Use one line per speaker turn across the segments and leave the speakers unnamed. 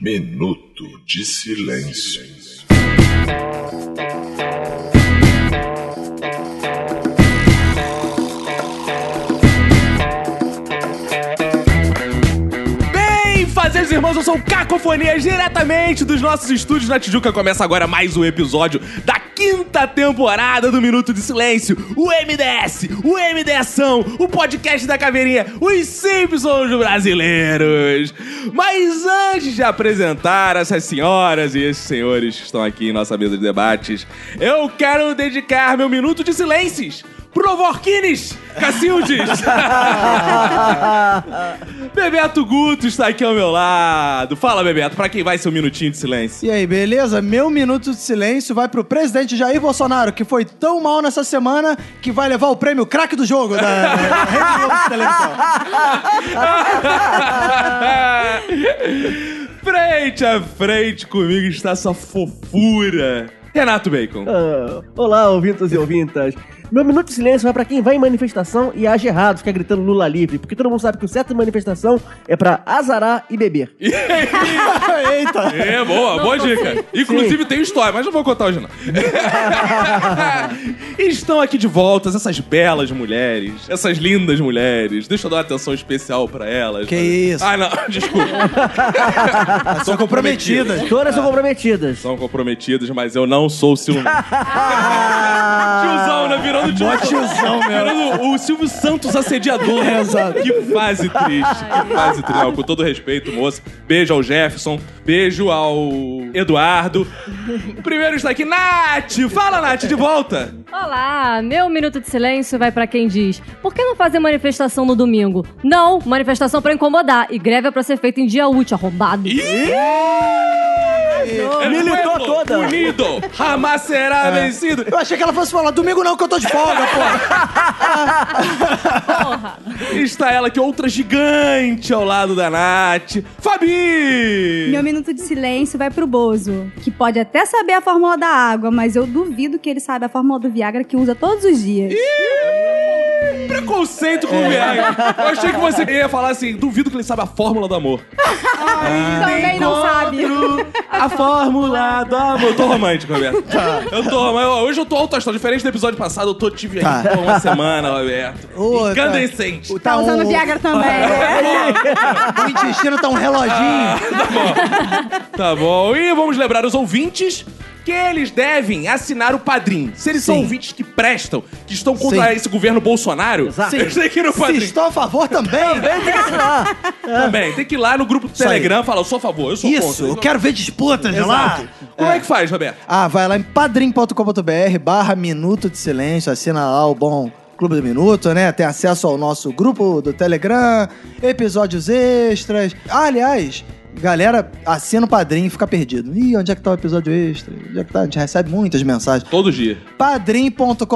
Minuto de Silêncio.
Bem, fazeres irmãos, eu sou o Cacofonias, diretamente dos nossos estúdios na Tijuca. Começa agora mais um episódio da quinta temporada do Minuto de Silêncio, o MDS, o MDSão, o podcast da caveirinha, os Simpsons brasileiros. Mas antes de apresentar essas senhoras e esses senhores que estão aqui em nossa mesa de debates, eu quero dedicar meu Minuto de Silêncios Provorquines Cacildes! Bebeto Guto está aqui ao meu lado. Fala, Bebeto, pra quem vai ser um minutinho de silêncio?
E aí, beleza? Meu minuto de silêncio vai pro presidente Jair Bolsonaro, que foi tão mal nessa semana que vai levar o prêmio craque do jogo né? da da Rede Globo de televisão.
frente a frente comigo está essa fofura. Renato Bacon.
Ah, Olá, ouvintos e ouvintas. Meu minuto de silêncio vai pra quem vai em manifestação e age errado, fica gritando Lula livre, porque todo mundo sabe que o certo em manifestação é pra azarar e beber.
Eita!
É, boa, boa dica. Inclusive tem história, mas não vou contar hoje não. Estão aqui de volta essas belas mulheres, essas lindas mulheres. Deixa eu dar uma atenção especial pra elas.
Que isso?
Ah, não, desculpa.
São comprometidas.
Todas são comprometidas.
São comprometidas, mas eu não sou o Silvio. tiozão, né? Virando
Mó
tiozão.
tiozão mesmo. É,
Virando o Silvio Santos assediador. né?
exato.
Que fase triste. Que fase triste. Não, com todo respeito, moça. Beijo ao Jefferson. Beijo ao Eduardo. Primeiro está aqui, Nath. Fala, Nath, de volta.
Olá, meu minuto de silêncio vai pra quem diz: por que não fazer manifestação no domingo? Não, manifestação pra incomodar e greve é pra ser feita em dia útil, arrombado.
Ih! El
Militou
É pueblo
toda.
Unido, jamais será
É.
vencido.
Eu achei que ela fosse falar, domingo não, que eu tô de folga, pô.
Porra!
Está ela que é outra gigante ao lado da Nath. Fabi!
Meu minuto de silêncio vai pro Bozo, que pode até saber a fórmula da água, mas eu duvido que ele saiba a fórmula do Viagra que usa todos os dias.
Ih, Preconceito com
É.
o Viagra. Eu achei que você ia falar assim: duvido que ele sabe a fórmula do amor.
Também não sabe.
A fórmula do amor. Eu tô romântico, Roberto.
Tá.
Eu tô romântico. Hoje eu tô alto astral. Diferente do episódio passado, eu tô tive aí
Tá.
por uma semana, Roberto.
Ô, tá.
Incandescente.
Tá usando Viagra também. né?
O intestino tá um reloginho.
Tá bom. E vamos lembrar os ouvintes que eles devem assinar o padrinho. Se eles são
Sim.
ouvintes que prestam, que estão contra
Sim.
esse governo Bolsonaro,
Exato.
eles têm que ir no
Se
padrinho.
estou a favor também.
Também. Tem que ir lá no grupo do
Ah. aí.
Telegram e falar: eu sou a favor, eu sou
Isso,
contra.
eu quero ver disputas de lá.
Como é. que faz, Roberto?
Ah, vai lá em padrim.com.br barra Minuto de Silêncio, assina lá o bom Clube do Minuto, né? Tem acesso ao nosso grupo do Telegram, episódios extras. Ah, aliás, galera, assina o padrim e fica perdido. Ih, onde é que tá o episódio extra? Onde é que tá? A gente recebe muitas mensagens.
Todo dia.
padrim.com.br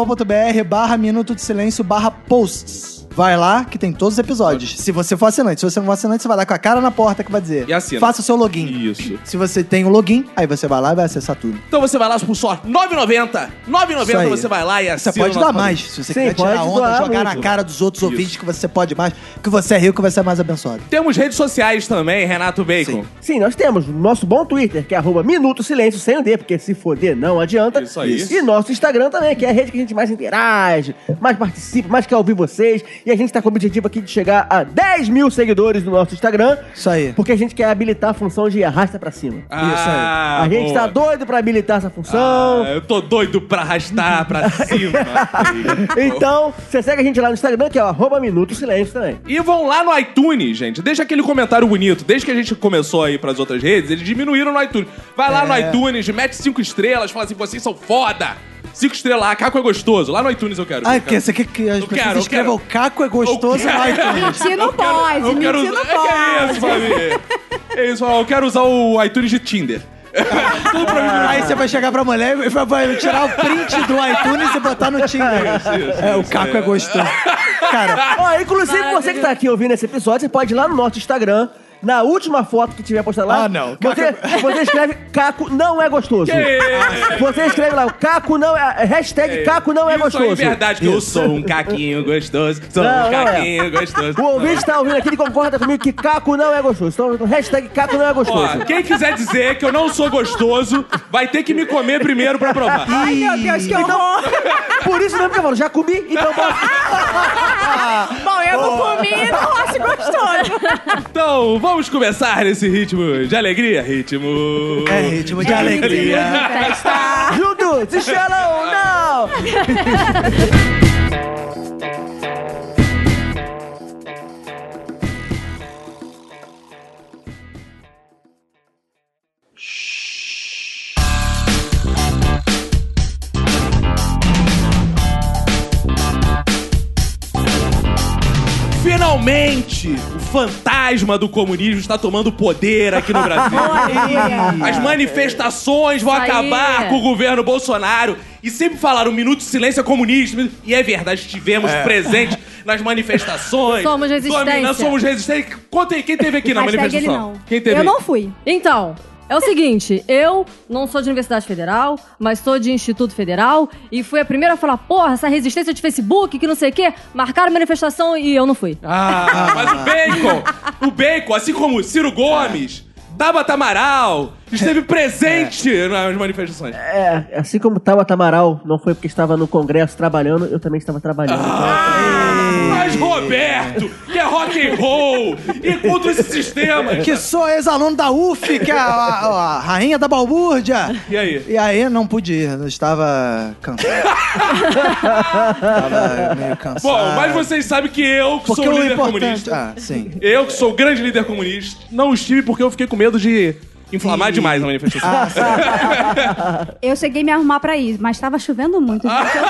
barra Minuto de Silêncio barra posts. Vai lá que tem todos os episódios. Se você for assinante, se você não for assinante, você vai lá com a cara na porta que vai dizer.
E assina.
Faça o seu login.
Isso.
Se você tem o login, aí você vai lá e vai acessar tudo.
Então você vai lá por só R$ 9,90. R$ 9,90
aí.
você vai lá e
Você
assina.
pode
o nosso
dar
padrinho.
mais, se você
Sim,
quiser tirar
pode
onda,
doar
jogar
muito.
na cara dos outros
Isso.
ouvintes que você pode mais, que você é rico, que você é mais abençoado.
Temos redes sociais também, Renato Bacon.
Sim, nós temos o nosso bom Twitter, que é arroba Minuto Silêncio, sem o D, porque se foder não adianta.
Isso aí.
E nosso Instagram também, que é a rede que a gente mais interage, mais participa, mais quer ouvir vocês. E a gente tá com o objetivo aqui de chegar a 10 mil seguidores no nosso Instagram,
Isso aí.
porque a gente quer habilitar a função de arrasta pra cima.
Ah,
a gente
boa.
tá doido pra habilitar essa função.
Ah, eu tô doido pra arrastar pra cima. é.
Então, você segue a gente lá no Instagram, que é o arroba Minuto Silêncio também.
E vão lá no iTunes, gente. Deixa aquele comentário bonito. Desde que a gente começou aí pras outras redes, eles diminuíram no iTunes. Vai lá
É.
no iTunes, mete cinco estrelas, fala assim, vocês são foda. Cinco estrelas, ah, Caco é gostoso. Lá no iTunes eu quero.
Ah,
eu
porque
quero.
você quer que as
Eu quero,
pessoas
eu
escrevam o Caco é gostoso
Eu
vai
quero.
Tony.
Mentir não
Eu
pode,
quero
mentir
usar...
não
É que é isso,
pode.
família. É isso, eu quero usar o iTunes de Tinder. Tudo pra mim. um
Aí você vai chegar pra mulher e vai- vai tirar o print do iTunes e botar no Tinder. é, o Caco é gostoso. Cara,
Ó, inclusive você que tá aqui ouvindo esse episódio, você pode ir lá no nosso Instagram, na última foto que tiver postada lá,
Ah, não.
Você, você escreve Caco não é gostoso.
Que-
Você escreve lá, Caco não é. Hashtag Caco não é
Isso
gostoso.
é verdade, que eu sou um caquinho gostoso. Sou
Não,
um
não é.
caquinho gostoso.
O ouvinte tá ouvindo aqui e concorda comigo que Caco não é gostoso. Então, hashtag Caco não é gostoso.
Ó, quem quiser dizer que eu não sou gostoso, vai ter que me comer primeiro pra provar.
Ai, meu Deus, que
Então,
horror!
por isso mesmo que eu falo, já comi, então posso.
Bom, eu não comi e não acho gostoso.
Então, vamos começar nesse ritmo de alegria, ritmo.
É ritmo de alegria.
Tá.
Juntos, se ou não!
Finalmente, o fantasma do comunismo está tomando poder aqui no Brasil. As manifestações vão
Aí.
acabar com o governo Bolsonaro. E sempre falaram um minuto de silêncio é comunismo. E é verdade, estivemos presentes nas manifestações.
Somos resistência.
Nós somos resistentes. Conta aí, quem teve aqui assim, na
Hashtag ele
manifestação?
não.
Quem teve?
Eu não fui.
Então, é o seguinte, eu não sou de Universidade Federal, mas sou de Instituto Federal e fui a primeira a falar, porra, essa resistência de Facebook, que não sei o quê, marcaram manifestação e eu não fui.
Ah, mas o Bacon, o Bacon, assim como o Ciro Gomes, Tabata Amaral, esteve presente nas manifestações.
É, assim como Tava Tamaral não foi porque estava no Congresso trabalhando, eu também estava trabalhando.
Ah. Mas Roberto, que é rock and roll e contra esse sistema.
Que sou ex-aluno da UF, que é a, a- a rainha da balbúrdia.
E aí?
E aí não pude ir, eu estava cansado. estava meio cansado.
Bom, mas vocês sabem que eu, que
Ah. Porque
sou
o
líder
importante...
comunista,
Ah, sim.
eu que sou grande líder comunista, não estive porque eu fiquei com medo de inflamar demais a manifestação.
Ah.
Eu cheguei a me arrumar pra ir, mas tava chovendo muito. gente. Eu sou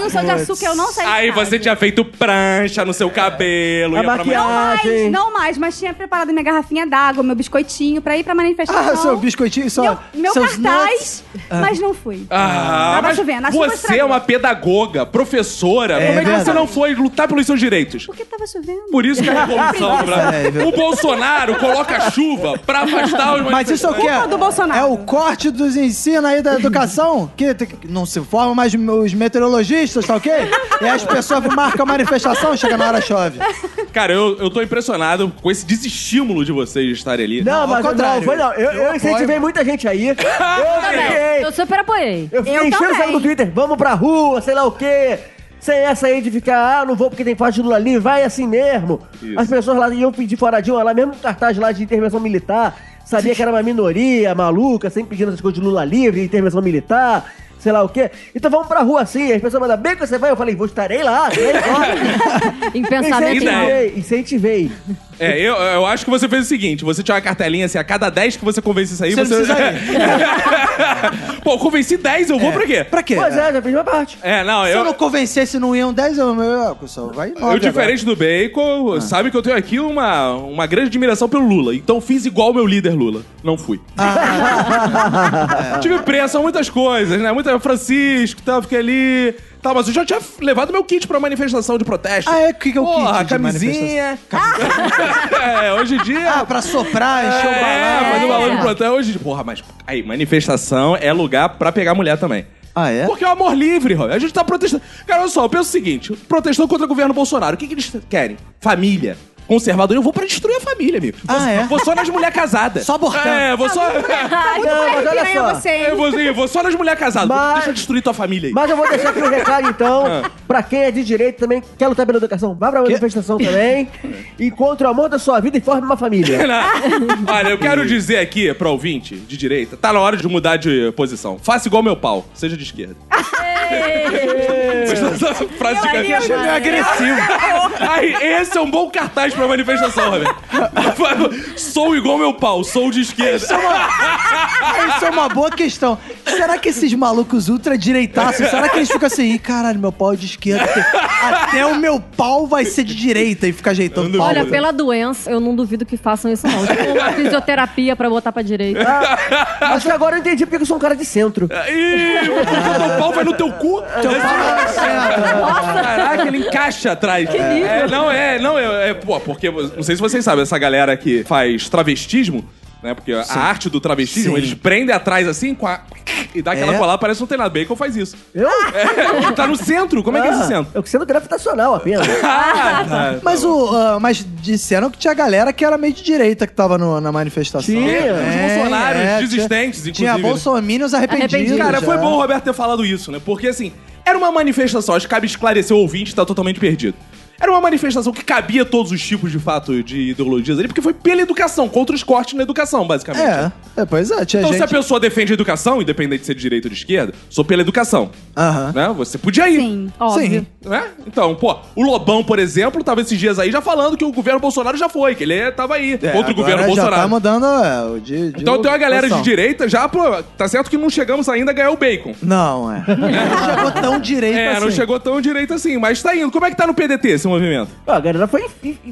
um ursinho, sou de
Putz.
açúcar, eu não
Tá
saí de
Ah, Aí
casa.
você tinha feito prancha no seu cabelo.
A
ia pra Ah,
maquiagem.
Não mais,
gente.
não mais, mas tinha preparado minha garrafinha d'água, meu biscoitinho pra ir pra manifestação.
Ah, seu biscoitinho, só...
Meu, meu
seus
cartaz, mas não fui.
Ah,
Tá
Tava
mas
chovendo, a chuva
você é
estragou.
uma pedagoga, professora. Como é que
verdade.
você não foi lutar pelos seus direitos?
Porque tava chovendo.
Por isso que a revolução no
É
Brasil.
verdade.
O Bolsonaro coloca chuva pra afastar os
Mas isso é o que é?
Culpa do Bolsonaro.
É o corte dos ensinos aí da educação, que tem que- não se formam mais os meteorologistas, tá ok? E as pessoas marcam a manifestação, chega na hora chove.
Cara, eu, eu tô impressionado com esse desestímulo de vocês de estarem ali.
Não,
Não, ao
mas não,
contrário.
foi não. Eu,
Eu
eu incentivei
apoio.
muita gente aí. Eu fiquei.
Eu super apoiei.
Eu fiquei
Eu
enchendo o saco
também.
do Twitter. Vamos pra rua, sei lá o quê. Sem essa aí de ficar, ah, não vou porque tem faixa de Lula livre, vai assim mesmo.
Isso.
As pessoas lá iam pedir foradinho, lá mesmo com cartaz lá de intervenção militar, sabia que era uma minoria maluca, sempre pedindo essas coisas de Lula livre, intervenção militar, sei lá o quê. Então vamos pra rua assim, as pessoas mandam, bem que você vai, eu falei, vou estarei lá, três horas.
Em pensamento
Ideia.
não.
incentivei, incentivei.
É, eu, eu acho que você fez o seguinte: você tinha uma cartelinha assim, a cada 10 que você convence isso aí,
Você
você.
não
Pô, eu convenci 10, eu vou pra quê?
Pra quê?
Pois é, já fiz minha parte.
É, não,
Se eu não
eu.
convencesse, não iam 10 anos, meu, pessoal, vai nove
Eu,
agora. Ah.
diferente do Bacon, sabe que eu tenho aqui uma, uma grande admiração pelo Lula. Então fiz igual o meu líder Lula. Não fui.
Ah.
Tive pressa, muitas coisas, né? Muita Francisco, tá, fiquei ali. Tá, mas eu já tinha levado meu kit pra manifestação de protesto.
Ah, é? O que que é o
Porra,
kit de
camisinha. é, hoje em dia.
Ah, pra soprar, encher o
É,
balão.
fazer um balão de plantão hoje. Porra, mas aí, manifestação é lugar pra pegar mulher também.
Ah, é?
Porque é o amor livre, Rob. A gente tá protestando. Cara, olha só, eu penso o seguinte: protestou contra o governo Bolsonaro. O que, que eles querem? Família. Conservador, eu vou pra destruir a família, amigo. Vou-
Ah, é?
Vou só nas mulheres casadas.
Só abortando.
É, vou só.
Não,
é
mas olha
Piranha,
só.
você, hein?
Eu vou, eu vou só nas mulheres casadas.
Mas-
Deixa eu destruir tua família aí.
Mas eu vou deixar aqui um recado, então,
Ah.
pra quem é de direito também, quer lutar pela educação, vá pra manifestação também, encontre o amor da sua vida e forme uma
Não.
família.
Né? Olha, eu quero dizer aqui pra ouvinte de direita, tá na hora de mudar de posição. Faça igual meu pau, seja de esquerda. Gostou dessa frase de
Eu achei meio
agressivo. Aí, esse é um bom cartaz pra manifestação, Roberto. Sou igual meu pau, sou de esquerda.
Isso é uma boa questão. Será que esses malucos ultradireitaços, será que eles ficam assim, "Ih, caralho, meu pau é de esquerda, porque até o meu pau vai ser de direita e fica ajeitando o pau.
Olha, pela doença, eu não duvido que façam isso não. Tipo uma fisioterapia pra botar
Ah,
pra direita.
Acho que agora eu entendi porque eu sou um cara de centro.
Ih, o teu pau vai no teu cu. Esse- Caraca, ele encaixa atrás. É, não, é, não, é, é, pô, porque, não sei se vocês sabem, essa galera que faz travestismo, né? Porque a arte do travestismo,
Sim.
eles prendem atrás assim com a... E dá aquela
É.
colada, parece que não tem nada. Bacon faz isso.
Eu? Ah,
É, tá no centro, como é que é esse centro?
Eu que sendo gravitacional apenas.
Ah, tá.
Mas, o, Ah. ah, mas disseram que tinha galeraram que era meio de direita que tava no- na manifestação.
Tinha,
É,
os
bolsonários
tinha-
desistentes,
Tinha
inclusive, né?
bolsominions arrependidos.
Arrependidos.
Cara,
já.
foi bom o Roberto ter falado isso, né? Porque assim, era uma manifestação, acho que cabe esclarecer o ouvinte que tá totalmente perdido. Era uma manifestação que cabia todos os tipos de fato de ideologias ali, porque foi pela educação, contra os cortes na educação, basicamente. né?
É, é, pois é, tinha
Então, se a
gente...
pessoa defende a educação, independente de ser de direita ou de esquerda, sou pela educação.
Aham.
Né? Você podia ir.
Sim.
Óbvio.
Né? Então, pô, o Lobão, por exemplo, tava esses dias aí já falando que o governo Bolsonaro já foi, que ele tava aí
É,
contra o
agora
governo
já
Bolsonaro.
tá mudando é, o de, de
Então tem uma galera de
posição.
direita já, pô, tá certo que não chegamos ainda a ganhar o bacon.
Não, é. Não chegou tão direito
É,
assim.
não chegou tão direito assim, mas tá indo. Como é que tá no PDT esse movimento?
Ó, a galera foi,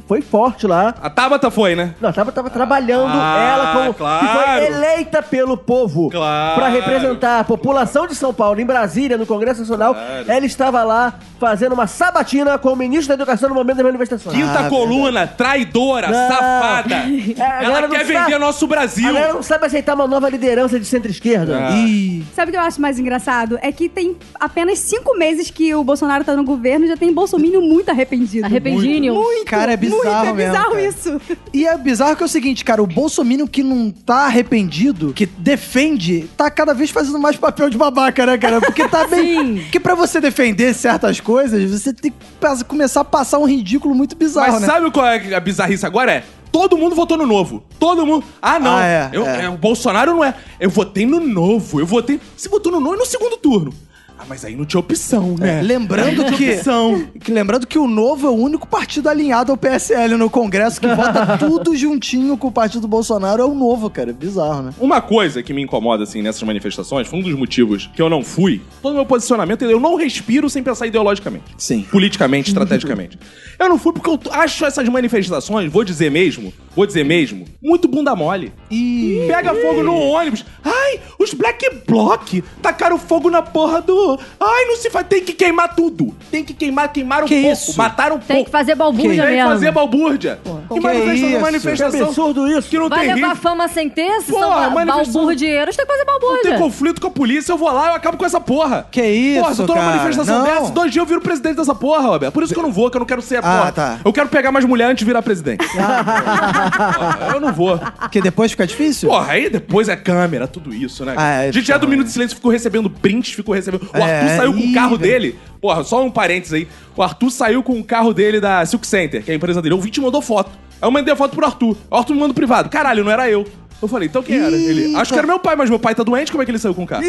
foi forte lá.
A Tabata foi, né?
Não, tava, tava trabalhando
Ah,
ela como que
claro.
foi eleita pelo povo
Claro.
pra representar a população de São Paulo em Brasília, no Congresso Nacional.
Claro.
Ela estava lá fazendo uma sabatina com o ministro da Educação no momento da manifestação.
Quinta
Ah,
coluna, traidora,
Não.
safada.
É,
Ela
a galera
quer
não
vender
sabe.
nosso Brasil.
A
é
galera não sabe aceitar uma nova liderança de centro-esquerda.
Ah.
Ih,
Sabe o que eu acho mais engraçado? É que tem apenas cinco meses que o Bolsonaro tá no governo e já tem Bolsonaro muito arrependido.
Arrependinho.
Muito,
Cara, é bizarro
muito, é
mesmo,
bizarro
cara.
isso.
E é bizarro que é o seguinte, cara, o bolsominion que não tá arrependido, que defende, tá cada vez fazendo mais papel de babaca, né, cara? Porque tá bem...
Sim.
que pra você defender certas coisas, você tem que pas- começar a passar um ridículo muito bizarro,
Mas
né?
sabe qual é a bizarrice agora? É. Todo mundo votou no novo. Todo mundo. Ah, não.
Ah, é,
Eu-
é.
é, o Bolsonaro não é. Eu votei no novo. Eu votei. Você votou no novo e no segundo turno. Ah, mas aí não tinha opção, né?
É, lembrando
Não tinha
que-
opção.
Que Lembrando que o Novo é o único partido alinhado ao PSL no Congresso que vota tudo juntinho com o partido do Bolsonaro. É o Novo, cara. É Bizarro, né?
Uma coisa que me incomoda, assim, nessas manifestações, foi um dos motivos que eu não fui, todo o meu posicionamento, eu não respiro sem pensar ideologicamente.
Sim.
Politicamente, estrategicamente. eu não fui porque eu t- acho essas manifestações, vou dizer mesmo, vou dizer mesmo, muito bunda mole.
E...
Pega fogo no ônibus. Ai, os Black Bloc tacaram fogo na porra do... Ai, não se faz... Tem que queimar tudo. Tem que queimar, queimaram
Que
pouco.
isso?
Mataram pouco.
Tem que fazer balbúrdia
Tem que
mesmo.
fazer balbúrdia. Que
Que
manifestação,
isso?
manifestação.
Que absurdo isso.
Que não
Vai
tem
levar
rifa.
fama sem ter? Se
Porra,
são ba-
manifestação-
balburdieiros, tem que fazer
Não
balbúrdia.
tem conflito com a polícia, eu vou lá, eu acabo com essa porra.
Que isso,
Porra, se eu tô numa
cara?
manifestação
Não.
dessa, dois dias eu viro presidente dessa porra, Roberto. Por isso que eu não vou, que eu não quero ser a
Ah,
porra.
tá.
Eu quero pegar mais mulher antes de virar presidente. Porra, eu não vou.
Porque depois fica difícil?
Porra, aí depois é câmera, tudo isso, né?
Ah, é,
a gente já do
porra.
Minuto de Silêncio ficou recebendo prints, ficou recebendo... O
É,
Arthur saiu com o
ih,
carro
velho.
dele... Porra, só um parênteses aí. O Arthur saiu com o carro dele da Silk Center, que é a empresa dele. O Vinte mandou foto. Aí eu mandei a foto pro Arthur. O Arthur me manda privado. Caralho, não era eu. Eu falei, então quem era? Ele,
Ih,
acho que era meu pai, mas meu pai tá doente, como é que ele saiu com o carro?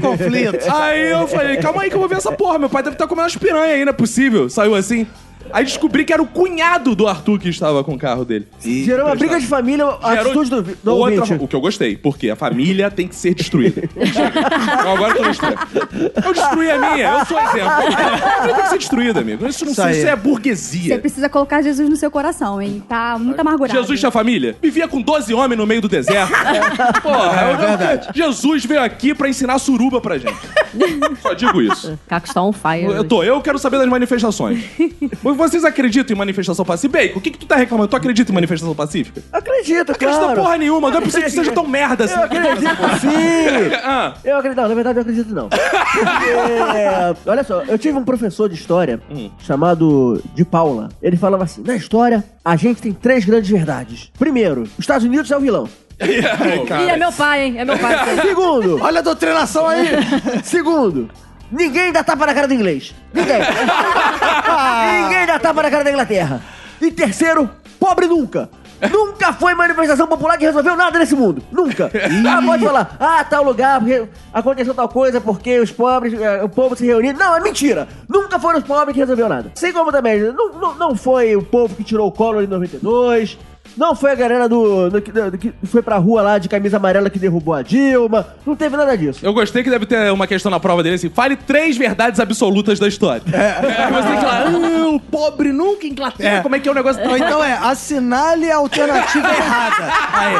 conflito.
Aí eu falei, calma aí que eu vou ver essa porra. Meu pai deve estar comendo as piranhas aí, não é possível. Saiu assim. Aí descobri que era o cunhado do Arthur que estava com o carro dele.
Gerou uma briga de família, a
Gerou
atitude do, do
outra-
ouvinte.
O que eu gostei, porque a família tem que ser destruída. Não, agora que eu destruí. Eu destruí a minha, eu sou exemplo. A família tem que ser destruída, amigo. Isso não
Isso
isso,
aí.
é
Você
burguesia.
precisa colocar Jesus no seu coração, hein? Tá muito amargurado.
Jesus tinha família? Vivia com 12 homens no meio do deserto. Porra,
É
eu-
verdade.
Jesus veio aqui pra ensinar suruba pra gente. Só digo isso.
Caco está on fire.
Eu tô, eu quero saber das manifestações. Mas Vocês acreditam em manifestação pacífica? Bacon, o que, que tu tá reclamando? Tu acredita em manifestação pacífica?
Acredito,
Não acredita
claro.
porra nenhuma, não é possível que seja tão merda assim.
Eu acredito sim.
Ah,
Eu acredito, não, na verdade eu acredito não. Porque, olha só, eu tive um professor de história chamado de Paula. Ele falava assim: na história, a gente tem três grandes verdades. Primeiro, os Estados Unidos é o vilão.
Ih, é meu pai, hein? É meu pai.
Segundo,
Olha a doutrinação aí.
segundo, ninguém dá tapa na cara do inglês. Ninguém. ninguém dá tapa na cara da Inglaterra. E terceiro, pobre nunca. Nunca foi manifestação popular que resolveu nada nesse mundo. Nunca. Ah, pode falar, ah, tal lugar, porque aconteceu tal coisa, porque os pobres, eh, o povo se reuniu. Não, é mentira. Nunca foram os pobres que resolveu nada. Assim como também, não, não, não foi o povo que tirou o colo em 92. Não foi a galera do, do que- do que foi pra rua lá de camisa amarela que derrubou a Dilma. Não teve nada disso.
Eu gostei que deve ter uma questão na prova dele assim: fale três verdades absolutas da história. É. Aí você tem que falar, "Ah, o pobre nunca em Inglaterra,
É.
como é que é o negócio?
Ou então é, assinale a alternativa errada. Aí,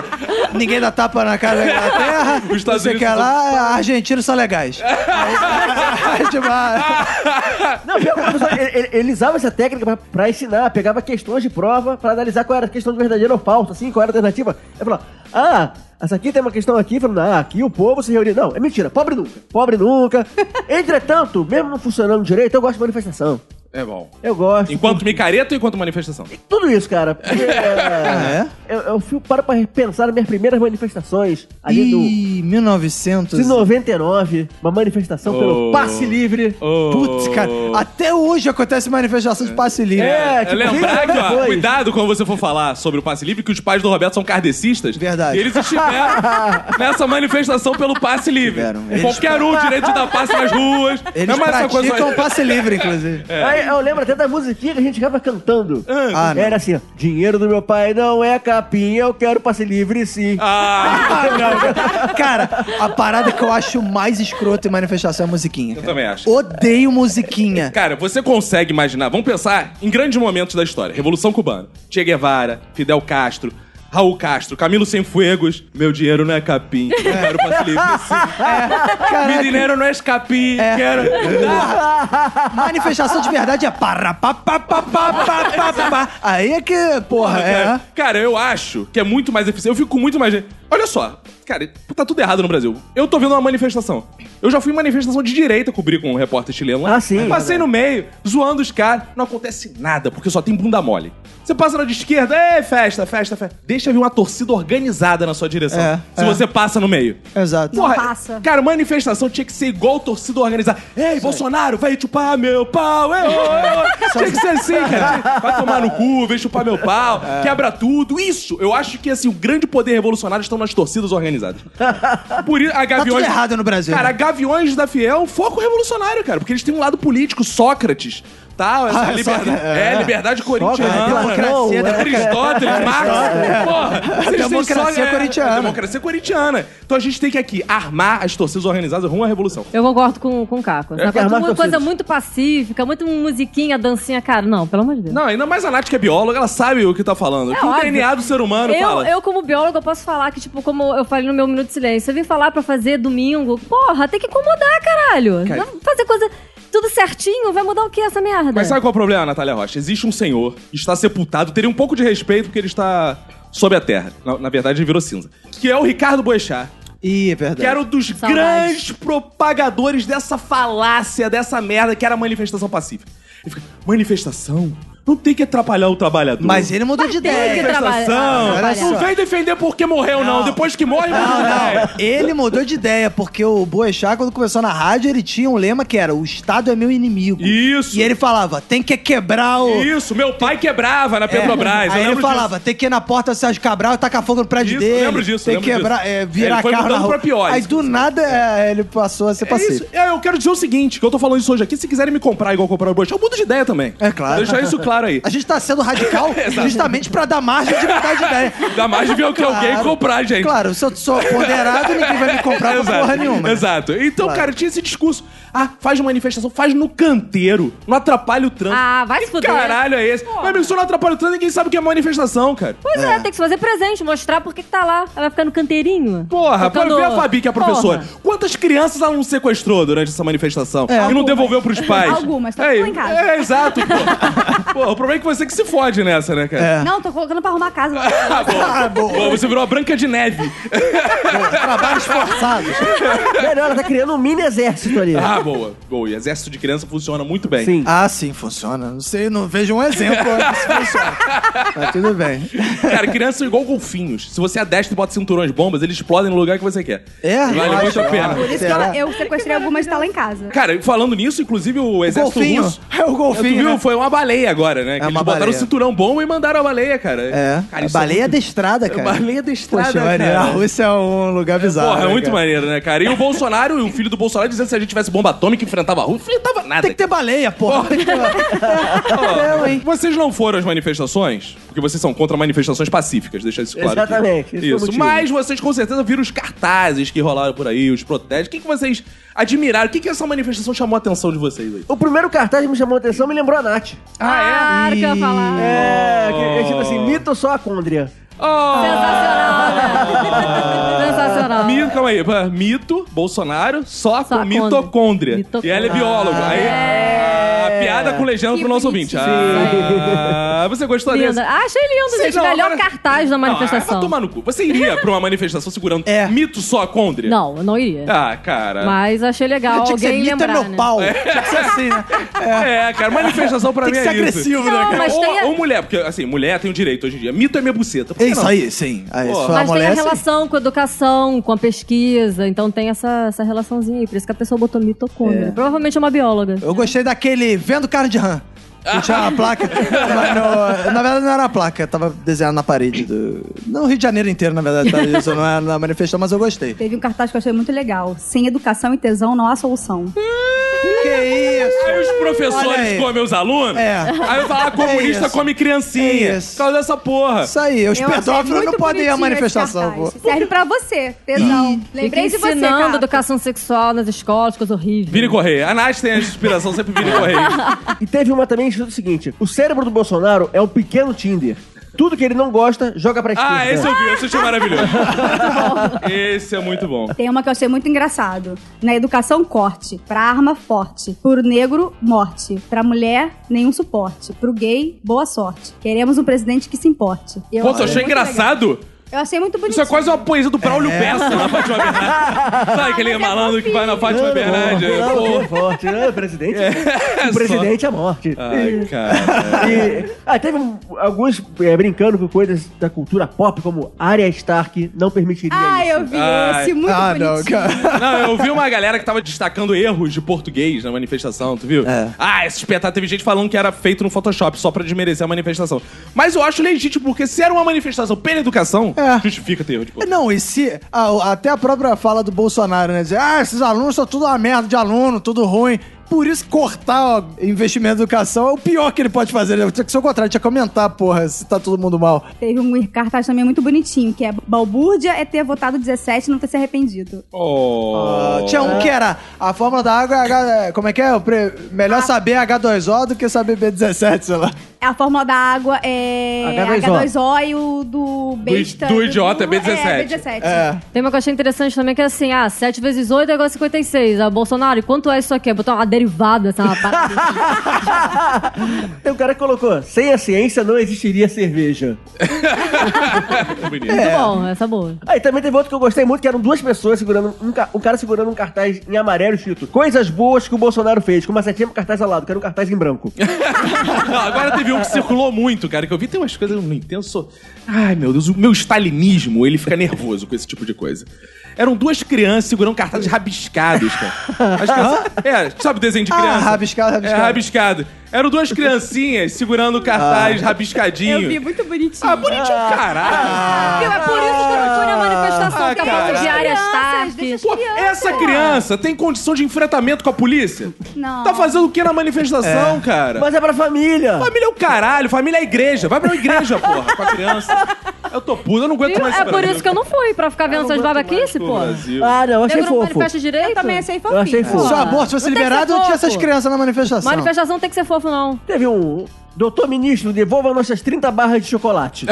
ninguém dá tapa na cara da Inglaterra.
Os Estados
você
Unidos
quer
são-
lá, argentinos são legais. Aí, tipo, ah,
Não, pior que o professor, ele, ele- ele usava essa técnica pra, pra ensinar, pegava questões de prova pra analisar qual era a questão de verdadeira ou falsa, assim, qual era a alternativa. Ele falou: Ah, essa aqui tem uma questão aqui, falando, ah, aqui o povo se reuniu. Não, é mentira, pobre nunca, pobre nunca. Entretanto, mesmo não funcionando direito, eu gosto de manifestação.
É bom.
Eu gosto.
Enquanto micareta ou enquanto manifestação?
Tudo isso, cara. Porque, é,
Ah, é?
eu, eu fico paro pra pensar nas minhas primeiras manifestações ali do.
Ih, 1900.
De 99, uma manifestação
Oh.
pelo passe livre.
Putz, cara, até hoje acontece manifestação de passe livre.
É,
É
tipo,
lembrar que,
vinte anos
ó,
depois.
cuidado quando você for falar sobre o passe livre, que os pais do Roberto são kardecistas.
Verdade.
E eles estiveram nessa manifestação pelo passe livre.
Tiveram. Eles-
Qualquer um, direito de dar passe nas ruas. é
Eles
mais essa É.
praticam passe livre, inclusive.
Aí, eu lembro até da musiquinha que a gente ficava cantando.
é. Ah, não.
Era assim, ó, dinheiro do meu pai não é capinha, eu quero passe livre sim.
Ah,
Cara, a parada que eu acho mais escrota em manifestação é a musiquinha. Eu
também acho.
Odeio musiquinha.
cara, você consegue imaginar, vamos pensar em grandes momentos da história. Revolução Cubana, Che Guevara, Fidel Castro, Raul Castro, Camilo Cienfuegos, meu dinheiro não é capim, quero passe livre sim. Meu
Caraca,
dinheiro não é capim, quero...
manifestação de verdade é para pa, pa, pa, pa, pa, pa, pa, pa. Aí é que, porra, é.
Cara, cara, eu acho que é muito mais eficiente. Eu fico com muito mais. Olha só, cara, tá tudo errado no Brasil. Eu tô vendo uma manifestação. Eu já fui em manifestação de direita cobrir com um repórter chileno lá.
Ah, sim.
Passei no meio, zoando os caras. Não acontece nada, porque só tem bunda mole. Você passa na de esquerda, é festa, festa, festa. Deixa vir uma torcida organizada na sua direção.
É,
se
é.
você passa no meio.
Exato.
Porra,
passa.
Cara, manifestação tinha que ser igual torcida organizada. Ei, Bolsonaro, vai chupar meu pau. Eu, Tinha que ser assim, cara. Vai tomar no cu, vem chupar meu pau,
É.
quebra tudo. Isso, eu acho que assim, o grande poder revolucionário estão nas torcidas organizadas. Por isso, a Gaviões.
Tá tudo errado no Brasil,
Cara,
né?
a Gaviões da Fiel, foco revolucionário, cara, porque eles têm um lado político, Sócrates. Tá, essa
Ah,
liberdade,
Sócrates,
é,
é.
liberdade
Sócrates,
corintiana.
democracia, É,
né?
democracia.
Aristóteles, Marx. Porra, vocês têm
Democracia
só- é,
corintiana.
é, democracia corintiana. Então a gente tem que aqui armar as torcidas organizadas rumo à revolução.
Eu concordo com, com o Caco.
É,
Essa coisa,
armar
uma coisa
torcidas.
muito pacífica, muito musiquinha, dancinha, cara. Não, pelo amor de Deus.
Não, ainda mais a Nath que é bióloga, ela sabe o que tá falando. O que o
óbvio.
DNA do ser humano
Eu,
fala.
eu, como bióloga, eu posso falar que, tipo, como eu falei no meu Minuto de Silêncio, eu vim falar pra fazer domingo. Porra, tem que incomodar, caralho.
Cara.
Não Fazer coisa tudo certinho, vai mudar o que essa merda?
Mas sabe qual é o problema, Natália Rocha? Existe um senhor, está sepultado, teria um pouco de respeito porque ele está sob a terra. Na, na verdade, ele virou cinza. Que é o Ricardo Boechat.
Ih, é verdade.
Que era um dos
Saudade.
grandes propagadores dessa falácia, dessa merda, que era a manifestação pacífica. Ele fica, manifestação? Não tem que atrapalhar o trabalhador.
Mas ele mudou de
Mas tem que
ideia.
tra-
manifestação.
trabalhar.
Olha
Não
só.
vem defender porque morreu, não.
Não.
Depois que morre, muda
Não,
de ideia.
não. Ele mudou de ideia, porque o Boechat, quando começou na rádio, ele tinha um lema que era o Estado é meu inimigo.
Isso.
E ele falava, tem que quebrar o...
Isso, meu pai quebrava na Petrobras. eu
É. Aí ele
lembro
falava, tem que ir na porta do Sérgio Cabral e tacar fogo no prédio
Isso,
dele.
lembro disso,
Tem que
lembro
quebrar,
disso.
é, virar
Ele foi
carro na
mudando
rua.
pra pior,
Aí
isso
do nada é, ele passou a ser
disso. É
passivo.
isso. É, eu quero dizer o seguinte, que eu tô falando isso hoje aqui, se quiserem me comprar igual comprar o Boixá, eu mudo de ideia também.
É claro.
Vou deixar isso claro aí.
A gente tá sendo radical justamente pra dar margem de mudar de ideia.
Dá mais de ver o que
Claro.
alguém comprar, gente.
Claro, se eu sou ponderado, ninguém vai me comprar pra
Exato.
porra nenhuma. né?
Exato. Então,
Claro.
cara, tinha esse discurso. Ah, faz manifestação, faz no canteiro. Não atrapalha o trânsito.
Ah, vai
que
se fuder.
caralho é esse? Mas, amigo, se eu não atrapalha o trânsito, ninguém sabe o que é manifestação, cara.
Pois é. tem que se fazer presente, mostrar por que que tá lá. Ela vai ficar no canteirinho.
Porra, pra
tocando-
ver a Fabi, que é a professora.
Porra.
Quantas crianças ela não sequestrou durante essa manifestação?
É.
E não devolveu pros pais?
Algumas, tá
é,
tudo lá em casa.
É, exato, pô. Pô, o problema é que você que se fode nessa, né, cara?
É.
Não, tô colocando pra arrumar a casa.
Ah, boa. Boa, você virou a Branca de Neve.
Trabalhos forçados.
Melhor, ela tá criando um mini exército ali.
Ah, boa. Boa, e exército de criança funciona muito bem.
Sim.
Ah, sim, funciona. Não sei, não vejo um exemplo onde isso funciona. Mas tudo bem.
Cara, crianças são igual golfinhos. Se você adestra e bota cinturões bombas, eles explodem no lugar que você quer.
É?
Vale muito a pena.
Por isso que
Será?
eu,
é
eu sequestrei algumas tá lá em casa.
Cara, e falando nisso, inclusive o exército
golfinho.
russo...
É o golfinho,
Tu viu?
né? É
Foi uma baleia agora, né? que eles
uma
botaram o
baleia.
cinturão bomba e mandaram a baleia, cara.
É.
Cara,
a
isso é
baleia
muito-
adestrada, cara.
Baleia adestrada,
Poxa,
cara.
maneiro. A Rússia é um lugar bizarro.
Porra, é
né,
muito
cara?
maneiro, né, cara? E o Bolsonaro, e o filho do Bolsonaro, dizendo que se a gente tivesse bomba atômica, enfrentava a rua, enfrentava nada.
Tem que ter baleia, porra. Não, hein?
Vocês não foram às manifestações, porque vocês são contra manifestações pacíficas, deixa isso claro. aqui.
Exatamente, esse é o
Isso.
motivo.
Mas vocês com certeza viram os cartazes que rolaram por aí, os protestos. O que, que vocês admiraram? O que, que essa manifestação chamou a atenção de vocês aí?
O primeiro cartaz que me chamou a atenção me lembrou a Nath.
Ah, é? Claro que eu ia falar.
É, que é tipo assim, mito só a condria.
Ah, Sensacional, né? Sensacional.
Mito, Ah, calma aí. pá, Mito, Bolsonaro, só,
Só
com
a
mitocôndria.
condri- mitocôndria.
E ela é bióloga. aí, ah, piada com legenda
Que
pro nosso ouvinte.
bonitinho.
Ah, você gostou
Linda.
dessa?
Ah, achei lindo, gente.
não,
Melhor
agora-
cartaz da
Não, ah,
manifestação.
vai tomar no cu. Você iria pra uma manifestação segurando
É.
mito só a condria?
Não, eu não iria.
Ah, cara.
Mas achei legal
Tinha que ser
alguém
mita
lembrar,
no
né?
pau. Tinha que ser assim, né?
É, cara, manifestação pra
Tem
mim
que
é
ser
isso.
agressivo, né,
Não,
cara?
mas
ou,
tem a-
ou mulher, porque assim, mulher tem o direito hoje em dia. Mito é minha buceta. Por
É
que
isso
não?
aí, sim. Aí,
Pô.
se for
Mas tem
mulher,
a
sim.
relação com a educação, com a pesquisa, então tem essa, essa relaçãozinha aí. Por isso que a pessoa botou mitocôndria. Provavelmente é uma bióloga.
Eu gostei daquele Vendo Cara de Ram. Que tinha uma placa. mas no- na verdade, não era a placa, tava desenhado na parede do. Não, Rio de Janeiro inteiro, na verdade, tá isso. Não era na manifestação, mas eu gostei.
Teve um cartaz que eu achei muito legal. Sem educação e tesão não há solução.
Que isso?
Aí os
Olha
professores
aí.
comem os alunos.
É.
Aí eu falo, ah, comunista
É isso.
come
É
criancinha.
isso.
Por causa dessa porra.
Isso aí, os
Eu achei
pedófilos não
muito
podem ir à
bonitinho esse
manifestação, pô.
cartaz. Serve pra você, tesão. Lembrei de
Fica
você,
ensinando
cara.
educação sexual nas escolas, coisa horrível.
Vini Correia. A Nath tem a inspiração sempre
É.
Vini Correia.
E teve uma também que diz o seguinte: o cérebro do Bolsonaro é um pequeno Tinder. Tudo que ele não gosta, joga pra esquerda.
Ah, esse eu vi. Esse eu achei maravilhoso. esse é muito bom.
Tem uma que eu achei muito engraçado. Na educação, corte. Pra arma, forte. Pro negro, morte. Pra mulher, nenhum suporte. Pro gay, boa sorte. Queremos um presidente que se importe. Eu
Pô, eu achei
muito legal.
engraçado.
Eu achei muito bonito.
Isso é quase uma poesia do Braulio Bessa na Fátima Bernardes. Sabe aquele
mas é
malandro que vai na Fátima Bernardes?
Não, não,
Pô.
que forte, né, presidente?
É,
o presidente é morte.
Ai, cara.
E- ah, teve um- alguns é, brincando com coisas da cultura pop, como Arya Stark não permitiria
Ah,
isso.
eu vi
Ai.
esse. Muito
Ah,
bonitinho.
não, cara.
Não, eu vi uma galera que tava destacando erros de português na manifestação, tu viu?
É.
Ah, esse espetáculo teve gente falando que era feito no Photoshop só pra desmerecer a manifestação. Mas eu acho legítimo, porque se era uma manifestação pela educação,
É.
justifica ter erro de português.
Não, e se. ah, até a própria fala do Bolsonaro, né? Dizer, ah, esses alunos são tudo uma merda de aluno, tudo ruim. Por isso, cortar o investimento em educação é o pior que ele pode fazer. Né? Tinha que ser o contrário, tinha que aumentar, porra, se tá todo mundo mal.
Teve um cartaz também muito bonitinho, que é Balbúrdia é ter votado 17 e não ter se arrependido.
Oh.
Ah, tinha um que era a fórmula da água é H, é, Como é que é? O pre- melhor
Ah.
saber H2O do que saber B17, sei lá.
A fórmula da água é
H2O.
H2O, e o do besta...
do idiota é B17.
É, B17.
É.
Tem uma que eu achei interessante também, que é assim, ah, 7 vezes 8 é igual a 56. Ah, Bolsonaro, e quanto é isso aqui? Botar uma derivada, sabe? uma parada.
Tem um cara que colocou: sem a ciência não existiria cerveja.
Bonito.
Muito bom, essa é boa.
Aí também teve outro que eu gostei muito, que eram duas pessoas segurando um, ca- um cara segurando um cartaz em amarelo escrito Coisas boas que o Bolsonaro fez, com uma setinha com cartaz ao lado, que era um cartaz em branco.
Não, agora teve um que circulou muito, cara, que eu vi. Tem umas coisas que eu não entendo. eu Sou... Ai, meu Deus, o meu stalinismo, ele fica nervoso com esse tipo de coisa. Eram duas crianças segurando cartazes rabiscados, cara. As crianças... É, sabe desenho de
Ah,
criança?
rabiscado, rabiscado.
É, rabiscado. Eram duas criancinhas segurando o
Ah.
cartaz rabiscadinho.
Eu vi, Ah. muito bonitinho.
Ah, bonitinho, caralho.
Viu? É por isso que eu não fui na manifestação,
Ah,
porque
cara.
a ponto de área
Crianças,
Stark.
deixa as
Pô,
crianças.
essa criança tem condição de enfrentamento com a polícia?
Não.
Tá fazendo o que na manifestação, cara?
Mas é pra família!
Família é o caralho, família é a igreja. Vai pra uma igreja, porra, com a criança. Eu tô puto, eu não aguento
Viu?
mais
É por isso que eu não fui, pra ficar vendo essas babaquices, pô.
Brasil.
Ah, não, achei
Negro não
fofo.
manifesta direito?
Eu também achei fofinho.
Eu achei fofo.
Se o
Porra.
aborto fosse
Não tem que
liberado,
ser
não tinha
fofo.
essas crianças na manifestação.
Manifestação não tem que ser fofo, não.
Teve um. Doutor ministro, devolva nossas 30 barras de chocolate.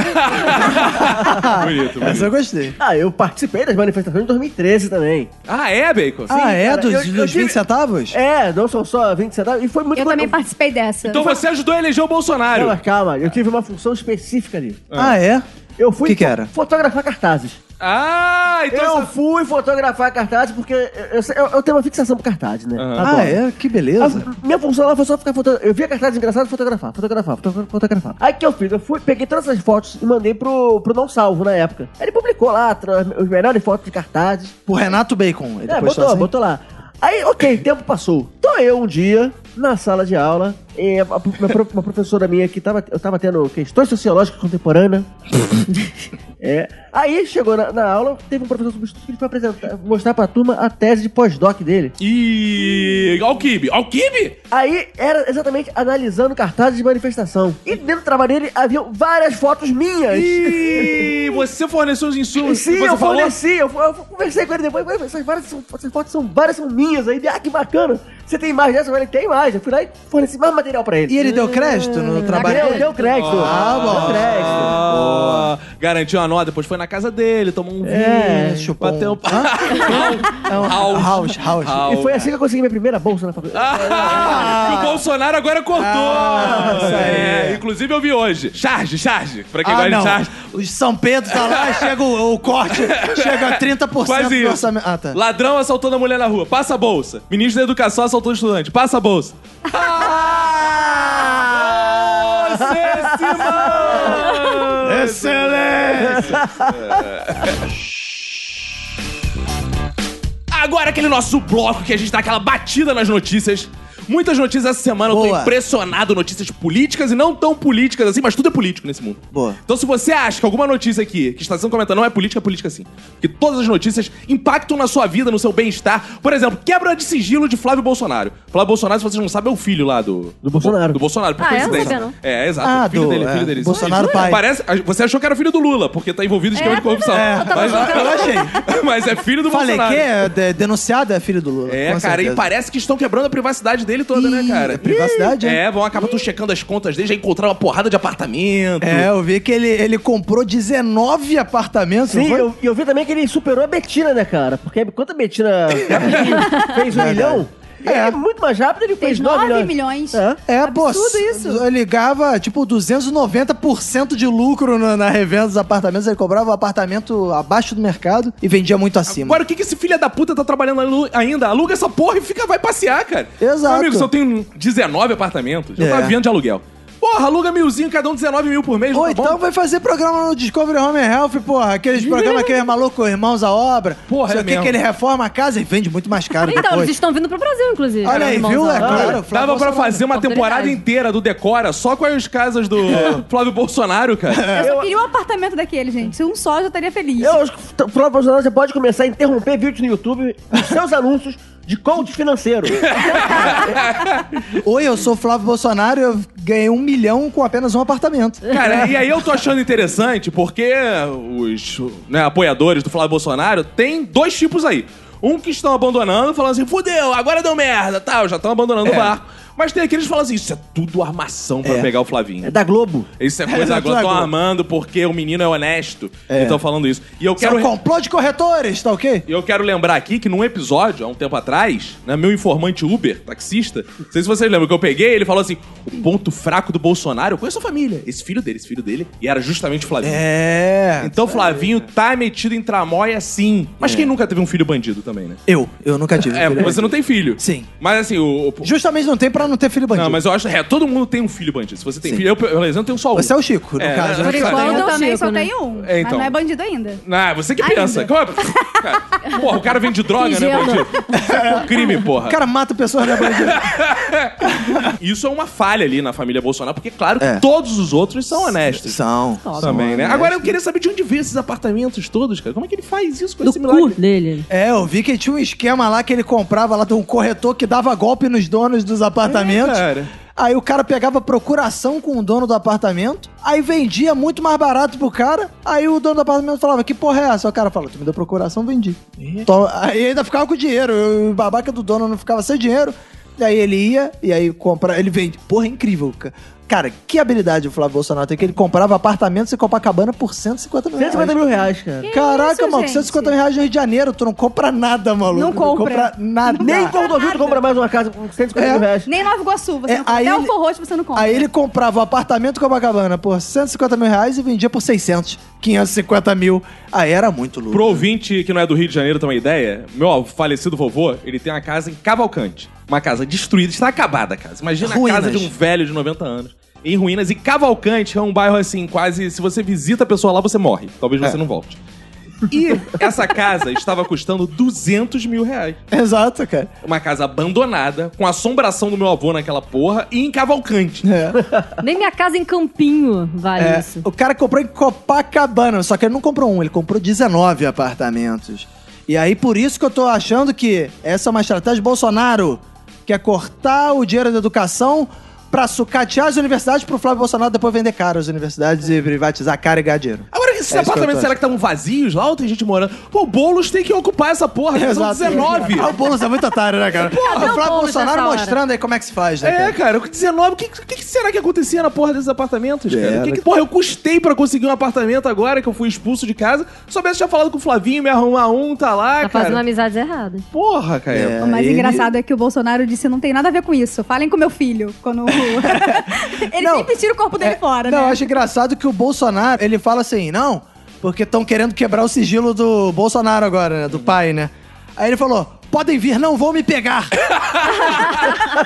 Bonito,
Essa
bonito.
eu gostei.
ah, eu participei das manifestações em 2013 também.
Ah, é, Bacon?
ah, é?
cara,
dos
eu- eu
dos
tive-
20 centavos?
É, não são só 20 centavos. E foi muito
Eu
bacana.
também participei dessa.
Então você ajudou a eleger o Bolsonaro.
Não, mas calma, eu tive uma função específica ali.
Ah,
Tá
é?
Eu fui
Que que
fo-
era?
fotografar cartazes.
Ah, então...
eu fui fotografar cartazes porque eu, eu- eu tenho uma fixação por cartazes, né?
Aham.
Adoro.
Ah, é? Que beleza.
A minha função lá foi só ficar fotografando. Eu via cartazes engraçados, fotografar, fotografar, fotogra- fotografar. Aí o que eu fiz? Eu fui, peguei todas essas fotos e mandei pro, pro Não Salvo na época. Aí ele publicou lá tra- os melhores fotos de cartazes.
O Renato Bacon. Ele
É,
postou
botou,
assim.
botou lá. Aí, ok, tempo passou. Então eu, um dia, na sala de aula, eh, a- a- uma, pro- uma professora minha que tava, eu tava tendo questões sociológicas contemporâneas. É. Aí chegou na, na aula, teve um professor substituto que foi apresentar, mostrar pra turma a tese de pós-doc dele.
E. Ó o Kibe! Ó o Kibe!
Aí era exatamente analisando cartazes de manifestação. E dentro do trabalho dele haviam várias fotos minhas.
E você forneceu os insumos
Sim,
que você
eu
falou?
forneci, eu, eu conversei com ele depois, mas essas, várias são, essas fotos são várias, são minhas. Aí, ele, ah, que bacana. Você tem mais dessa? Eu falei, tem mais. Eu fui lá e forneci mais material pra ele.
E ele deu crédito
É.
no trabalho
Deu,
dele?
deu crédito.
Ah, bom.
Deu crédito.
Ah, garantiu a nota, depois foi na casa dele, tomou um
É,
vinho,
chupou
bateu
um-
um papo.
É um-
House.
House, house.
Ah,
E foi assim que eu consegui minha primeira bolsa na faculdade.
Ah, e o Bolsonaro agora cortou!
Ah, isso aí.
É, inclusive eu vi hoje. Charge, charge. Pra quem
Ah,
gosta
não.
de charge.
O São Pedro tá lá, chega o, o corte, chega a 30%
Quase
do
isso.
orçamento. Ah, tá.
Ladrão assaltando a mulher na rua. Passa a bolsa. Ministro da Educação assaltou estudante. Passa a bolsa. Ah! Você se manda!
Excelente! É.
Agora aquele nosso bloco que a gente dá aquela batida nas notícias. Muitas notícias essa semana, eu tô
Boa.
impressionado. Notícias políticas e não tão políticas assim, mas tudo é político nesse mundo.
Boa.
Então se você acha que alguma notícia aqui que está sendo comentada não é política, é política sim. Porque todas as notícias impactam na sua vida, no seu bem-estar. Por exemplo, quebra de sigilo de Flávio Bolsonaro. Flávio Bolsonaro, se vocês não sabem, é o filho lá do...
Do Bolsonaro.
Do Bolsonaro, por
Ah, é? Não
coincidência.
sabia, não.
É, exato.
Ah,
filho
do-
dele, filho
é,
dele.
Bolsonaro pai.
Parece, ah, você achou que era filho do Lula, porque tá envolvido em esquema
É,
de corrupção.
eu tava
mas,
achando que era-
mas é filho do
Falei
Bolsonaro.
que é de- denunciado é filho do Lula.
É,
com
cara, e
certeza.
parece que estão quebrando a privacidade dele toda, né,
Ih,
cara?
a privacidade,
Ih,
é.
É, vão acabar tu checando as contas dele, já encontrar uma porrada de apartamento.
É, eu vi que ele, ele comprou 19 apartamentos. não
Sim,
foi?
eu, e eu vi também que ele superou a Betina, né, cara? Porque quando a Betina fez um
Verdade.
milhão,
É.
ele, muito mais rápido, ele fez
Fez
9
9
milhões.
milhões.
É.
É, pô,
Absurdo
s-
isso.
ele ligava, tipo, 290% de lucro na, na revenda dos apartamentos. Ele cobrava o apartamento abaixo do mercado e vendia muito acima.
Agora, o que, que esse filho da puta tá trabalhando alu- ainda? Aluga essa porra e fica, vai passear, cara.
Exato.
Meu amigo, se eu tenho 19 apartamentos, já
É.
tá vivendo de aluguel. Porra, aluga milzinho, cada um 19 mil por mês,
Ou
não tá
então
bom?
vai fazer programa no Discovery Home and Health, porra. Aqueles programas que é maluco, Irmãos à Obra.
Porra,
Sei
é
o que,
mesmo.
que ele reforma a casa e vende muito mais caro
Então,
depois.
eles estão vindo pro Brasil, inclusive.
Olha aí,
irmãos,
viu?
ó.
É claro. Flávio
Dava pra
Bolsonaro.
fazer uma temporada
Oportunidade.
inteira do Decora só com as casas do
É.
Flávio Bolsonaro, cara.
Eu só queria um apartamento daquele, gente. Se um só, eu já estaria feliz.
Eu acho que o Flávio Bolsonaro você pode começar a interromper vídeos no YouTube dos seus anúncios de coach financeiro.
Oi, eu sou Flávio Bolsonaro eu ganhei um milhão com apenas um apartamento.
Cara, e aí eu tô achando interessante porque os né, apoiadores do Flávio Bolsonaro tem dois tipos aí. Um que estão abandonando, falando assim, fudeu, agora deu merda, tal, já estão abandonando o barco. Mas tem aqueles que falam assim, isso é tudo armação pra pegar o
É
Flavinho.
da Globo.
Isso é
É,
coisa
da
agora,
tua
estão
Globo.
armando porque o menino é honesto. E estão falando isso. E eu
Isso é
quero...
um complô de corretores, tá ok?
E eu quero lembrar aqui que num episódio, há um tempo atrás, né, meu informante Uber, taxista, não sei se vocês lembram, que eu peguei, ele falou assim: o ponto fraco do Bolsonaro, eu conheço a família, esse filho dele, esse filho dele, e era justamente o Flavinho.
É.
Então Flavinho tá metido em tramóia sim. Mas quem nunca teve um filho bandido também, né?
Eu, eu nunca tive.
É,
filho.
você não tem filho.
Sim.
Mas assim, o. o-
Justamente não tem pra não ter filho bandido.
não, mas eu acho. É, todo mundo tem um filho bandido. Se você tem
Sim.
filho, eu, pelo menos, eu tenho só um.
Você é o Chico, no
É,
caso.
né?
né?
Por
Só
enquanto, é
eu
o
também
Chico,
só
né?
tenho um.
É, então.
Mas não é bandido ainda.
Ah, você que pensa. Como é- Cara, porra, o cara vem de droga, né,
Ingênuo.
bandido? Isso é um crime, porra.
O cara mata pessoas na bandido.
Isso é uma falha ali na família Bolsonaro, porque, claro, que
É.
todos os outros são honestos.
São.
Também, né?
honestos.
Agora eu queria saber de onde vem esses apartamentos todos, cara. Como é que ele faz isso com
Do
esse milagre?
cu dele.
É, eu vi que tinha um esquema lá que ele comprava lá de um corretor que dava golpe nos donos dos apartamentos.
É, cara.
Aí o cara pegava procuração com o dono do apartamento, aí vendia muito mais barato pro cara, aí o dono do apartamento falava, que porra é essa? O cara falou, tu me deu procuração, vendi. Então, aí ainda ficava com dinheiro, eu- o babaca do dono não ficava sem dinheiro, e aí ele ia, e aí compra, ele vende. Porra, é incrível, ca- cara. que habilidade o Flávio Bolsonaro tem, que ele comprava apartamentos em Copacabana por 150 mil reais.
150 mil reais, cara.
Caraca,
isso,
maluco,
gente?
150 mil reais no Rio de Janeiro, tu não compra nada, maluco.
Não compra.
nada.
Nem Cordovil tu compra mais uma casa por 150 mil
É.
reais.
Nem Nova Iguaçu, você
É,
não compra.
aí
Até o
ele-
Forrote você não compra.
Aí ele comprava o apartamento Copacabana por 150 mil reais e vendia por 600, 550 mil. Aí era muito lucro.
Pro ouvinte que não é do Rio de Janeiro ter uma ideia, meu falecido vovô, ele tem uma casa em Cavalcante. Uma casa destruída, está acabada a casa. Imagina a
Ruínas.
casa de um velho de 90 anos. Em ruínas. E Cavalcante é um bairro assim, quase. Se você visita a pessoa lá, você morre. Talvez você não volte. E essa casa estava custando 200 mil reais.
Exato, cara.
Uma casa abandonada, com assombração do meu avô naquela porra e em Cavalcante.
É.
Nem minha casa em Campinho vale
É,
isso.
o cara comprou em Copacabana, só que ele não comprou um, ele comprou 19 apartamentos. E aí, por isso que eu tô achando que essa é uma estratégia de Bolsonaro, que é cortar o dinheiro da educação pra sucatear as universidades pro Flávio Bolsonaro depois vender caro as universidades e privatizar caro e ganhar dinheiro.
Agora, esses
É isso que eu
apartamentos,
tô
será que estavam vazios lá ou tem gente morando? Pô, o Boulos tem que um ocupar essa porra, são 19.
Ah, o Boulos é muito otário, né, cara?
Cadê
o
o
Flávio
Boulos
Bolsonaro
nessa hora?
mostrando aí como é que se faz, né,
É,
cara?
cara, 19, o que, o que será que acontecia na porra desses apartamentos, cara?
Era.
O que que- porra, eu custei pra conseguir um apartamento agora que eu fui expulso de casa. Soubesse tinha falado com o Flavinho, me arrumar um, tá lá,
Tá fazendo
cara.
amizades erradas.
Porra, cara.
É,
O mais
ele-
engraçado é que o Bolsonaro disse não tem nada a ver com isso. Falem com meu filho. Quando. ele
Não.
sempre tira o corpo dele
É,
fora,
Não, eu
né?
acho engraçado que o Bolsonaro, ele fala assim, não, porque estão querendo quebrar o sigilo do Bolsonaro agora, né? Do pai, né? Aí ele falou, podem vir, não vão me pegar.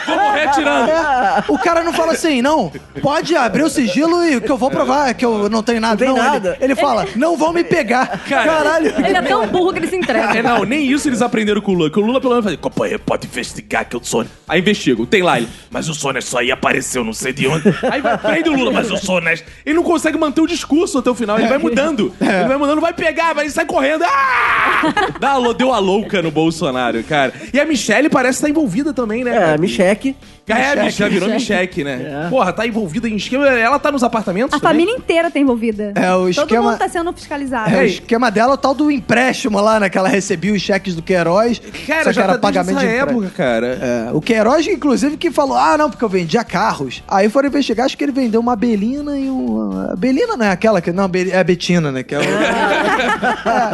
Vou morrer atirando.
É, o cara não fala assim, não, pode abrir o sigilo e que eu vou provar é que eu não tenho nada.
Não tem
ele-
nada.
Ele, fala, não vão me pegar.
Cara,
Caralho.
Ele é tão burro que ele se entrega.
É, não, nem isso eles aprenderam com o Lula. Que o Lula, pelo menos, fazia, companheiro, pode investigar que eu sou. Aí investigo, tem lá ele. Mas o Sônia só aí apareceu, não sei de onde. Aí vai, prende o Lula, mas eu sou honesto. Ele não consegue manter o discurso até o final, ele vai mudando. Ele vai mudando, vai pegar, vai ele sai correndo. Ah! Dá, a lou- deu a louca no Bolsolonario, cara. E a Michelle parece estar envolvida também, né?
É,
cara?
me cheque.
É, a Michelle virou Michelle, né?
É.
Porra, tá envolvida em esquema. Ela tá nos apartamentos
A
também?
família inteira tá envolvida.
É, o
Todo
esquema-
mundo tá sendo fiscalizado.
É, o esquema dela é o tal do empréstimo lá, né? Que ela recebia os cheques do Queiroz.
Cara,
só que
já
era
tá desde
pagamento
essa
de empréstimo.
época, cara.
É, o Queiroz, inclusive, que falou, ah, não, porque eu vendia carros. Aí foram investigar, acho que ele vendeu uma Belina e um... A Belina não é aquela que... Não, Be- é a Betina, né? Que é o...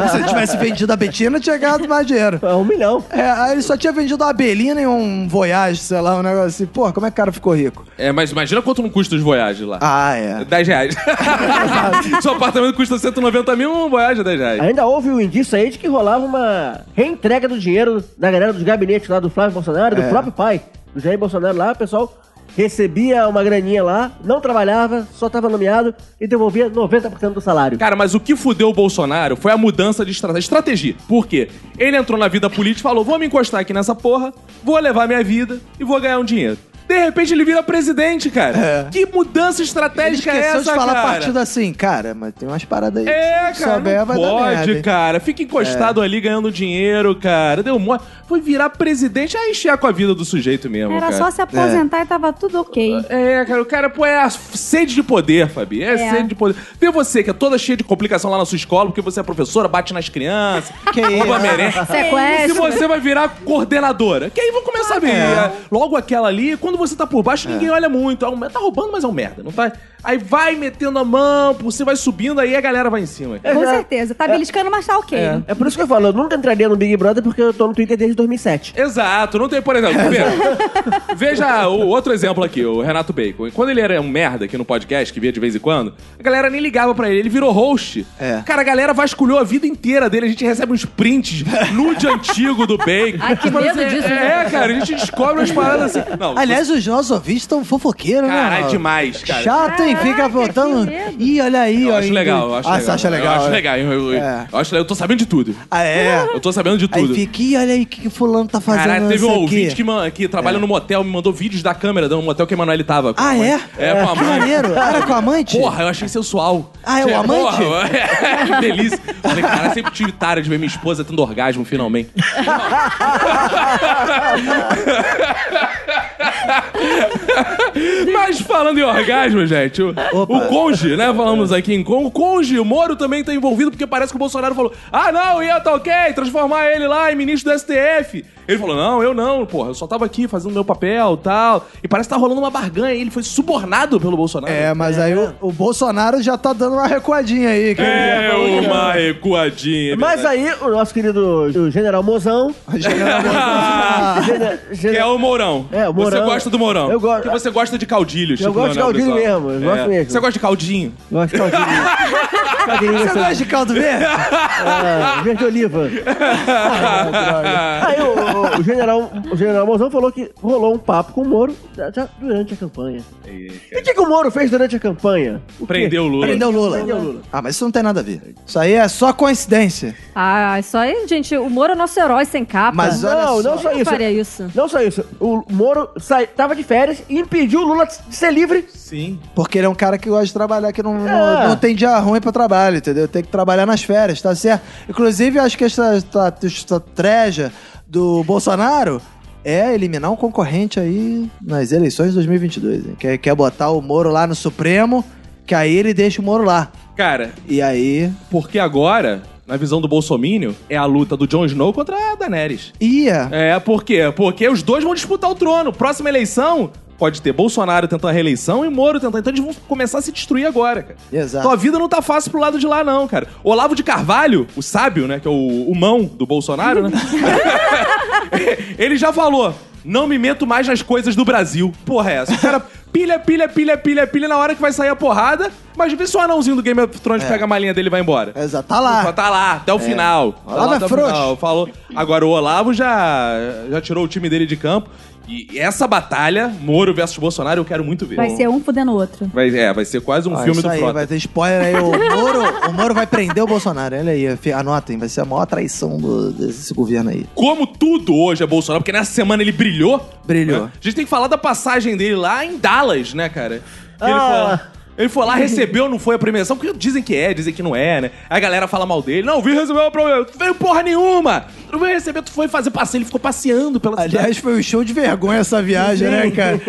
É, se ele tivesse vendido a Betina, tinha ganhado mais dinheiro.
É um milhão.
É, aí ele só tinha vendido uma Belina e um Voyage, sei lá, um negócio assim. Pô, como é que o cara ficou rico?
É, mas imagina quanto não custa os Voyage lá.
Ah, é.
10 reais. Seu apartamento custa 190 mil, um voyage é 10 reais.
Ainda houve um indício aí de que rolava uma reentrega do dinheiro da galera dos gabinetes lá do Flávio Bolsonaro, do próprio pai, do Jair Bolsonaro lá, o pessoal recebia uma graninha lá, não trabalhava, só estava nomeado e devolvia 90% do salário.
Cara, mas o que fudeu o Bolsonaro foi a mudança de estratégia. Estratégia. Por quê? Ele entrou na vida política e falou: vou me encostar aqui nessa porra, vou levar minha vida e vou ganhar um dinheiro. De repente ele vira presidente, cara.
É.
Que mudança
Ele
estratégica é
esqueceu
essa,
de falar
cara?
partido assim, cara, mas tem umas paradas aí.
É,
Se
cara,
souber,
não
vai dar merda,
pode,
hein? É.
cara. Fica encostado ali ganhando dinheiro, cara. Deu mó. Foi virar presidente, aí encher com a vida do sujeito mesmo,
Era
cara.
só
É.
se aposentar e tava tudo ok.
É, cara, o cara, pô, é a sede de poder, Fabi. É,
É.
sede de poder. Vê você, que é toda cheia de complicação lá na sua escola, porque você é professora, bate nas crianças,
É.
Que
rouba
isso?
merenda. E se
Sequestro.
É. você vai virar coordenadora? Que aí vão começar a ver. é, Logo aquela ali, quando você tá por baixo, ninguém olha muito. É um, tá roubando, mas é um merda, não tá? Aí vai metendo a mão, você vai subindo, aí a galera vai em cima.
É.
Com
já-
certeza. Tá beliscando, mas tá ok.
É por isso que eu falo, eu nunca entraria no Big Brother porque eu tô no Twitter desde 2007.
Exato, não tem, por exemplo, veja, veja o outro exemplo aqui, o Renato Bacon. Quando ele era um merda aqui no podcast, que via de vez em quando, a galera nem ligava pra ele, ele virou host.
É.
Cara, a galera vasculhou a vida inteira dele, a gente recebe uns prints nude antigo do Bacon.
Ai, que
Mas
medo
é-
disso, né?
É, cara, a gente descobre umas paradas assim. Não,
Aliás, os nossos ouvintes estão fofoqueiros, né?
Caralho,
Ronaldo?
demais, cara.
Chato, hein? Fica
Caraca,
voltando.
que medo.
Ih, olha aí,
eu
ó.
acho
Ingrid.
legal, eu acho
ah,
legal.
você acha legal?
Eu acho
né?
legal, eu, eu-
É.
eu acho legal. Eu tô sabendo de tudo.
Ah, é?
Eu tô sabendo de tudo.
Aí fica, ih, olha aí o que, que o fulano tá fazendo.
Caralho, teve um
isso
ouvinte
aqui. É.
que, man- que trabalha no num motel, me mandou vídeos da câmera de um motel que a Emanuele tava. com a
Ah,
mãe.
é?
É, com a
Que
mãe.
maneiro. Ah, Era com a amante?
Porra, eu achei sensual.
Ah, é o
Che-
amante?
Porra, é, que delícia. Falei, cara, eu sempre tive tara de ver minha esposa tendo orgasmo, finalmente. Mas falando em orgasmo, gente, o,
Opa.
o Conge, né? Falamos aqui em Conge. O Conge, o Moro também tá envolvido, porque parece que o Bolsonaro falou: ah, não, eu tá ok, transformar ele lá em ministro do STF. Ele falou: não, eu não, porra, eu só tava aqui fazendo meu papel tal. E parece que tá rolando uma barganha. Ele foi subornado pelo Bolsonaro.
É, mas aí o, o Bolsonaro já tá dando uma recuadinha aí. Que
É uma recuadinha.
Mas
É verdade.
aí, o nosso querido o General Mozão.
General Bolsonaro.
Ah,
Gene-
que é
Gene-
o Mourão.
É, o Mourão.
Você gosta do Mourão.
Eu gosto.
Porque você gosta de caudilhos.
Eu
tipo
gosto de
Leonardo
caudilho
Exalta.
mesmo, eu gosto mesmo.
Você gosta de caldinho?
Gosto de caldinho. Caldinho,
Você
gostoso.
gosta de caldo verde?
Ah, verde oliva. Ah, é Aí o, o- o general, o general Mozão falou que rolou um papo com o Moro já- já durante a campanha. E o que, que o Moro fez durante a campanha? O quê?
Prendeu o Lula.
Prendeu o Lula.
Prendeu o Lula.
Ah, mas isso não tem nada a ver. Isso aí é só coincidência.
Ah, isso aí, gente, o Moro é nosso herói sem capa.
Mas olha
Ah, Não,
só.
não só
Eu
isso.
faria isso.
Não só isso. O Moro sai, tava de férias e impediu o Lula de ser livre.
Sim.
Porque ele é um cara que gosta de trabalhar, que não,
É.
não, não tem dia ruim pra trabalho, entendeu? Tem que trabalhar nas férias, tá certo? Inclusive, acho que essa esta- estratégia do Bolsonaro é eliminar um concorrente aí nas eleições de 2022. Hein? Quer, quer botar o Moro lá no Supremo, que aí ele deixa o Moro lá.
Cara,
E aí...
porque agora, na visão do Bolsomínio, é a luta do Jon Snow contra a Daenerys.
Ia...
É, por quê? Porque os dois vão disputar o trono. Próxima eleição, pode ter Bolsonaro tentando a reeleição e Moro tentando. Então eles vão começar a se destruir agora, cara.
Exato.
Tua vida não tá fácil pro lado de lá, não, cara. Olavo de Carvalho, o sábio, né? Que é o, o mão do Bolsonaro, né? Ele já falou: não me meto mais nas coisas do Brasil. Porra, é essa. O cara pilha, pilha, pilha, pilha, pilha na hora que vai sair a porrada, mas vê se o anãozinho do Game of Thrones pega a malinha dele e vai embora.
Exato, tá
Só
lá.
tá lá, até o final. Tá
Olavo
lá
é
até o
frouxo.
final. Falou. Agora, o Olavo já, já tirou o time dele de campo. E essa batalha, Moro versus Bolsonaro, eu quero muito ver.
Vai ser um fudendo o outro.
Vai, é, vai ser quase um
Ah,
filme
isso
do
aí,
Frota.
vai ter spoiler aí. O Moro, o Moro vai prender o Bolsonaro. Olha aí, fi- anotem, vai ser a maior traição do- desse governo aí.
Como tudo hoje é Bolsonaro, porque nessa semana ele brilhou.
Brilhou.
né? A gente tem que falar da passagem dele lá em Dallas, né, cara? Que Ele, foi
Ah.
lá, ele foi lá, recebeu, não foi a premiação, porque dizem que é, dizem que não é, né? Aí a galera fala mal dele. Não, vim receber uma premiação. Tu veio porra nenhuma! Tu não veio receber, tu foi fazer passeio, ele ficou passeando pela cidade.
Aliás, foi um show de vergonha essa viagem, né, cara?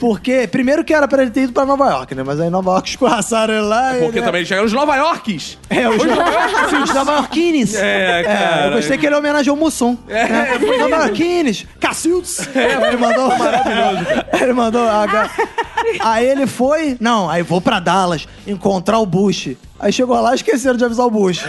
Porque, primeiro que era pra ele ter ido pra Nova York, né? Mas aí Nova York escorraçaram ele lá. e,
É Porque
né?
também chegaram os Nova Yorkers.
É, os, os Nova Yorkines.
É,
eu
cara.
gostei que ele homenageou o Mussum.
É,
né?
foi É,
Nova Yorkines, Cacildes. Ele mandou maravilhoso. Ele mandou. a- Aí ele foi. Não, aí vou pra Dallas encontrar o Bush. Aí chegou lá, esqueceram de avisar o Bush.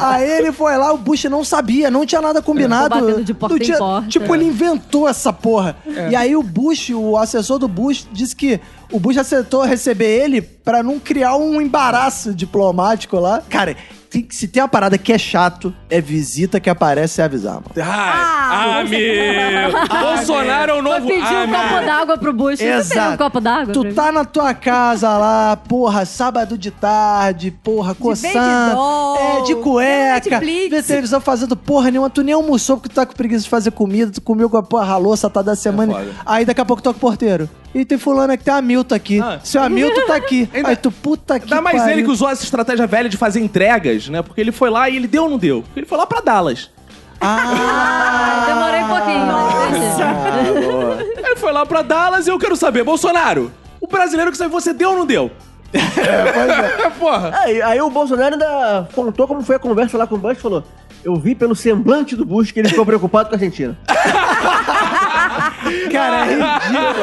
Aí ele foi lá, o Bush não sabia, não tinha nada combinado.
Ficou batendo de porta
Não
em
tinha-
porta.
Tipo, ele inventou essa porra. E aí o Bush, o assessor do Bush, disse que o Bush aceitou receber ele pra não criar um embaraço diplomático lá. Cara, tem- se tem uma parada que é chato, é visita que aparece e avisar, mano.
Ah,
Ah,
amigo!
Ah,
Bolsonaro é o
Foi
novo
pedir um copo d'água pro Bush. Você teria um copo d'água? pra
Tu
mim?
tá na tua casa lá, porra, sábado de tarde, porra, coçando.
beijão,
É, de cueca.
Netflix.
Vê televisão fazendo porra nenhuma. Tu nem almoçou porque tu tá com preguiça de fazer comida. Tu comeu com a porra a louça, tá da semana.
É foda.
Aí daqui a pouco toca o porteiro. E tem fulano aqui, tem a Milton aqui.
Ah.
Seu Hamilton tá aqui.
Ainda-
Aí tu, puta que
Ainda mais
pariu.
ele que usou essa estratégia velha de fazer entregas, né? Porque ele foi lá e ele deu ou não deu? Ele foi lá pra Dallas.
Ah,
Ah, demorei um pouquinho, mas entendi.
Ah, Ele foi lá pra Dallas e eu quero saber, Bolsonaro, o brasileiro que sabe você deu ou não deu? É, porra.
Aí, aí o Bolsonaro ainda contou como foi a conversa lá com o Bush e falou: Eu vi pelo semblante do Bush que ele ficou preocupado com a Argentina.
cara, é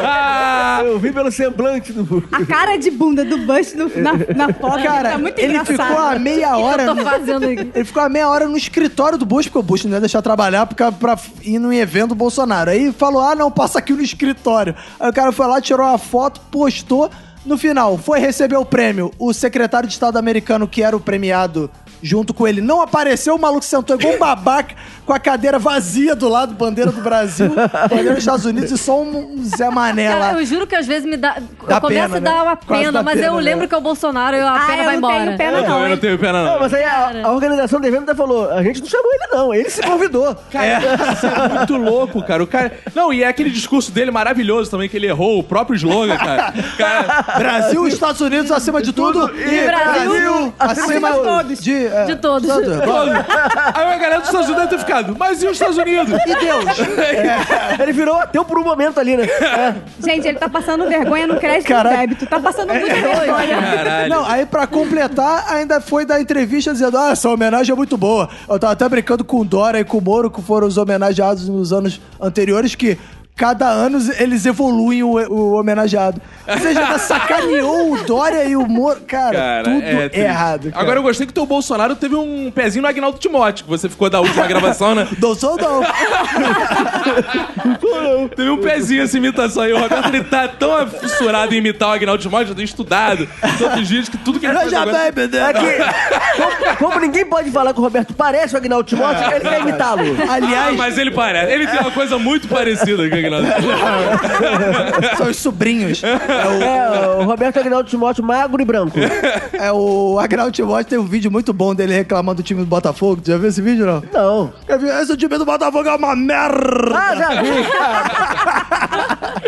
Ah,
Eu vi pelo semblante do Bush.
A cara de bunda do Bush no- na, na foto
Cara,
tá muito
ele
engraçado.
ficou a meia hora.
Eu tô
no-
fazendo aqui.
Ele ficou a meia hora no escritório do Bush, porque o Bush não ia deixar trabalhar pra, pra ir num evento do Bolsonaro. Aí falou: ah, não, passa aqui no escritório. Aí o cara foi lá, tirou uma foto, postou. No final, foi receber o prêmio. O secretário de Estado americano, que era o premiado junto com ele, não apareceu. O maluco sentou igual um babaca com a cadeira vazia do lado, bandeira do Brasil, bandeira dos Estados Unidos e só um Zé Mané lá.
Cara, eu juro que às vezes me dá.
Dá
começa
pena,
a dar
né?
uma
Quase
pena,
dá
mas
pena,
eu
né?
lembro que é o Bolsonaro e a
Ah,
pena
eu
vai
não
embora.
tenho pena
não, eu
não,
não
hein?
tenho pena,
Não,
não.
mas aí a, a organização do evento ainda falou: A gente não chamou ele, não. Ele se convidou.
Cara, isso é muito louco, cara. O cara. Não, e é aquele discurso dele maravilhoso também, que ele errou o próprio slogan, cara. cara
Brasil, Estados Unidos acima de tudo e,
Brasil
acima,
acima de
de, é,
De todos.
todo. Aí a galera dos Estados Unidos deve ter ficado. Mas e os Estados Unidos?
E Deus?
Ele virou ateu por um momento ali, né? É.
Gente, ele tá passando vergonha no crédito
Caralho.
e débito. Tá passando muita
É,
vergonha.
Caralho.
Não, aí pra completar, ainda foi da entrevista dizendo: Ah, essa homenagem é muito boa. Eu tava até brincando com o Dora e com o Moro, que foram os homenageados nos anos anteriores, que. cada ano eles evoluem o, o homenageado. Ou seja, ainda sacaneou o Dória e o Moro. Cara, tudo é,
triste.
errado. cara.
Agora eu gostei que o teu Bolsonaro teve um pezinho no Agnaldo Timóteo, que você ficou da última gravação, né?
Dou sou dou.
Teve um pezinho essa imitação aí. O Roberto ele tá tão fissurado em imitar o Agnaldo Timóteo, já tem estudado todos os dias que tudo que ele
Nós
faz
já
agora...
vai, meu Deus.
É que, como, como ninguém pode falar que o Roberto parece o Agnaldo Timóteo, ele quer imitá-lo.
Ah,
Aliás,
mas ele parece. Ele tem uma coisa muito parecida com o Agnaldo Timóteo.
são os sobrinhos. É
É, o Roberto Agnaldo Timóteo magro e branco.
o, é o Agnaldo Timóteo tem um vídeo muito bom dele reclamando do time do Botafogo. Tu já viu esse vídeo, não?
Não.
Eu vi, Esse time do Botafogo é uma merda.
Ah, já vi.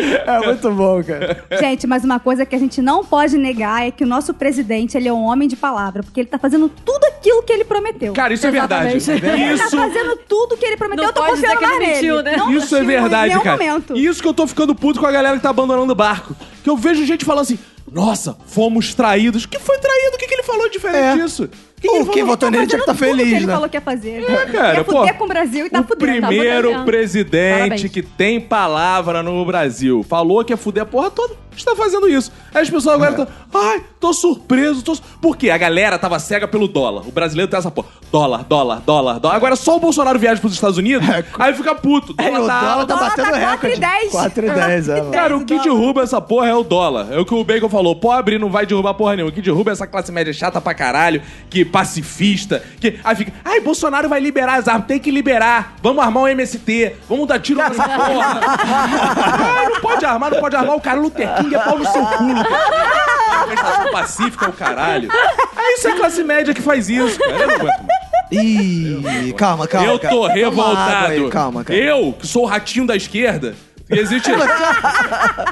É muito bom, cara.
Gente, mas uma coisa que a gente não pode negar é que o nosso presidente, ele é um homem de palavra, porque ele tá fazendo tudo aquilo que ele prometeu.
Cara, isso é verdade.
Exatamente.
ele
Isso.
tá fazendo tudo que ele prometeu,
Não
eu tô
pode dizer
confiando
que ele
mais nele.
mentiu, né?
Não
Isso é
mentiu em
verdade,
nenhum
cara.
momento.
Isso que eu tô ficando puto com a galera que tá abandonando o barco. Que eu vejo gente falando assim: nossa, fomos traídos. Que foi traído? O que, que ele falou diferente
É.
disso? O
Ou
ele falou?
quem votou
Tá
nele tinha que
fazendo
tá
tudo que
feliz,
ele
né?
falou que ia fazer.
É, cara,
Quer
pô,
fuder com o Brasil e tá
o
fudendo.
primeiro
batalhando.
presidente
Parabéns.
que tem palavra no Brasil falou que ia fuder a porra toda, está fazendo isso. Aí as pessoas
É.
agora estão, ai, tô surpreso, tô... su-" Por quê? A galera tava cega pelo dólar. O brasileiro tem essa porra. Dólar, dólar, dólar, dólar. Agora só o Bolsonaro viaja pros Estados Unidos, aí fica puto.
É, o
tá
dólar
alto.
tá
dólar tá
batendo recorde.
4,10.
4,10, é. mano.
Cara, o que derruba essa porra é o dólar. É o que o Bacon falou. Pobre não vai derrubar porra nenhuma. O que derruba é essa classe média chata pra caralho, que pacifista, que. Aí fica. Ai, Bolsonaro vai liberar as armas. Tem que liberar. Vamos armar um MST. Vamos dar tiro nessa porra. Ai, não pode armar, não pode armar. O cara Luther King é pau no seu culo. cara. Manifestação pacífica é o caralho. É isso é classe média que faz isso, cara. Eu não aguento mais.
Ih, calma, calma.
Eu
cara.
tô
Toma água
revoltado.
aí, Calma, cara.
Eu, que sou o ratinho da esquerda, e existe.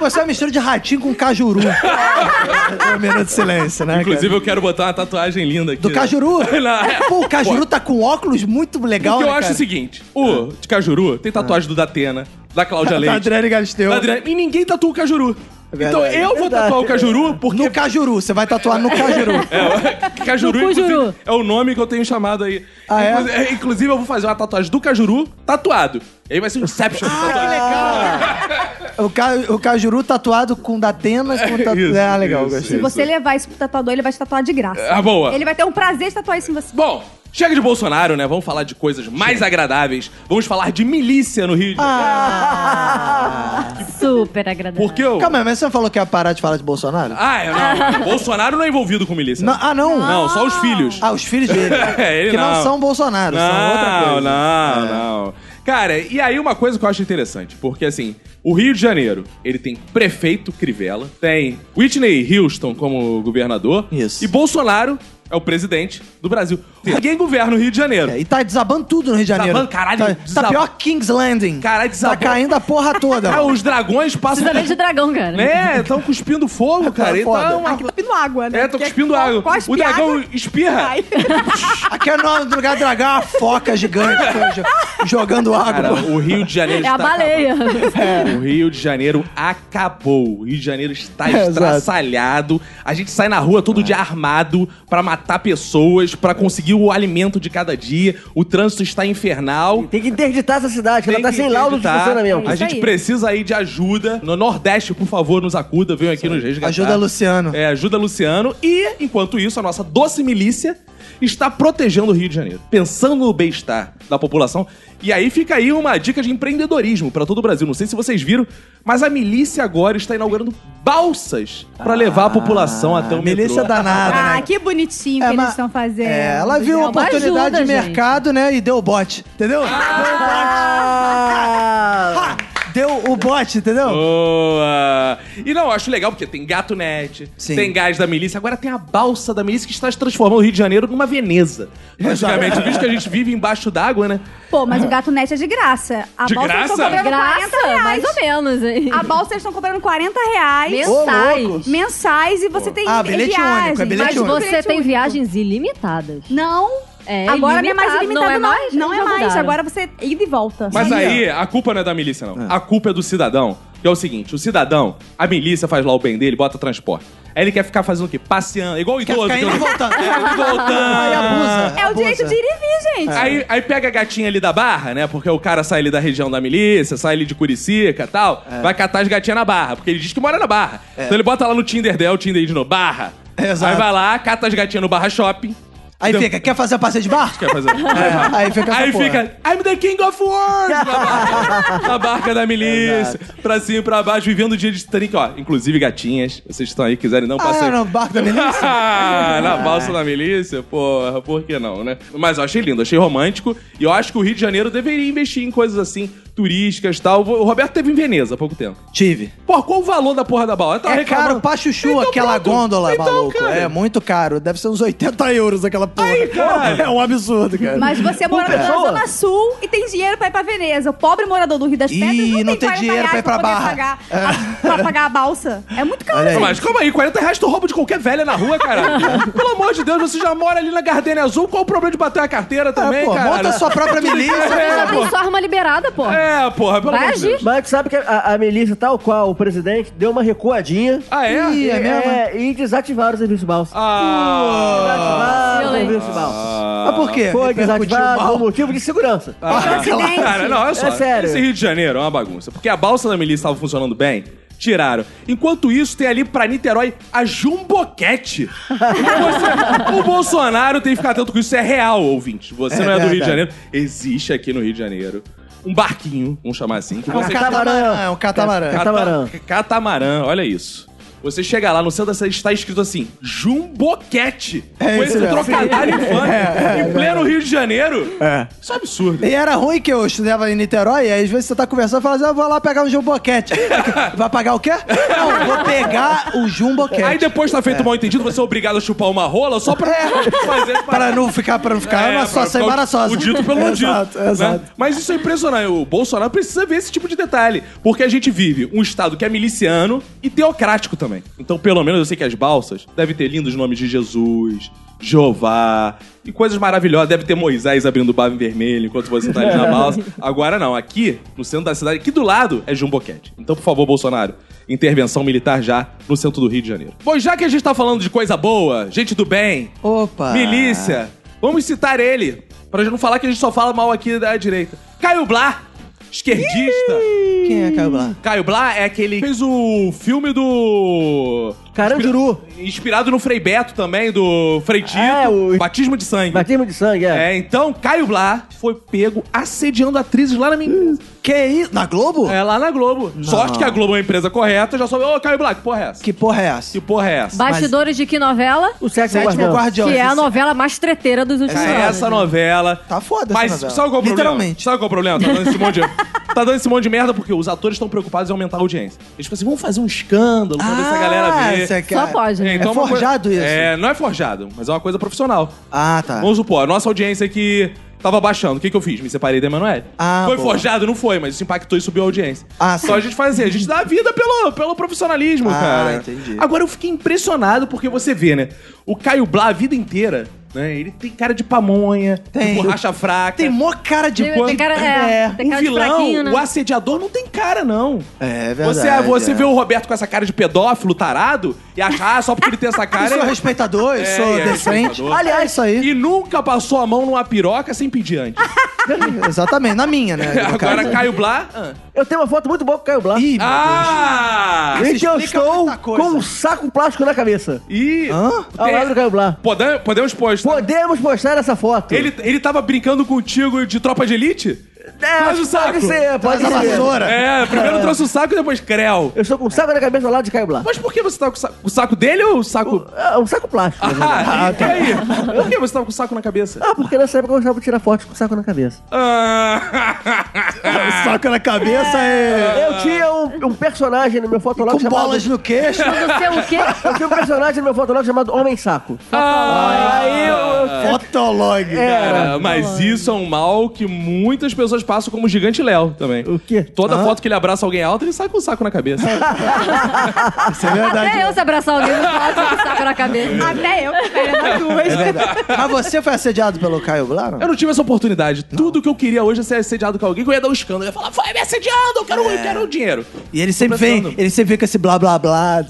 Você é uma mistura de ratinho com cajuru. É um minuto de silêncio, né?
Inclusive, eu quero botar uma tatuagem linda aqui. né?
cara? Do cajuru?
Não, é.
Pô, o cajuru tá com óculos muito legal,
Porque eu
né,
acho é assim,
cara? É.
o seguinte: o de Cajuru tem tatuagem do Datena, da Cláudia
Da
Leite.
Adriane Galisteu.
da Adriane- E ninguém tatua o Cajuru. então
verdade.
eu vou tatuar o Cajuru porque.
No cajuru. Você vai tatuar no cajuru.
É, o Cajuru,
No Cujuru.
inclusive, é o nome que eu tenho chamado aí.
Ah, é?
Inclusive- Inclusive, eu vou fazer uma tatuagem do Cajuru tatuado. E aí vai ser um Inception.
Ah!
tatuado.
O, ca... o cajuru tatuado com Datena. Com tatu...
Isso,
é, legal.
isso,
gostei.
Se você levar isso pro tatuador, ele vai te tatuar de graça.
Ah, boa.
Ele vai ter um prazer de tatuar isso em você.
Bom, chega de Bolsonaro, né? Vamos falar de coisas mais agradáveis. Vamos falar de milícia no Rio de
Ah,
Janeiro. Ah.
Super agradável.
Porque eu.
Calma aí, mas você não falou que ia parar de falar de Bolsonaro?
Ah, é, não. Bolsonaro não é envolvido com milícia.
Não- ah, não?
Não, só os filhos.
Ah, os filhos dele.
É, ele
que não,
não.
são Bolsonaro, são outra coisa. É.
Não, não. Cara, e aí uma coisa que eu acho interessante, porque assim, o Rio de Janeiro, ele tem prefeito Crivella, tem Whitney Houston como governador,
Isso.
e Bolsonaro é o presidente do Brasil. Ninguém governa o Rio de Janeiro.
É, e tá desabando tudo no Rio de Janeiro.
Desabando, caralho,
Tá,
desabou.
tá pior que King's Landing.
Caralho, desabou.
Tá caindo a porra toda.
Ah,
mano.
os dragões passam...
Precisa ver de dragão, cara. É
Né? Estão cuspindo fogo, cara. E
É foda.
Tá uma...
Aqui tá pedindo água, né?
É, tô
Porque
cuspindo
co-
água.
cospe
O dragão
água,
espirra.
cai.
Aqui é o nome do lugar do dragão, é uma foca gigante cara, jo- jogando
Cara,
água.
o Rio de Janeiro
É a
está
baleia.
O Rio de Janeiro acabou. O Rio de Janeiro está
É,
estraçalhado. A gente sai na rua todo dia armado pra matar pessoas, pra conseguir o alimento de cada dia. O trânsito está infernal.
Tem que interditar essa cidade, que
Tem
ela tá
que
sem laudo de
acreditar.
funcionamento.
A
Isso
gente
aí.
precisa aí de ajuda. No Nordeste, por favor, nos acuda. Venham aqui nos resgatar.
Ajuda Luciano.
É, ajuda Luciano. E, enquanto isso, a nossa doce milícia está protegendo o Rio de Janeiro, pensando no bem-estar da população. E aí fica aí uma dica de empreendedorismo para todo o Brasil. Não sei se vocês viram, mas a milícia agora está inaugurando balsas para levar a população até o metrô.
Ah, Milícia danada,
Ah,
né?
que bonitinho
É,
que
mas-
eles estão fazendo.
É, ela viu uma
Uma
oportunidade
ajuda,
de
gente.
mercado, né? E deu o bote, entendeu?
Ah,
Deu o bote, entendeu?
Boa! E não, eu acho legal porque tem gato net,
Sim.
tem gás da milícia, agora tem a balsa da milícia que está se transformando o Rio de Janeiro numa Veneza. Praticamente, visto que a gente vive embaixo d'água, né?
Pô, mas o gato net é de graça. A
De
balsa eles
graça?
estão cobrando 40
Graça,
reais.
mais ou menos, hein?
A balsa eles estão cobrando 40 reais.
Mensais.
mensais e você tem
Ah, bilhete
viagens.
único, é bilhete
Mas
único.
você tem
único.
viagens ilimitadas.
Não.
É
agora não é mais
ilimitado,
ilimitado,
não é mais?
Não é
Eles
mais.
mudaram.
Agora você é ida e volta.
Mas aí, a culpa não é da milícia, não. A culpa é do cidadão. Que é o seguinte, o cidadão, a milícia faz lá o bem dele, bota transporte. Aí ele quer ficar fazendo o quê? Passeando, igual o
Quer
idoso.
ficar
que eu-
indo e voltando.
É, indo e voltando.
Aí abusa.
É o direito de ir e vir, gente. Exatamente.
Aí, aí pega a gatinha ali da barra, né? Porque o cara sai ali da região da milícia, sai ali de Curicica e tal. Vai catar as gatinhas na barra, porque ele diz que mora na barra. Então ele bota lá no Tinder dela, o Tinder de novo, barra.
É, exato.
Aí vai lá, cata as gatinhas no barra shopping.
Aí
Deu-
fica, quer fazer a passeio de barco?
Quer fazer?
É, aí fica essa
Aí
porra.
fica, I'm the king of words! Na barca, na barca da milícia, pra cima e pra baixo, vivendo o dia de Titanic, ó. Inclusive, gatinhas, vocês estão aí, quiserem não
Ah,
passei.
é, no barco da milícia?
Ah, na balsa da milícia? Porra, por que não, né? Mas eu achei lindo, achei romântico. E eu acho que o Rio de Janeiro deveria investir em coisas assim, turísticas e tal. O Roberto teve em Veneza há pouco tempo.
Tive.
Porra, qual o valor da porra da balsa? Eu tava
É
reclamando-
caro pra chuchu
Então
aquela
pronto.
gôndola,
Então,
maluco.
cara.
É muito caro. Deve ser uns 80 euros aquela porra.
Ai, cara.
É um absurdo, cara.
Mas você mora na
pessoa?
Zona Sul e tem dinheiro pra ir pra Veneza. O pobre morador do Rio das
Ih,
Pedras não,
não tem
40
dinheiro pra
reais
ir pra
poder
Barra. É.
pagar a- pra pagar a balsa. É muito caro.
Olha aí.
Mas calma aí, 40 reais tu rouba de qualquer velha na rua, cara. Pelo amor de Deus, você já mora ali na Gardenia Azul, qual o problema de bater a carteira também,
É, pô,
cara?
monta sua própria milícia.
Ela
É,
tem
porra.
só arma liberada, pô.
É, porra, pelo
Vai
amor de
agir.
Deus.
Mas tu sabe que a, a milícia, tal qual o presidente, deu uma recuadinha.
Ah, é?
Ih, é mesmo?
e desativaram o serviço de balsa.
Ah.
Desativaram o
Violento.
serviço de balsa.
Mas por quê?
Foi
Ah. Repercutiu
desativado
mal.
por motivo de segurança.
Ah,
acidente.
Cara, não, olha só.
É sério.
Esse Rio de Janeiro é uma bagunça. Porque a balsa da milícia estava funcionando bem, tiraram. Enquanto isso, tem ali pra Niterói a Jumboquete. Você- o Bolsonaro tem que ficar atento com isso. Isso é real, ouvinte. Você
É
não é do Rio de
verdade.
Janeiro. Existe aqui no Rio de Janeiro um barquinho, vamos chamar assim, que
É um
você...
catamarã. É um catamarã.
Cata- catamarã.
Cata- Catamarã, olha isso. Você chega lá, no centro da cidade está escrito assim, Jumboquete.
É
com
isso
esse
mesmo.
trocadilho infame, em pleno Rio de Janeiro.
É.
Isso é um absurdo.
E era ruim que eu estudava em Niterói, e aí às vezes você tá conversando e fala assim, ah, vou lá pegar um jumboquete. Vai pagar o quê? Não, vou pegar o jumboquete.
Aí depois tá feito mal entendido, você é obrigado a chupar uma rola só pra
É.
fazer esse
Para não ficar, para não ficar, é, uma
pra
sócia,
ficar
sem
o-
embaraçosa.
O dito pelo não dito.
Exato,
né?
exato.
Mas isso é impressionante. O Bolsonaro precisa ver esse tipo de detalhe. Porque a gente vive um Estado que é miliciano e teocrático também. Então, pelo menos, eu sei que as balsas devem ter lindos nomes de Jesus, Jeová e coisas maravilhosas. Deve ter Moisés abrindo o bar em vermelho enquanto você tá ali na balsa. Agora não. Aqui, no centro da cidade, aqui do lado, é Jumboquete. Então, por favor, Bolsonaro, intervenção militar já no centro do Rio de Janeiro. Bom, já que a gente tá falando de coisa boa, gente do bem,
Opa.
Milícia. Vamos citar ele. Pra gente não falar que a gente só fala mal aqui da direita. Caio Blá, esquerdista.
Quem é Caio Blá?
Caio Blá é aquele que fez o filme do...
Carandiru.
Inspirado no Frei Beto também, do Frei Tito.
É, o-
Batismo de sangue.
Batismo de sangue, é.
É, então Caio Blá foi pego assediando atrizes lá na minha
Que isso? Na Globo?
É, lá na Globo. Sorte que a Globo é uma empresa correta, já soube. Ô, Caio Blá, que porra é essa?
Que porra é essa?
Que porra é essa?
Bastidores de que novela?
O sexo é
Sétimo
guardião.
Guardião.
que é a novela mais treteira dos últimos
É
anos.
essa novela.
Tá foda essa
Mas
novela.
sabe qual é o problema?
Literalmente.
Sabe qual é o problema? Tá dando esse monte de... tá dando esse monte de merda porque os atores estão preocupados em aumentar a audiência. Eles ficam assim, vamos fazer um escândalo pra ver se a galera vê.
Ah,
Então,
isso aqui
Só
é-
pode. né?
uma coisa-
forjado isso?
É, não é forjado, mas é uma coisa profissional.
Ah, tá.
Vamos supor, a nossa audiência que tava baixando. O que, que eu fiz? Me separei da Emanuele.
Ah,
foi
boa.
forjado? Não foi, mas isso impactou e subiu a audiência.
Ah,
Só a gente faz assim, a gente dá a vida pelo, pelo profissionalismo,
Ah,
cara.
entendi.
Agora eu fiquei impressionado porque você vê, né? O Caio Blá a vida inteira, né? Ele tem cara de pamonha,
Tem.
de borracha fraca.
Tem mó cara de
Tem-
coisa.
tem cara- é, tem
um
cara de fraquinho,
vilão,
né?
o assediador não tem cara, não.
É
você
verdade.
você
é.
vê o Roberto com essa cara de pedófilo, tarado, e achar ah, só porque ele tem essa
Eu
cara.
sou
ele-
respeitador, eu
É,
sou
é,
decente.
respeitador.
Aliás, isso aí.
E nunca passou a mão numa piroca sem pedir antes.
Exatamente, na minha, né? no
Agora
caso.
Caio Blá. ah.
Eu tenho uma foto muito boa com o Caio Blas.
Ih, meu
Ah!
Em
isso
que eu
explica
estou
muita coisa.
com um saco plástico na cabeça.
Ih!
Hã?
Ao lado Ah, do Caio Blas.
Podemos, podemos postar.
Podemos postar essa foto.
Ele, ele tava brincando contigo de tropa de elite?
É,
Traz o saco.
Pode ser, pode
Traz a
ser.
vassoura.
É, primeiro trouxe o saco e depois creu.
Eu estou com um saco na cabeça ao lado de Caio Blas.
Mas por que você tava com o saco? O saco dele ou o saco.
É um saco plástico. na verdade.
Ah, e aí? Por que você tava com o saco na cabeça?
Ah, porque nessa época eu gostava de tirar fotos com o saco na cabeça.
Ah.
Deus. Soca na cabeça e.
Eu tinha um, um personagem no meu fotolog
Com
chamado...
bolas no queixo.
Não sei o quê.
Eu tinha um personagem no meu fotolog chamado Homem Saco.
Ah.
Aí eu... eu-
Fotolog. É.
Cara, mas isso é um mal que muitas pessoas pessoas passam como o gigante Léo também.
O quê?
Toda
Ah.
foto que ele abraça alguém alto, ele sai com o saco na cabeça.
Isso é verdade.
Até eu se abraçar alguém no faço com o saco na cabeça.
Até eu, cara, duas.
É verdade. Mas você foi assediado pelo Caio Blá, não?
Eu não tive essa oportunidade. Tudo que eu queria hoje é ser assediado com alguém que eu ia dar um escândalo. Eu ia falar, vai me assediando, eu quero, eu quero o dinheiro.
E ele sempre vem,
Começando.
ele sempre vem com esse blá blá blá.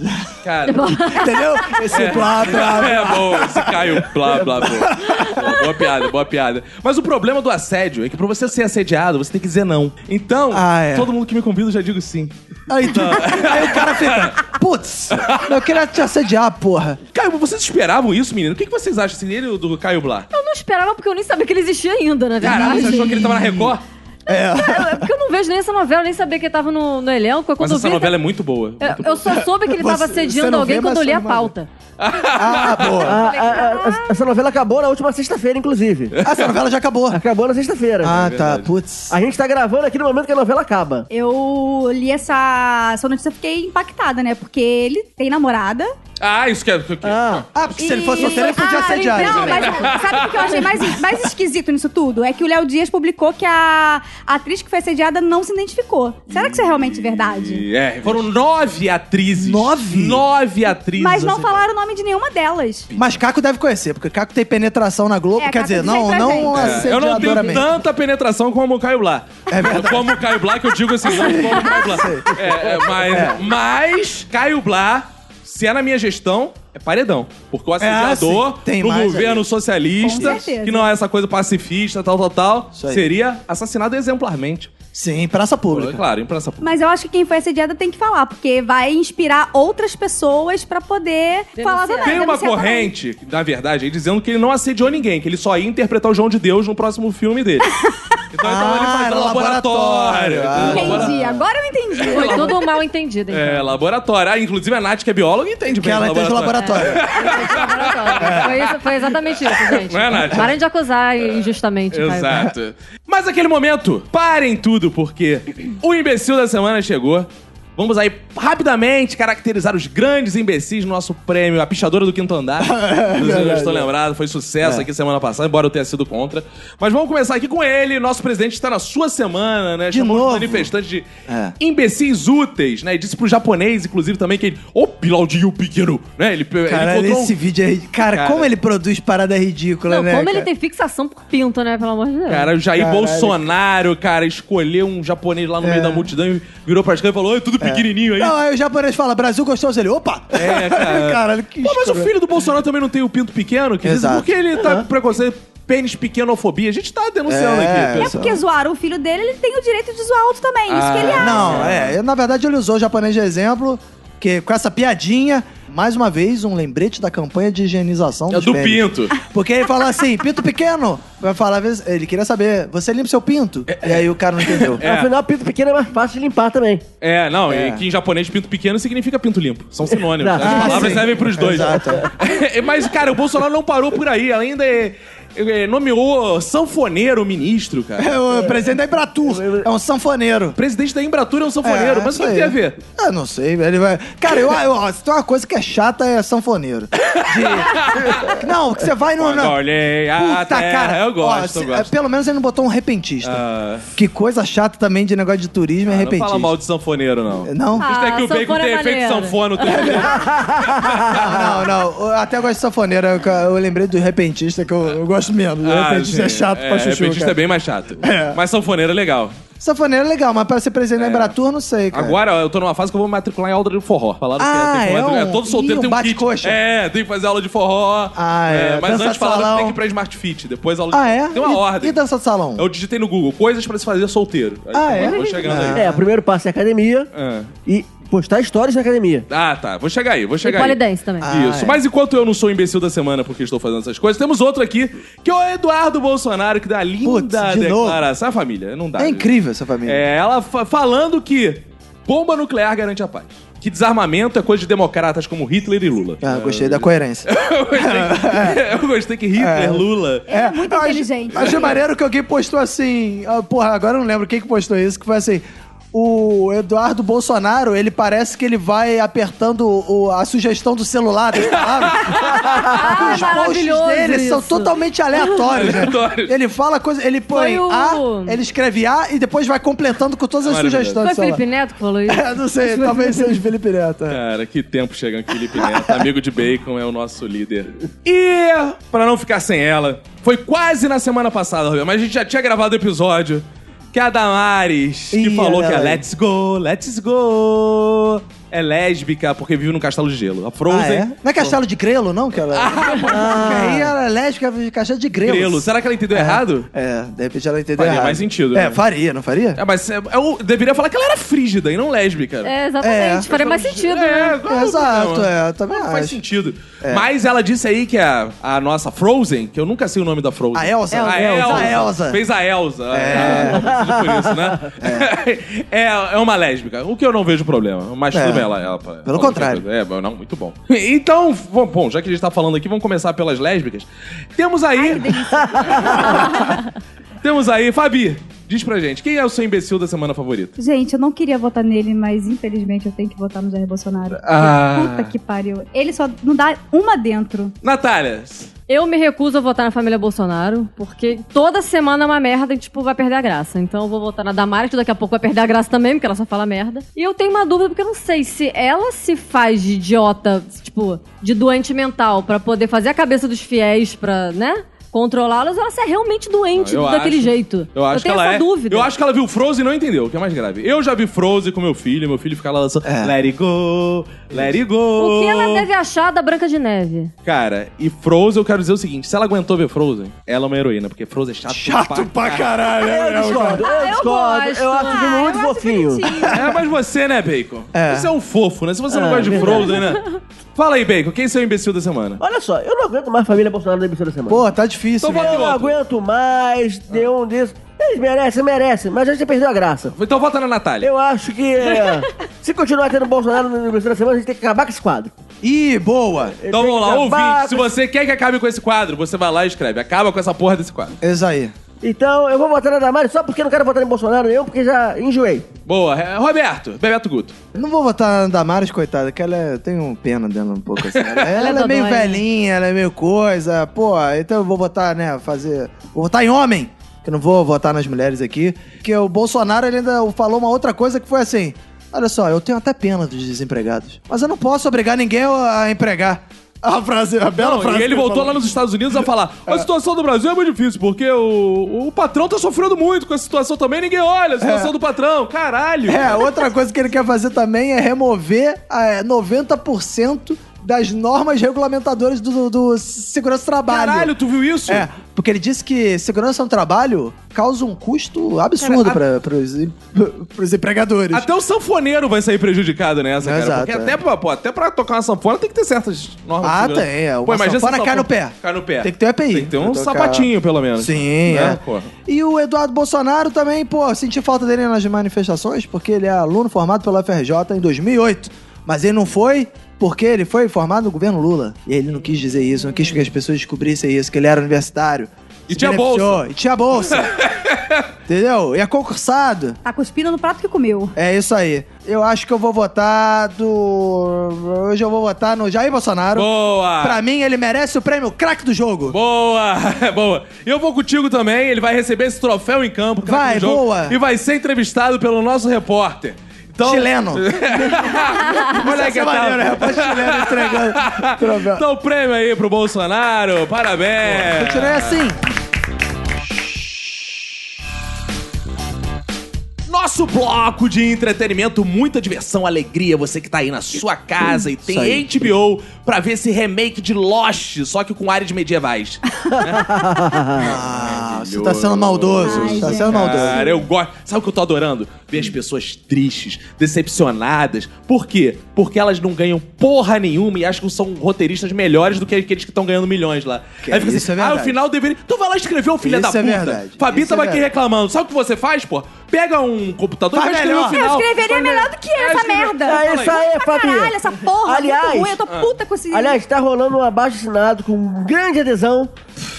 Cara.
Entendeu? Esse blá blá blá.
É bom, esse Caio, blá, blá, blá. Boa, boa piada, boa piada. Mas o problema do assédio é que pra você ser assediado, você tem que dizer não. Então,
Ah, é.
todo mundo que me convida, eu já digo sim.
Aí, tu- aí o cara fica, putz, eu queria te assediar, porra.
Caio, vocês esperavam isso, menino? O que, que vocês acham assim, dele ou do Caio Blá?
Eu não esperava porque eu nem sabia que ele existia ainda, na verdade.
Caralho, você achou que ele tava na Record?
É.
É porque eu não vejo nem essa novela, nem sabia que ele tava no, no elenco. Quando
Mas
eu
essa
vi,
novela é muito boa.
eu- Eu só soube que ele tava
Você- você
assediando
não
alguém
vê, mas
quando eu li
você
a
não vai ver.
pauta.
Ah, boa.
A- a- a- essa novela acabou na última sexta-feira, inclusive.
Ah, Essa novela já acabou.
Acabou na sexta-feira.
Ah, tá, putz.
A gente tá gravando aqui no momento que a novela acaba.
Eu li essa, essa notícia e fiquei impactada, né? Porque ele tem namorada.
Ah, isso que é... que- que-
Ah,
Ah, porque se ele fosse
e-
solteiro, ele podia né?
Ah,
assediar.
Não,
ele.
mas sabe o que eu achei mais, mais esquisito nisso tudo? É que o Léo Dias publicou que a atriz que foi assediada não se identificou. Será que isso é realmente verdade?
É, foram nove atrizes.
Nove?
Nove atrizes.
Mas não
assim.
falaram o
tá.
nome de nenhuma delas.
Mas Caco deve conhecer, porque Caco tem penetração na Globo,
É,
quer
Caco
dizer,
diz
não,
aí pra
não
gente.
É, eu não tenho
assediadoramente. É
tanta penetração como o Caio Blá. como o Caio Blá, que eu digo assim, não como o Caio Blá. É, é, mas, mas Caio Blá, se é na minha gestão, é paredão. Porque o
É,
assediador
sim. Tem
do
mais
governo socialista,
Com certeza.
que não é essa coisa pacifista, tal, tal, tal,
Isso aí.
seria assassinado exemplarmente. É
Sim, praça pública.
Claro, em praça pública.
Mas eu acho que quem foi assediada tem que falar, porque vai inspirar outras pessoas pra poder
Denunciar.
falar também.
Tem uma
denunciar também.
corrente, na verdade, aí dizendo que ele não assediou ninguém, que ele só ia interpretar o João de Deus no próximo filme dele. Então, então ele
Ah,
faz
era
laboratório.
laboratório. Ah.
Entendi, agora eu entendi.
Foi tudo mal entendido, então.
É, laboratório. Ah, inclusive a Nath, que é bióloga, entende
Que
bem de
ela entende de laboratório. É.
Foi, isso- foi exatamente isso, gente.
Não é, Nath?
Parem de acusar injustamente, Caio.
Exato. Mas aquele momento, parem tudo, porque o imbecil da semana chegou. Vamos aí rapidamente caracterizar os grandes imbecis no nosso prêmio, a pichadora do quinto andar. Inclusive, eu estou lembrado, foi
É.
sucesso aqui semana passada, embora eu tenha sido contra. Mas vamos começar aqui com ele, nosso presidente está na sua semana, né?
De
Chamou os
novo?
manifestantes de
É.
imbecis úteis, né? E disse pro japonês, inclusive, também que ele. Ô, Pilaudinho pequeno! Né? Ele, ele
Cara,
encontrou um-
esse vídeo aí. Cara,
Cara.
como ele produz parada ridícula,
Não,
né?
como ele
cara?
tem fixação por pinto, né? Pelo amor de Deus.
Cara, o Jair
Caralho. É.
Bolsonaro, cara, escolheu um japonês lá no meio da multidão e virou pra esquerda e falou: Oi, tudo pequenininho aí.
Não, aí o japonês fala, Brasil gostoso. Ele, opa!
É, cara.
Caralho, que
Pô, mas o
escroto.
filho do Bolsonaro também não tem o pinto pequeno? Que dizem,
Exato.
por que ele tá com preconceito? Pênis pequenofobia. A gente tá denunciando
É,
aqui.
é
É
pessoal.
porque zoaram o filho dele, ele tem o direito de zoar outro também. Isso que ele acha.
Não, é. eu, Na verdade, ele usou o japonês de exemplo, que com essa piadinha, mais uma vez, um lembrete da campanha de higienização
É
dos
do
pênis.
pinto.
Porque ele fala assim, pinto pequeno. Vai falar, ele queria saber, você limpa o seu pinto? e aí o cara não entendeu.
É.
afinal, pinto pequeno é mais fácil de limpar também.
É, não,
É. Ah,
e que em japonês pinto pequeno significa pinto limpo. São sinônimos.
Não.
As palavras
sim.
servem pros dois. É,
Exato. é.
Mas, cara, o Bolsonaro não parou por aí. Ela ainda é- é, nomeou sanfoneiro ministro, cara.
É o presidente da Embratur, é um sanfoneiro.
Presidente da Embratura é um sanfoneiro,
É,
mas o que
isso
que tem a
aí.
ver?
Ah, não sei, ele vai. Cara, eu, eu, ó, se tem uma coisa que é chata é sanfoneiro. De- Não, que você vai no.
Quando
não.
olhei a terra, Ah, tá, é, eu gosto,
é
eu gosto.
Pelo menos ele não botou um repentista.
Ah.
Que coisa chata também de negócio de turismo é
Não
repentista.
fala mal de sanfoneiro, não.
Não?
Ah,
Isso é que o
sanfona
Bacon tem
é
efeito
maneiro.
sanfona. o tempo
É,
todo.
Ah, Não, não. Eu até gosto de sanfoneiro. Eu, eu lembrei do repentista que eu, eu gosto mesmo. O
Ah,
repentista é
sim.
chato pra chuchu.
Repentista
cara.
é bem mais chato.
É.
Mas sanfoneiro é legal.
Sanfoneiro é legal, mas pra ser presidente da Embratur, não sei, cara.
Agora eu tô numa fase que eu vou me matricular em aula de forró. Falaram
É. Ah,
que tem que
é
matricular-
um-
todo solteiro
Ih,
tem
um
um kit.
bate-coxa.
É, tem que fazer aula de forró.
Ah, é.
Mas
Dança
antes falaram
salão.
que tem que ir pra Smart Fit, depois aula de
Ah, é?
forró. Tem uma
e,
ordem.
E dança de salão?
Eu digitei no Google, coisas pra se fazer solteiro. Aí, tá
Ah, é?
Vou chegando aí.
É, o primeiro passo é academia
É.
e postar stories na academia.
Ah, tá. Vou chegar aí, vou
E
chegar aí.
polidense também.
Ah,
Isso.
é.
Mas enquanto eu não sou o imbecil da semana porque estou fazendo essas coisas, temos outro aqui, que é o Eduardo Bolsonaro, que dá a linda
Putz, de
declaração. A família, não dá.
É incrível essa família.
É, ela fa- falando que bomba nuclear garante a paz. Que desarmamento é coisa de democratas como Hitler e Lula.
Ah, gostei da coerência.
Eu gostei, eu gostei que Hitler, Lula.
Ele é muito inteligente.
Achei maneiro que alguém postou assim. ah, Porra, agora eu não lembro quem que postou isso, que foi assim. o Eduardo Bolsonaro, ele parece que ele vai apertando o- a sugestão do celular das palavras.
Ah,
Os posts
maravilhoso
dele são
isso.
totalmente aleatórios. né?
Aleatórios.
Ele fala coisa, ele põe
Foi o-
A, ele escreve A e depois vai completando com todas as
Maravilhoso.
sugestões.
Foi
do celular.
Felipe Neto que falou isso?
É, não sei, talvez seja o Felipe Neto. é.
Cara, que tempo chegando que Felipe Neto, amigo de Bacon, é o nosso líder. E, pra não ficar sem ela, foi quase na semana passada, Roberto, mas a gente já tinha gravado o episódio que é a Damares, que
Ih,
falou
ela
que é
aí.
Let's Go, Let's Go, é lésbica porque vive num castelo de gelo. A Frozen...
Ah, é? Não é castelo de grelo, não, cara? Ah, aí ela é lésbica de castelo de grelo.
Grelo. Será que ela entendeu errado?
É, de repente ela entendeu
Faria
errado.
mais sentido,
É,
né?
faria, não faria?
É, mas é, eu deveria falar que ela era frígida e não lésbica.
É, exatamente.
É.
Faria mais sentido, né?
qual é o
Exato,
problema?
é, eu também
Não faz
acho. É.
sentido. Mas ela disse aí que a, a nossa Frozen, que eu nunca sei o nome da Frozen.
A Elsa.
A
Elsa.
Elsa.
A Elsa.
Fez a Elsa. É. por isso, né? É. é uma lésbica. O que eu não vejo problema. Mas
É.
tudo bem, ela... ela ela-
contrário.
É, não, muito bom. Então, bom, bom, já que a gente tá falando aqui, vamos começar pelas lésbicas. Temos aí... Temos aí, Fabi, diz pra gente, quem é o seu imbecil da semana favorita?
Gente, eu não queria votar nele, mas infelizmente eu tenho que votar no Jair Bolsonaro.
Ah.
Puta que pariu. Ele só não dá uma dentro.
Natália,
Eu me recuso a votar na família Bolsonaro, porque toda semana é uma merda e, tipo, vai perder a graça. Então eu vou votar na Damares, que daqui a pouco vai perder a graça também, porque ela só fala merda. E eu tenho uma dúvida, porque eu não sei se ela se faz de idiota, tipo, de doente mental, pra poder fazer a cabeça dos fiéis, pra, né? Controlá-los, ou ela se é realmente doente
Eu
daquele
acho-
jeito.
Eu acho
tenho
que ela
essa
é.
dúvida.
Eu acho que ela viu Frozen e não entendeu, o que é mais grave. Eu já vi Frozen com meu filho, meu filho ficava lançando
É.
Let it go, let it go.
O que ela deve achar da Branca de Neve?
Cara, e Frozen, eu quero dizer o seguinte: se ela aguentou ver Frozen, ela é uma heroína, porque Frozen é chato, pra né,
caralho.
É,
Eu discordo,
Ah, eu
eu discordo.
gosto.
Eu acho que
Ah,
muito
eu acho
fofinho.
bonitinho.
É, mas você, né, Bacon?
É.
Você é um fofo, né? Se você não
É,
gosta de
verdade.
Frozen, né? Fala aí, Bacon, quem é seu imbecil da semana?
Olha só, eu não aguento mais família Bolsonaro na emissora da semana.
Pô, tá difícil.
Então
né?
bota-
eu não
outro.
aguento mais, deu
Ah.
um desses. Eles merecem, merecem, mas a gente perdeu a graça.
Então volta na Natália.
Eu acho que é, se continuar tendo Bolsonaro na emissora da semana, a gente tem que acabar com esse quadro.
Ih, boa.
Então vamos lá,
Acabar
ouvinte, se
com-
você quer que acabe com esse quadro, você vai lá e escreve. Acaba com essa porra desse quadro.
Isso aí.
Então, eu vou votar na Damares só porque eu não quero votar em Bolsonaro eu porque já enjoei.
Boa. É, Roberto, Bebeto Guto.
Eu Não vou votar na Damares, coitada, que ela é... tem um pena dela um pouco assim. Ela, ela
Ela
é
é
meio
dodói, né?
velhinha, ela é meio coisa. Pô, então eu vou votar, né, fazer... Vou votar em homem, que eu não vou votar nas mulheres aqui. Porque o Bolsonaro, ele ainda falou uma outra coisa que foi assim... Olha só, eu tenho até pena dos desempregados, mas eu não posso obrigar ninguém a empregar. A frase, a bela
Não,
frase.
e ele
que
voltou
falou.
lá nos Estados Unidos a falar: a situação do Brasil é muito difícil, porque o, o patrão tá sofrendo muito com essa situação também, ninguém olha a situação do patrão, caralho.
É, outra coisa que ele quer fazer também é remover ah, 90% das normas regulamentadoras do, do segurança do trabalho.
Caralho, tu viu isso?
É, porque ele disse que segurança no trabalho causa um custo absurdo para pros, em- pros empregadores.
Até o sanfoneiro vai sair prejudicado nessa, cara.
Exato,
porque
é.
até, pra- pô, até pra tocar uma sanfona tem que ter certas normas.
Ah,
de segurança.
tem, é. Uma
Pô, imagina
sanfona
se a
cai no pé.
Cai no pé.
Tem que ter um EPI.
Tem que ter um
Pra tocar.
sapatinho, pelo menos.
Sim,
Né,
é.
pô?
E o Eduardo Bolsonaro também, pô, senti falta dele nas manifestações, porque ele é aluno formado pela FRJ em 2008. Mas ele não foi porque ele foi formado no governo Lula. E ele não quis dizer isso, não quis que as pessoas descobrissem isso, que ele era universitário.
E
Se
tinha
beneficiou, E tinha bolsa. Entendeu? E é concursado.
Tá cuspindo no prato que comeu.
É isso aí. Eu acho que eu vou votar do... Hoje eu vou votar no Jair Bolsonaro.
Boa!
Pra mim, ele merece o prêmio craque do jogo.
Boa, boa. E eu vou contigo também, ele vai receber esse troféu em campo. craque
Vai,
do jogo,
boa.
E vai ser entrevistado pelo nosso repórter. Então,
Chileno.
Olha que
Isso é maneiro, é, rapaz chileno entregando troféu.
Então, prêmio aí pro Bolsonaro, parabéns.
Continuei assim.
Nosso bloco de entretenimento, muita diversão, alegria. Você que tá aí na sua casa e tem
aí.
HBO pra ver esse remake de Lost, só que com áreas medievais.
Ah, você tá sendo maldoso.
Ai,
tá
gente.
sendo maldoso.
Cara, eu gosto. Sabe o que eu tô adorando? Ver as pessoas tristes, decepcionadas. Por quê? Porque elas não ganham porra nenhuma e acham que são roteiristas melhores do que aqueles que estão ganhando milhões lá.
Que
Aí fica
isso
assim,
é
ah,
verdade.
o final deveria. Então vai lá escrever o filho
Isso
da
é
puta.
verdade.
Fabi
Isso
tava
é
aqui
verdade.
reclamando. Sabe o que você faz, pô? Pega um computador
Faz
e vai escrever
melhor.
o final.
Eu escreveria melhor do que eu,
É,
essa
escreve-
merda.
Fala
É isso aí,
Pra
Fabi.
Caralho, essa porra.
Aliás,
muito ruim. Eu tô puta com esse...
Aliás, tá rolando um abaixo assinado com grande adesão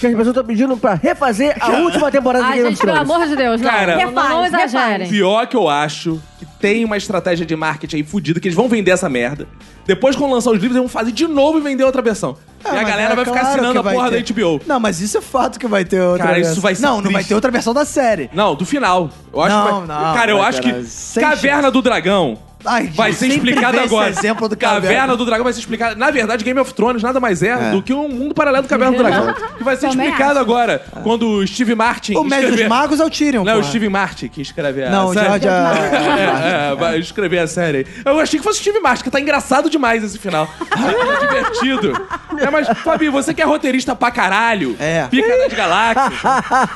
que as pessoas estão pedindo pra refazer a última temporada de
Ai,
Game of
gente, pelo
Thrones.
amor de Deus, não.
Cara,
não, não
Refaz, refaz.
exagerem.
Pior que eu acho que tem uma estratégia de marketing aí fudida, que eles vão vender essa merda. Depois, quando lançar os livros, eles vão fazer de novo e vender outra versão.
Ah,
e a
mas
galera
é
vai ficar
claro que
assinando a
vai
porra
ter.
da HBO.
Não, mas isso é fato que vai ter outra
Cara, isso
versão.
vai ser
Não, não vai
triste.
ter outra versão da série.
Não, do final. Eu acho que
Não,
vai...
não,
Cara, eu
vai,
acho
cara,
que
sem
Caverna do Dragão
Ai,
vai ser
sempre
explicado
vem esse
agora.
exemplo do
Caverna.
Caverna.
do Dragão vai ser explicado. Na verdade, Game of Thrones nada mais é,
É.
do que um mundo paralelo do Caverna do Dragão. Que vai ser
Também
explicado
acho.
agora. Quando o Steve Martin.
O Médio dos
escrever-
Magos é o Tyrion,
Não,
pô.
o Steve Martin que escreve a
Não, o
série.
George... é-
É, é, vai escrever a série. Eu achei que fosse Steve Martin, que tá engraçado demais esse final. Tá divertido. É, mas, Fabi, você que é roteirista pra caralho,
É.
pica das galáxias.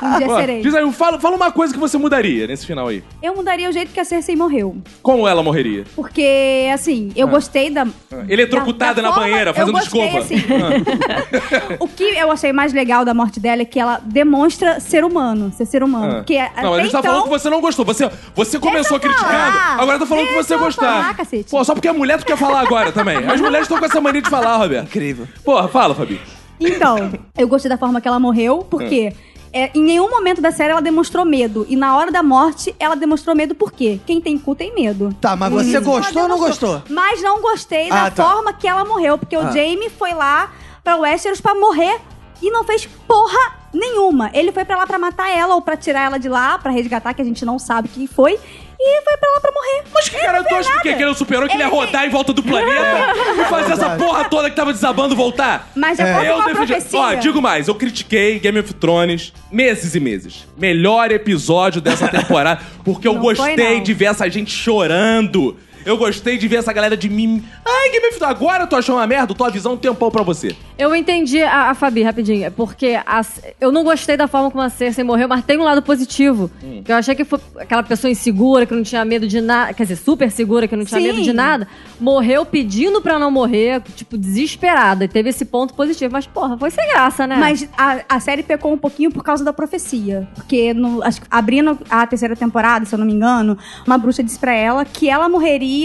Um dia
Ó,
serei.
ah, Diz aí, fala, fala uma coisa que você mudaria nesse final aí.
Eu mudaria o jeito que a Cersei morreu.
Como ela morreria?
Porque, assim, eu gostei da.
Eletrocutada
da- da
na
forma-
banheira, fazendo Ah.
eu gostei,
escova.
assim. o que eu achei mais legal da morte dela é que ela demonstra ser humano, ser ser humano.
Ah.
Porque até
não, mas a gente tá
então,
falando que você não gostou. Você, você começou
eu falar.
criticando, agora tá falando que
Deixa
você
eu
gostar.
falar, cacete.
Pô, só porque a mulher tu quer falar agora também. As mulheres estão com essa mania de falar, Roberto.
Incrível.
Porra, fala, Fabi.
Então, eu gostei da forma que ela morreu, porque é, em nenhum momento da série ela demonstrou medo. E na hora da morte, ela demonstrou medo por quê? Quem tem cu tem medo.
Tá, mas você
Isso
gostou ou
ela
não
demonstrou.
gostou?
Mas não gostei da
Ah, tá.
forma que ela morreu, porque
Ah.
o Jamie foi lá pra Westeros pra morrer e não fez porra nenhuma. Ele foi pra lá pra matar ela ou pra tirar ela de lá, pra resgatar, que a gente não sabe quem foi, e foi pra lá pra morrer.
Mas que Tipo, cara dois porque aquele superou que ele ia rodar em volta do planeta e fazer essa
Verdade.
porra toda que tava desabando voltar?
É Mas é, como
Eu
uma
defendi.
profecia.
Ó, digo mais, eu critiquei Game of Thrones meses e meses. Melhor episódio dessa temporada, porque eu
Não foi,
gostei
não.
de ver essa gente chorando. Eu gostei de ver essa galera de mim. Ai, Game of Thrones, agora tu achou uma merda? Tô avisando um tempão pra você.
Eu entendi a, a Fabi, rapidinho. É Porque a- eu não gostei da forma como a Cersei morreu, mas tem um lado positivo.
Hum.
Que eu achei que foi aquela pessoa insegura, que não tinha medo de nada. Quer dizer, super segura, que não tinha
Sim.
medo de nada. Morreu pedindo pra não morrer, tipo, desesperada. E teve esse ponto positivo. Mas, porra, foi sem graça, né?
Mas a, a série pecou um pouquinho por causa da profecia. Porque no- acho que abrindo a terceira temporada, se eu não me engano, uma bruxa disse pra ela que ela morreria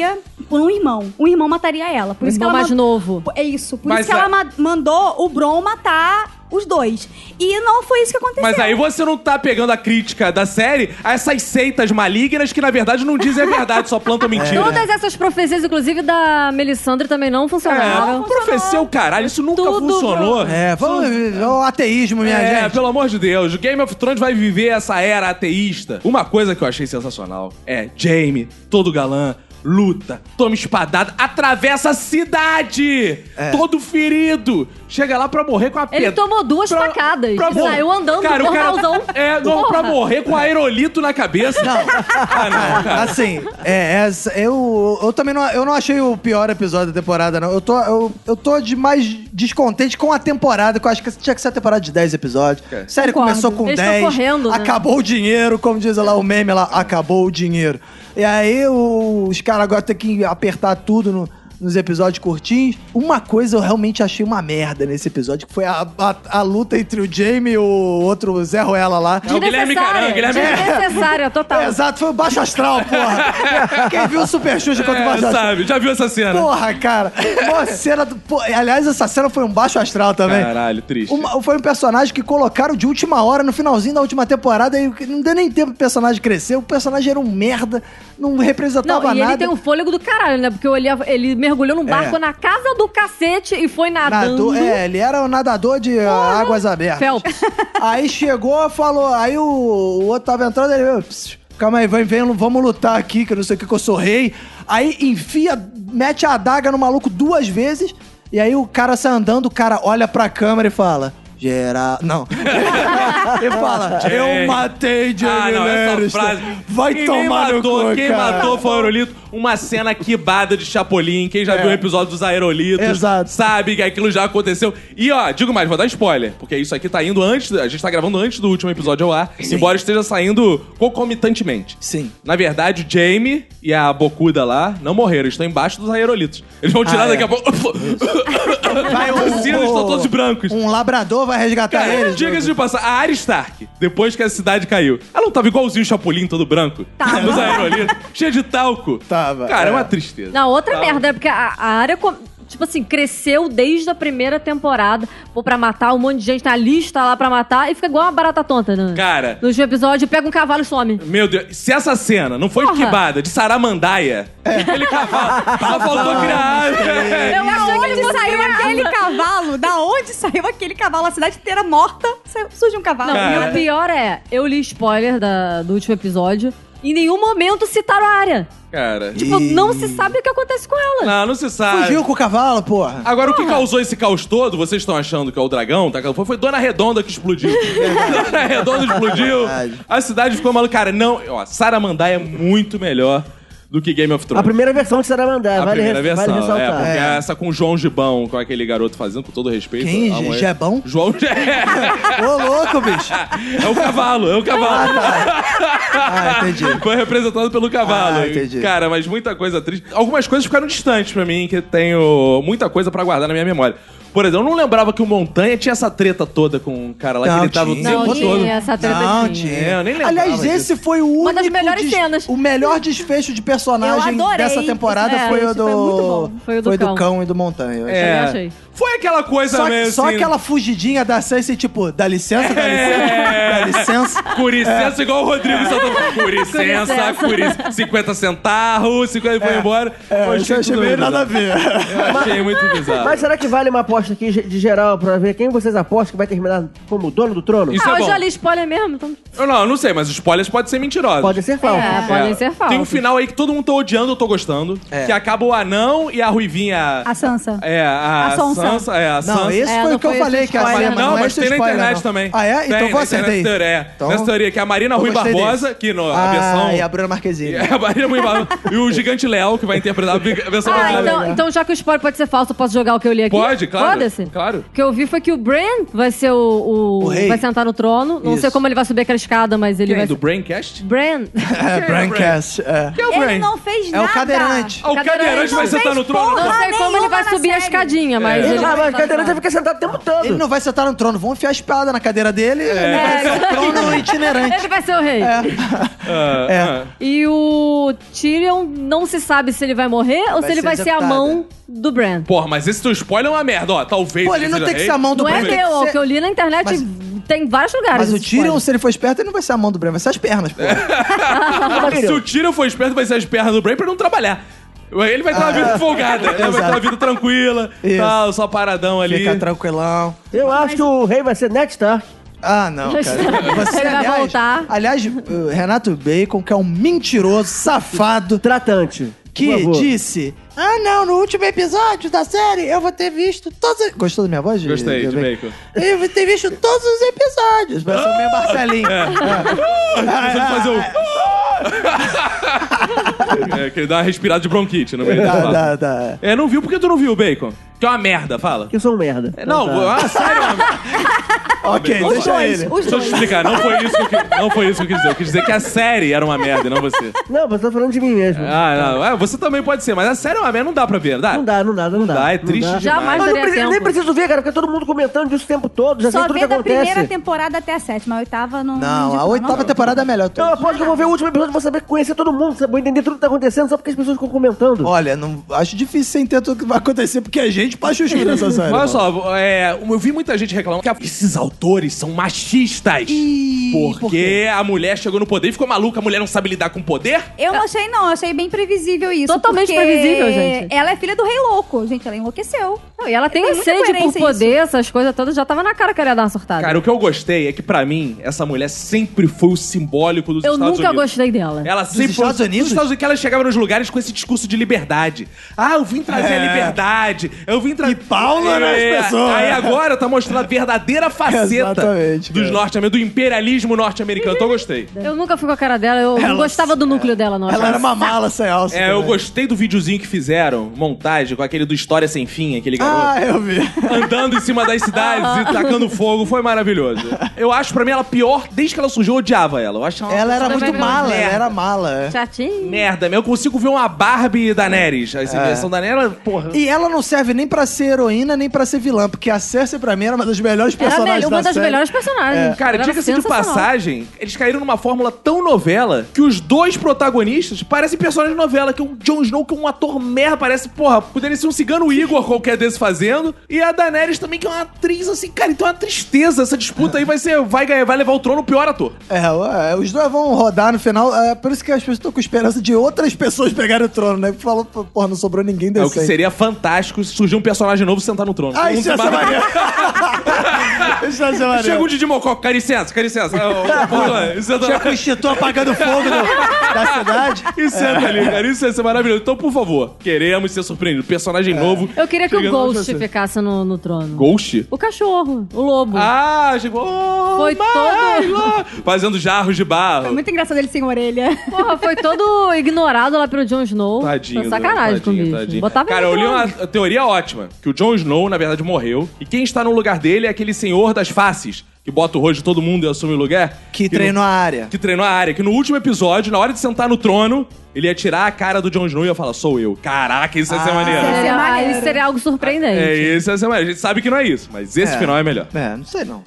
por um irmão. Um irmão mataria ela. Por
Um
isso que
irmão
ela
mais
man-
novo.
É isso. Por
Mas
isso que
a-
ela ma- mandou o Bron matar os dois. E não foi isso que aconteceu.
Mas aí você não tá pegando a crítica da série a essas seitas malignas que, na verdade, não dizem a verdade, só plantam mentira.
Todas essas profecias, inclusive da Melisandre, também não
É,
funcionaram.
profecia o caralho, isso nunca
Tudo
funcionou.
É, vamos... O ateísmo, minha
é,
gente.
pelo amor de Deus, Game of Thrones vai viver essa era ateísta. Uma coisa que eu achei sensacional é Jaime, todo galã, luta, toma espadada, atravessa a cidade, todo ferido. Chega lá pra morrer com a
Ele
ped-
tomou duas facadas e
mor-
saiu andando
cara,
por
o cara-
portalzão.
É, não, pra
Porra.
morrer com aerolito na cabeça.
Não.
Ah, não, cara.
Assim, é, essa- eu, eu também não, eu não achei o pior episódio da temporada, não. Eu tô, eu, eu tô de mais descontente com a temporada, que eu acho que tinha que ser a temporada de 10 episódios.
É.
Sério,
Concordo.
começou com
Eles tão
10.
correndo, né?
Acabou o dinheiro, como diz lá o meme lá, acabou o dinheiro. E aí o- os caras agora têm que apertar tudo no- nos episódios curtinhos. Uma coisa eu realmente achei uma merda nesse episódio, que foi a, a, a luta entre o Jamie e o outro Zé Ruela lá.
É o Guilherme Caranga, Guilherme
Desnecessária, total.
É, Exato, foi o baixo astral, porra. Quem viu o Super Xuxa contra o
É,
baixo astral?
sabe, já viu essa cena?
Porra, cara. Uma cena do... pô, aliás, essa cena foi um baixo astral também.
Caralho, triste.
Uma- foi um personagem que colocaram de última hora, no finalzinho da última temporada, e não deu nem tempo pro personagem crescer. O personagem era um merda, não
Não,
representava
e
nada.
ele tem um fôlego do caralho, né? Porque eu olhava- ele mergulhou num barco
É.
na casa do cacete e foi nadando.
Nadou- é, ele era um nadador de ah, águas abertas.
Phelps.
Aí chegou, falou. Aí o, o outro tava entrando, ele. "Pss, Calma aí, vem, vem, vamos lutar aqui, que eu não sei o que, que eu sou rei. Aí enfia, mete a adaga no maluco duas vezes. E aí o cara sai andando, o cara olha pra câmera e fala. Geral. Não. Ele fala,
Jay.
eu matei Jamie
Ah, não, essa
Lannister.
frase.
Vai
quem
tomar
matou,
no cu,
Quem
cara.
matou foi o Aerolito. Uma cena quibada de Chapolin. Quem já viu o episódio dos Aerolitos
É. Exato.
sabe que aquilo já aconteceu. E ó, digo mais, vou dar spoiler, porque isso aqui tá indo antes, a gente tá gravando antes do último episódio ao ar, embora esteja saindo concomitantemente.
Sim.
Na verdade, o Jamie e a Bocuda lá não morreram, estão embaixo dos aerolitos. Eles vão tirar
Ah, é.
daqui a pouco. Vai, os sinos estão todos brancos.
Um labrador vai resgatar
Cara,
eles.
diga-se de passar, a Arya Stark, depois que a cidade caiu, ela não tava igualzinho o Chapolin, todo branco?
Tava.
Nos aerolitos, cheia de talco.
Tava,
Cara, é
é.
uma tristeza.
Na outra merda, é porque né? a, a área. co- tipo assim, cresceu desde a primeira temporada. Pô, pra matar um monte de gente, tá a lista lá pra matar e fica igual uma barata tonta, né?
Cara.
No último episódio, pega um cavalo e some.
Meu Deus, se essa cena não foi
Porra.
esquivada de Saramandaia,
É.
aquele cavalo, só faltou criar.
Eu
Da
achei que ele
onde
fosse
saiu
ganhar.
aquele cavalo? Da onde saiu aquele cavalo? A cidade inteira morta, saiu- surge um cavalo.
Não,
Cara.
e o pior é, eu li spoiler da- do último episódio. Em nenhum momento citaram a área.
Cara,
Tipo,
Ih.
não se sabe o que acontece com ela.
não, não se sabe.
Fugiu com o cavalo, porra.
Agora, o que causou esse caos todo, vocês estão achando que é o dragão, tá? Foi, foi Dona Redonda que explodiu. Dona Redonda explodiu.
Verdade.
A cidade ficou maluca. Cara, não, ó, Saramandaia é muito melhor do que Game of
A
Thrones.
primeira versão de Saramandá,
A
vale,
primeira
res- vale
versão, é,
ressaltar.
porque
É.
essa com o João Gibão, com aquele garoto fazendo, com todo respeito.
Quem?
amo ele.
Gebão?
João é,
Ô, louco, bicho.
é o cavalo, é o cavalo.
Ah, tá, entendi.
Foi representado pelo cavalo.
Ah, entendi.
Cara, mas muita coisa triste. Algumas coisas ficaram distantes pra mim, que eu tenho muita coisa pra guardar na minha memória. Por exemplo, eu não lembrava que o Montanha tinha essa treta toda com um cara lá
Não,
que ele tava o
tinha.
tempo
Não,
todo.
tinha essa treta
Não,
de
tinha.
É, eu nem lembrava
Aliás, esse foi o único.
das melhores cenas.
O melhor desfecho de personagem
Eu adorei.
dessa temporada
É,
foi o
esse
do.
foi muito bom. Foi o do
do
cão.
cão e do montanha. eu achei.
É.
Eu achei.
Foi aquela coisa
Só,
mesmo.
só
assim,
aquela fugidinha da Cersei, tipo, dá licença, dá
É.
licença, dá licença.
Por licença, igual o Rodrigo Santana. falou, Por licença,
É. licença.
por licença. 50 centavos, 50 e foi embora.
É,
Eu
isso eu achei
tudo
meio
muito
nada a
bizarro.
ver.
Eu achei muito bizarro.
Mas será que vale uma aposta aqui de geral pra ver quem vocês apostam que vai terminar como dono do trono?
Isso
ah,
é
eu
bom.
já li spoiler mesmo. Então...
Eu Não, eu não sei, mas os spoilers podem ser mentirosos.
Pode ser falso.
É, podem ser falsos.
Tem um final aí que todo mundo tá odiando, eu tô gostando.
É.
Que acaba o anão e a ruivinha.
A Sansa.
É, a,
A Sansa.
Sansa. É, a
Não,
Sansa.
esse
É,
foi
não
o que eu
foi esse
falei, que a
spoiler,
Marina
não.
Não,
é
mas
esse
tem na
spoiler,
internet
não.
também.
Ah, é? Então
tem,
eu vou
na internet,
acertei.
É.
Então-
Nessa teoria que é a Marina
Eu
Rui
gostei
Barbosa,
desse.
que no, a
Ah,
versão.
e a Bruna Marquezine.
É, a Marina Rui Barbosa. e o Gigante Léo, que vai interpretar a versão
Ah,
brasileira.
então, então já que o spoiler pode ser falso, eu posso jogar o que eu li aqui?
Pode, claro.
Foda-se.
Claro.
O que eu vi foi que o Bran vai ser o... O,
O rei.
Vai sentar no trono. Não
Isso.
sei como ele vai subir aquela escada, mas ele
Quem?
vai...
Do Braincast?
Bran...
É, Braincast. É.
Quem é o
Ele
Brain?
não fez
É
nada.
o cadeirante.
Ah, o cadeirante
Ele
vai
não
sentar
fez
no trono.
Não sei como ele vai
Ah, Nenhuma
subir
na
a
série.
escadinha, mas...
É.
Ele
Ele, ah,
vai
mas
sentar no
cadeirante vai
trono.
ficar sentado o tempo todo.
Ele não vai sentar no trono, vão enfiar a espada na cadeira dele. Ele vai ser o trono itinerante.
Ele vai ser o rei.
Ah,
É.
ah.
E o Tyrion não se sabe se ele vai morrer ou se ele
ser
vai ser a
executada.
mão do Bran.
Porra, mas esse teu spoiler é uma merda, ó. Talvez.
Pô, ele não
seja
tem que
rei.
ser a mão do
Não é
Bran. tem
meu,
que
ó,
ser-
que eu li na internet tem vários lugares.
Mas o
esse
Tyrion,
spoiler.
se ele for esperto, ele não vai ser a mão do Bran, vai ser as pernas, pô.
Ah, Se o Tyrion for esperto, vai ser as pernas do Brain pra não trabalhar. Ele vai ter uma vida folgada, ele vai ter uma
Ah. Exato.
vida tranquila,
Isso.
tal, só paradão ali.
Fica tranquilão.
Eu acho que o rei vai ser tá? Ned Stark.
Ah, não, cara. Você,
Ele vai
aliás,
voltar.
aliás, uh, Renato Bacon, que é um mentiroso, safado,
Tratante. Por
que
favor.
disse: Ah, não, no último episódio da série eu vou ter visto todos. os-" Gostou da minha voz?
Gostei de
Bacon?
bacon.
Eu vou ter visto todos os episódios. Mas eu sou meio Marcelinho.
Começando a fazer o. é, que ele dá uma respirada de bronquite no meio do
Dá,
papo.
dá, dá.
É, não viu? Por que tu não viu o bacon? Que é uma merda, fala.
Que eu sou um merda.
É, Não,
Então tá.
ah, sério,
Ok,
Os
deixa
dois,
ele.
os
deixa eu te
dois.
explicar. Não foi, isso que eu, que- não foi isso que eu quis dizer. Eu quis dizer que a série era uma merda e não você.
Não, mas eu tô falando de mim mesmo.
Ah, não. É, você também pode ser, mas a série é uma merda, não dá pra ver, não dá?
Não dá, não dá, não, dá.
dá, é triste
Não dá.
demais.
Jamais
Mas eu
daria
preciso-
tempo.
nem preciso ver, cara, porque todo mundo comentando disso o tempo todo, já sei
Só
tudo
vê
que
da primeira
acontece.
temporada até a sétima. A oitava
tá
não.
Não, a
indico,
oitava temporada é a melhor. de
Então eu
todas.
aposto que eu vou ver o último episódio e vou saber conhecer todo mundo, sabe? vou entender tudo que tá acontecendo só porque as pessoas ficam comentando.
Olha, não, acho difícil você entender tudo que vai acontecer, porque a gente passa os nessa
Olha
série. mano.
só, é, eu vi muita gente reclamando que esses autores são machistas.
Ih,
porque
por quê?
a mulher chegou no poder e ficou maluca, a mulher não sabe lidar com o poder?
Eu não achei, não. Eu Achei bem previsível isso.
Totalmente
porque
previsível, gente.
Ela é filha do Rei Louco. Gente, ela enlouqueceu.
Não, e ela tem
Tem
um
muita
sede por
coerência
poder, essas coisas todas, já tava na cara que ela ia dar uma surtada.
Cara, o que eu gostei é que pra mim, essa mulher sempre foi o simbólico dos
eu
Estados
nunca
Unidos.
gostei dela.
Ela sempre
Dos Estados
foi-
Unidos?
Dos Estados Unidos, que ela chegava nos lugares com esse discurso de liberdade. Ah, eu vim trazer a
É.
liberdade. Eu vim trazer.
E Paula nas pessoas.
Aí agora tá mostrando a verdadeira faceta
Exatamente, é.
dos
cara.
norte do imperialismo norte-americano. Então eu gostei.
Eu nunca fui com a cara dela, eu
Ela-
não gostava do núcleo dela, não.
Ela era uma mala sem alça.
É, eu
também.
gostei do videozinho que fizeram, montagem, com aquele do História Sem Fim, aquele garoto.
Ah, eu vi.
andando em cima das cidades e tacando fogo. Foi maravilhoso. Eu acho, pra mim, ela pior. Desde que ela surgiu, eu odiava ela. Eu acho ela,
Ela era
Também
muito
não.
mala, ela
Merda.
era mala. é.
Chatinho.
merda. Eu consigo ver uma Barbie da Neres. Essa
É.
versão da Neres, porra.
E ela não serve nem pra ser heroína, nem pra ser vilã, porque a Cersei pra mim era uma das melhores
Era
é
personagens
uma das
série.
melhores personagens.
Cara,
Ela era
diga-se de
sensacional.
passagem, eles caíram numa fórmula tão novela que os dois protagonistas parecem personagens de novela, que é um Jon Snow, que é um ator merda, parece, porra, poderia ser um cigano Igor qualquer desse fazendo, e a Daenerys também, que é uma atriz, assim, cara, então é uma tristeza, essa disputa aí vai ser, vai ganhar, vai levar o trono o pior ator.
É, ué, os dois vão rodar no final. É por isso que as pessoas estão com esperança de outras pessoas pegarem o trono, né? Falou, pô, porra, não sobrou ninguém
É
decente.
o que seria um fantástico se surgir um personagem novo e sentar no trono.
Ah,
Todo
isso ia
mundo
ser
se
maneiro. Isso ia ser maneiro.
Chega o Didi Mocó, com licença, com licença. Ah, o- o- vamos lá, isso é da-
Chega o extintor apagando fogo do- da cidade.
Isso é, ali, cara. Isso é maravilhoso. Então, por favor, queremos ser surpreendidos. Personagem novo.
Eu queria que o
chegando onde
Ghost
você-
ficasse no, no trono.
Ghost?
O cachorro, o lobo.
Ah, chegou. Oh,
Foi
Myla! Fazendo jarros de
Foi
barro.
muito engraçado ele sem orelha.
Porra, foi todo ignorado lá pelo Jon Snow.
Tadinho.
Foi
do-
sacanagem com o bicho. Botava
Cara,
ele
eu
no
li uma
trono.
teoria ótima: que o Jon Snow, na verdade, morreu. E quem está no lugar dele é aquele senhor das faces, que bota o rosto de todo mundo e assume o lugar.
Que
no-
treinou a área.
Que treinou a área. Que no último episódio, na hora de sentar no trono, ele ia tirar a cara do Jon Snow e ia falar: sou eu. Caraca, isso ia ser
Ah.
maneiro.
Seria
Seria,
maneiro.
aí seria algo surpreendente.
É, isso ia ser maneiro. A gente sabe que não é isso, mas esse
É.
final é melhor.
É, não sei não.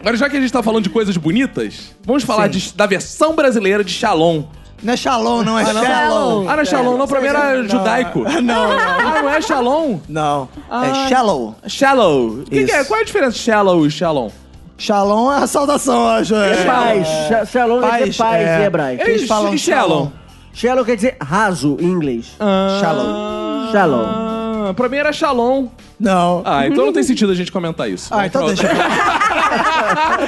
Agora, já que a gente tá falando de coisas bonitas, vamos falar de- da versão brasileira de Shalom.
Não é Shalom, não, é
não.
Shalom.
Ah, não é Shalom, não, pra mim era
Não.
judaico.
Não, não.
Ah, não é Shalom?
Não,
Ah.
é Shallow.
Shallow. O que,
Isso.
que é? Qual é a diferença de Shallow e Shalom?
Shalom é a saudação, eu acho.
É paz. Sha- Shalom quer dizer paz
é.
em hebraico.
É.
Eles falam
E Shalom?
Shalom.
Shalom quer dizer raso em inglês.
Ah, Shalom.
Shalom.
Ah, pra mim era Shalom.
Não.
Ah, então não tem sentido a gente comentar isso.
Ah, então
Vamos pra
deixa.
outra.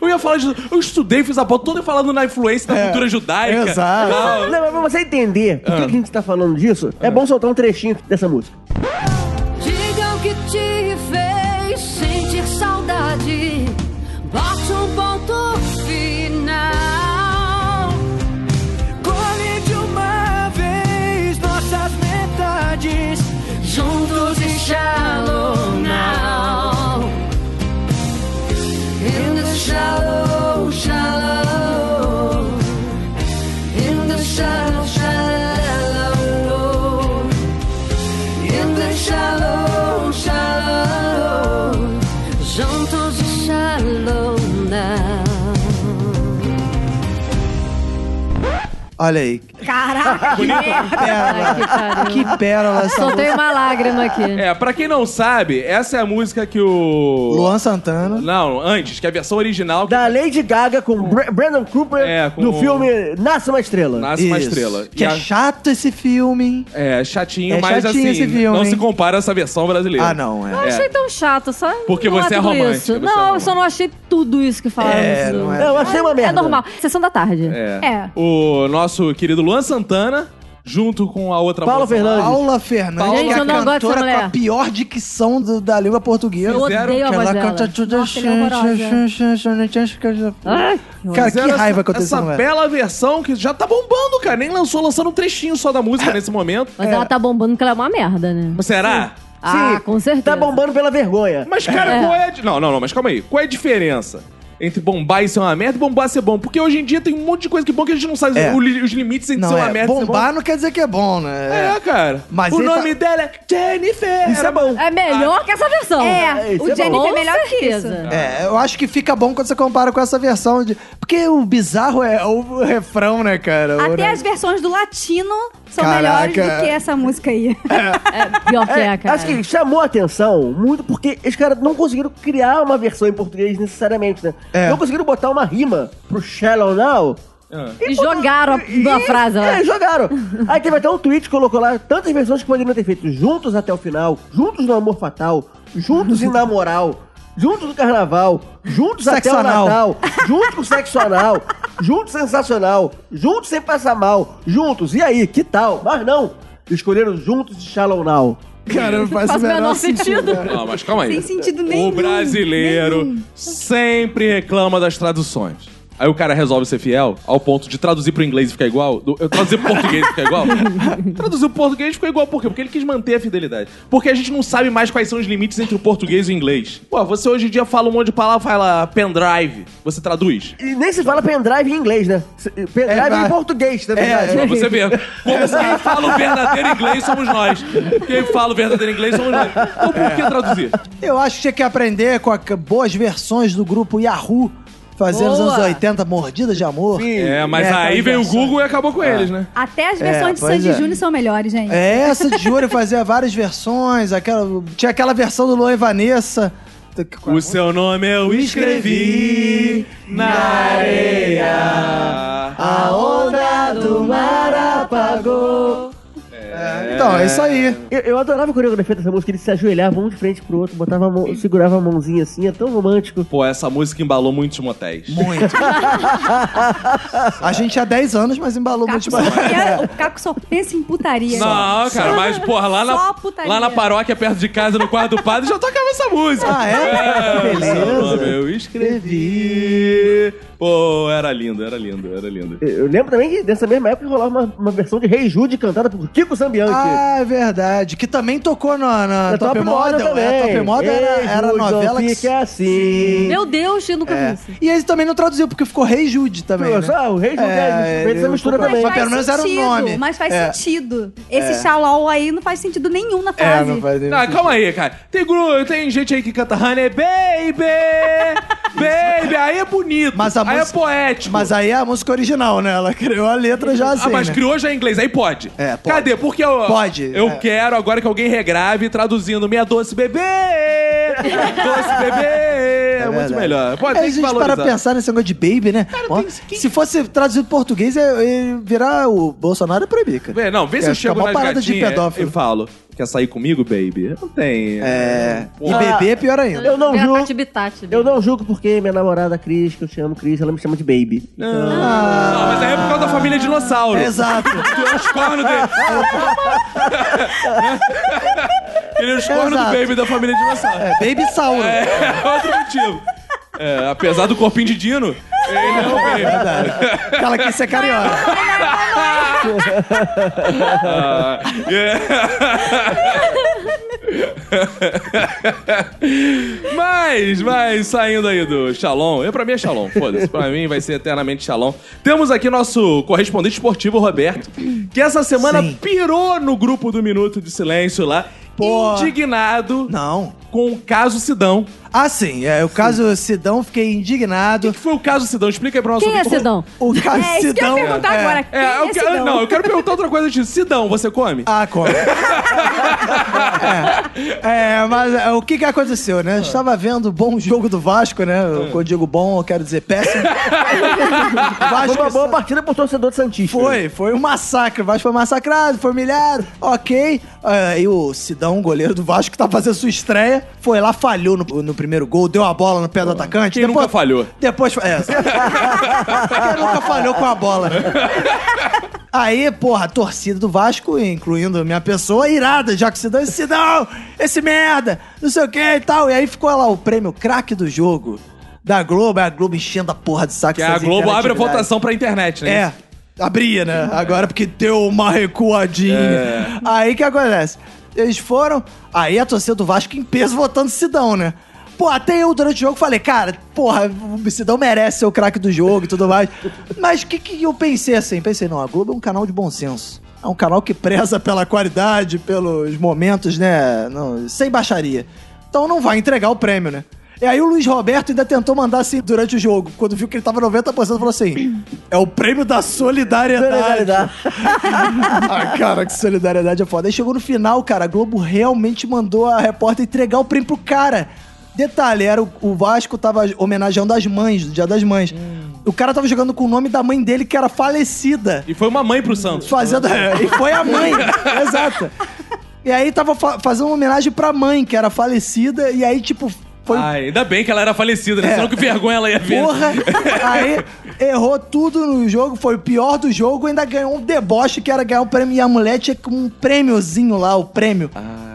Eu ia falar de... Eu estudei, fiz a pauta toda falando na influência da
É.
cultura judaica.
Exato.
Não. Ah.
Não, mas pra você entender por que, que a gente tá falando disso, é bom soltar um trechinho dessa música.
Diga o que te fez sentir saudade. Bote um ponto final. Colhe de uma vez nossas metades. Juntos e shallow now. In the shallow, shallow. In the shallow, shallow. In the shallow, shallow, juntos e shallow now.
Olha aí.
Caraca, merda.
Ai, que
Pérola.
pariu.
Que pérola essa
Soltei uma lágrima aqui.
É, pra quem não sabe, essa é a música que o...
Luan Santana.
Não, antes, que é a versão original que
Da Lady Gaga com Bra- Brandon Cooper
É, com
do
o-
filme Nasce uma Estrela.
nasce uma
Isso.
estrela.
Que
E
é
a-
chato esse filme, hein?
É, chatinho,
É
mas
chatinho
assim,
esse filme,
não se
hein?
compara a essa versão brasileira.
Ah, não,
Eu
é.
não
É.
achei tão chato, só.
Porque
não
você é
tudo
romântica,
isso.
você é
não, eu
romântica.
só não achei tudo isso que falaram.
É,
isso.
não é.
Não, eu achei uma
É
merda.
normal. Sessão da tarde.
É.
É.
O nosso querido Luan Santana, junto com a outra
Paulo
moça lá,
Fernandes.
Paula Fernandes,
Gente,
que é
eu
a
não gosto dessa
cantora com a
mulher.
pior dicção do- da língua portuguesa.
Eu
Fizeram
odeio a
Que
voz
ela
dela.
canta tudo
Nossa, ela é
assim.
Ai,
Cara, que
fizeram essa-
raiva que eu tenho
Essa
dessa mulher.
bela versão que já tá bombando, cara. Nem lançou, lançando um trechinho só da música nesse momento.
Mas ela tá bombando porque ela é uma merda, né?
Mas será?
Ah, com certeza.
Tá bombando pela vergonha.
Mas, cara, qual é a... di- Não, não, não, mas calma aí. Qual é a diferença? Entre bombar e ser uma merda e bombar e ser bom. Porque hoje em dia tem um monte de coisa que é bom que a gente não sabe
É.
o li- os limites entre ser
Não,
uma
é,
merda e ser bom.
bombar não quer dizer que é bom, né?
É, cara.
Mas tá
o
ele
nome dela é Jennifer.
Isso é bom.
É melhor que essa versão.
É,
isso
o
é bom.
Jennifer é
Com
melhor que isso.
certeza.
É, eu acho que fica bom quando você compara com essa versão de... Porque o bizarro é o refrão, né, cara? O-
Até as versões do latino são
Caraca.
melhores do que essa música aí.
É pior que
É,
é, cara.
acho que chamou a atenção muito porque esses caras não conseguiram criar uma versão em português necessariamente, né?
É.
Não conseguiram botar uma rima pro Shallow Now.
E jogaram a- uma frase lá.
É, jogaram. Aí teve até um tweet que colocou lá tantas versões que poderiam ter feito juntos até o final, juntos no amor fatal, juntos em namoral, juntos no carnaval, juntos
Sexo
até
anal.
o Natal, juntos com sexo anal, juntos sensacional, juntos sem passar mal, juntos. E aí, que tal? Mas não, escolheram juntos de Shallow Now.
Cara, não faz,
Faz o menor sentido.
né?
Não, mas calma aí.
Sem sentido
O
nenhum,
brasileiro sempre reclama das traduções. Aí o cara resolve ser fiel ao ponto de traduzir pro inglês e ficar igual. do- Eu traduzir pro português e ficar igual. Traduzir pro português ficou igual por quê? Porque ele quis manter a fidelidade. Porque a gente não sabe mais quais são os limites entre o português e o inglês. Pô, você hoje em dia fala um monte de palavra, fala pendrive. Você traduz?
E nem se fala pendrive em inglês, né? Se- Pendrive
vai.
em português, na verdade.
Pra você ver. Como quem fala o verdadeiro inglês somos nós. Quem fala o verdadeiro inglês somos nós. Então por que traduzir?
Eu acho que tinha que aprender com a- boas versões do grupo Yahoo, fazendo os
Boa.
anos 80, mordidas de amor.
É, mas
É,
aí
aquelas
veio o
versões.
Google e acabou com eles, né?
Até as versões de
pois
Sandy
é.
Júnior são melhores, gente.
É, essa de Júlio fazia várias versões, aquela, tinha aquela versão do Luan e Vanessa. é?
O seu nome eu escrevi na areia.
A onda do mar apagou. É, então, é isso aí.
Eu, eu adorava a coreografia dessa música, eles se ajoelhavam um de frente pro outro, botava a mão, segurava a mãozinha assim, é tão romântico.
Pô, essa música embalou muitos motéis.
Muito. A gente há 10 anos, mas embalou
Caco
muito
só quer- Tá o Caco só pensa em putaria.
Não, cara, mas porra, lá
Só
na,
putaria.
lá na paróquia perto de casa, no quarto do padre, já tocava essa música.
Ah, é? Que
o seu
beleza.
nome eu escrevi. Pô, era lindo, era lindo, era lindo.
Eu eu lembro também que nessa mesma época rolava uma, uma versão de Rei Jude cantada por Kiko Zambianchi.
Ah, é verdade. Que também tocou na, na
Da
Top, Model. É, Top Model era,
Ei,
era a
Jude, não
novela que...
fica assim.
Meu Deus, eu nunca vi
É.
isso.
E eles também não traduziu, porque ficou Rei Jude também, né?
Ah, o Rei Jude é, é, essa
eu-
mistura
mas
também.
faz- pelo menos era um nome.
Mas faz
É.
sentido. Esse xalol aí não faz sentido nenhum na
É,
frase.
não faz nem
Ah, calma aí, cara. Tem, gru, tem gente aí que canta Honey Baby, Baby, aí é bonito,
Mas a
aí
música-
é poético.
Mas aí é a música original, né? Ela criou a letra já assim,
ah, mas
né?
criou já em inglês, aí pode.
É, pode.
Cadê? Porque eu,
Pode,
eu
é.
quero agora que alguém regrave traduzindo Minha Doce Bebê, Doce Bebê. É, muito
verdade.
melhor. Pode,
É,
tem
a
que
gente para
valorizar.
pensar nesse negócio de baby, né? Ó, Se fosse traduzido em português, é- ele virar o Bolsonaro é proibir, cara.
Vê, não, vê se
É,
eu chego
fica uma
nas
parada de
gatinhas
pedófilo.
e falo, quer sair comigo, baby? Não tem.
É. E
Porra.
bebê é pior ainda.
Eu não
Era
julgo.
Tati Bitati.
Eu não julgo porque minha namorada Cris, que eu te amo Cris, ela me chama de Baby. Então,
Não, mas aí é por causa da família dinossauro.
Ah, Exato.
Ele é os cornos dele. Ele é os cornos do
Exato.
baby da família dinossauro.
É, baby Sauro.
É outro motivo. É, apesar do corpinho de Dino, ele é o baby.
Verdade. Aquela que isso é carioca.
Ah, é. mas, mas, saindo aí do Shalom, eu pra mim é Shalom, foda-se, pra mim vai ser eternamente Shalom. Temos aqui nosso correspondente esportivo, Roberto, que essa semana
Sim.
pirou no grupo do Minuto de Silêncio lá,
Pô.
indignado
Não.
com o caso Sidão.
Ah, sim. É, o caso Sidão, fiquei
O
indignado.
que foi o caso Sidão? Explica aí pra nós.
Quem é Sidão?
O caso
É, isso que eu ia
Sidão...
perguntar
é.
agora. Quem
É, eu
é
quero-
Sidão?
não, eu quero perguntar outra coisa de Sidão, você come?
Ah, como? é. É, mas é, o que que aconteceu, né? Eu estava vendo o bom jogo do Vasco, né?
É.
Eu- Quando eu digo bom, eu quero dizer péssimo.
Foi
Vasco
uma boa partida pro torcedor do Santista.
Foi, foi um massacre. O Vasco foi massacrado, foi humilhado. Ok. Aí o Sidão, goleiro do Vasco, que tá fazendo sua estreia, foi lá, falhou no, no primeiro gol, deu a bola no pé do atacante.
Quem nunca falhou?
Depois. É, quem nunca falhou com a bola? Aí, porra, a torcida do Vasco, incluindo minha pessoa, irada, já que o Sidão, esse Sidão, esse merda, não sei o que e tal. E aí ficou lá o prêmio craque do jogo da Globo, é a Globo enchendo a porra de saco.
Que é a
essas
Globo abre a
interatividades.
votação pra internet, né? É.
É. Abria, né? Agora porque deu uma recuadinha. Aí o que acontece? Eles foram, aí a torcida do Vasco em peso votando Sidão, né? Pô, até eu durante o jogo falei, cara, porra, o Sidão merece ser o craque do jogo e tudo mais. Mas o que, que eu pensei assim? Pensei, não, a Globo é um canal de bom senso. É um canal que preza pela qualidade, pelos momentos, né? não- sem baixaria. Então não vai entregar o prêmio, né? E aí o Luiz Roberto ainda tentou mandar assim durante o jogo. Quando viu que ele tava 90%, falou assim: é o prêmio da solidariedade.
Solidariedade.
ah, cara, que solidariedade é foda. Aí chegou no final, cara, a Globo realmente mandou a repórter entregar o prêmio pro cara. Detalhe, era o, o Vasco tava homenageando as mães, do Dia das Mães. O cara tava jogando com o nome da mãe dele, que era falecida
E foi uma mãe pro Santos.
fazendo. é, e foi a mãe, exato. E aí tava fa- fazendo uma homenagem pra mãe, que era falecida, e aí, tipo, foi.
Ai, ainda bem que ela era falecida, né?
É.
Senão que vergonha ela ia ver.
Porra! Aí errou tudo no jogo, foi o pior do jogo, ainda ganhou um deboche que era ganhar um prêmio. E a mulher tinha um prêmiozinho lá, o prêmio.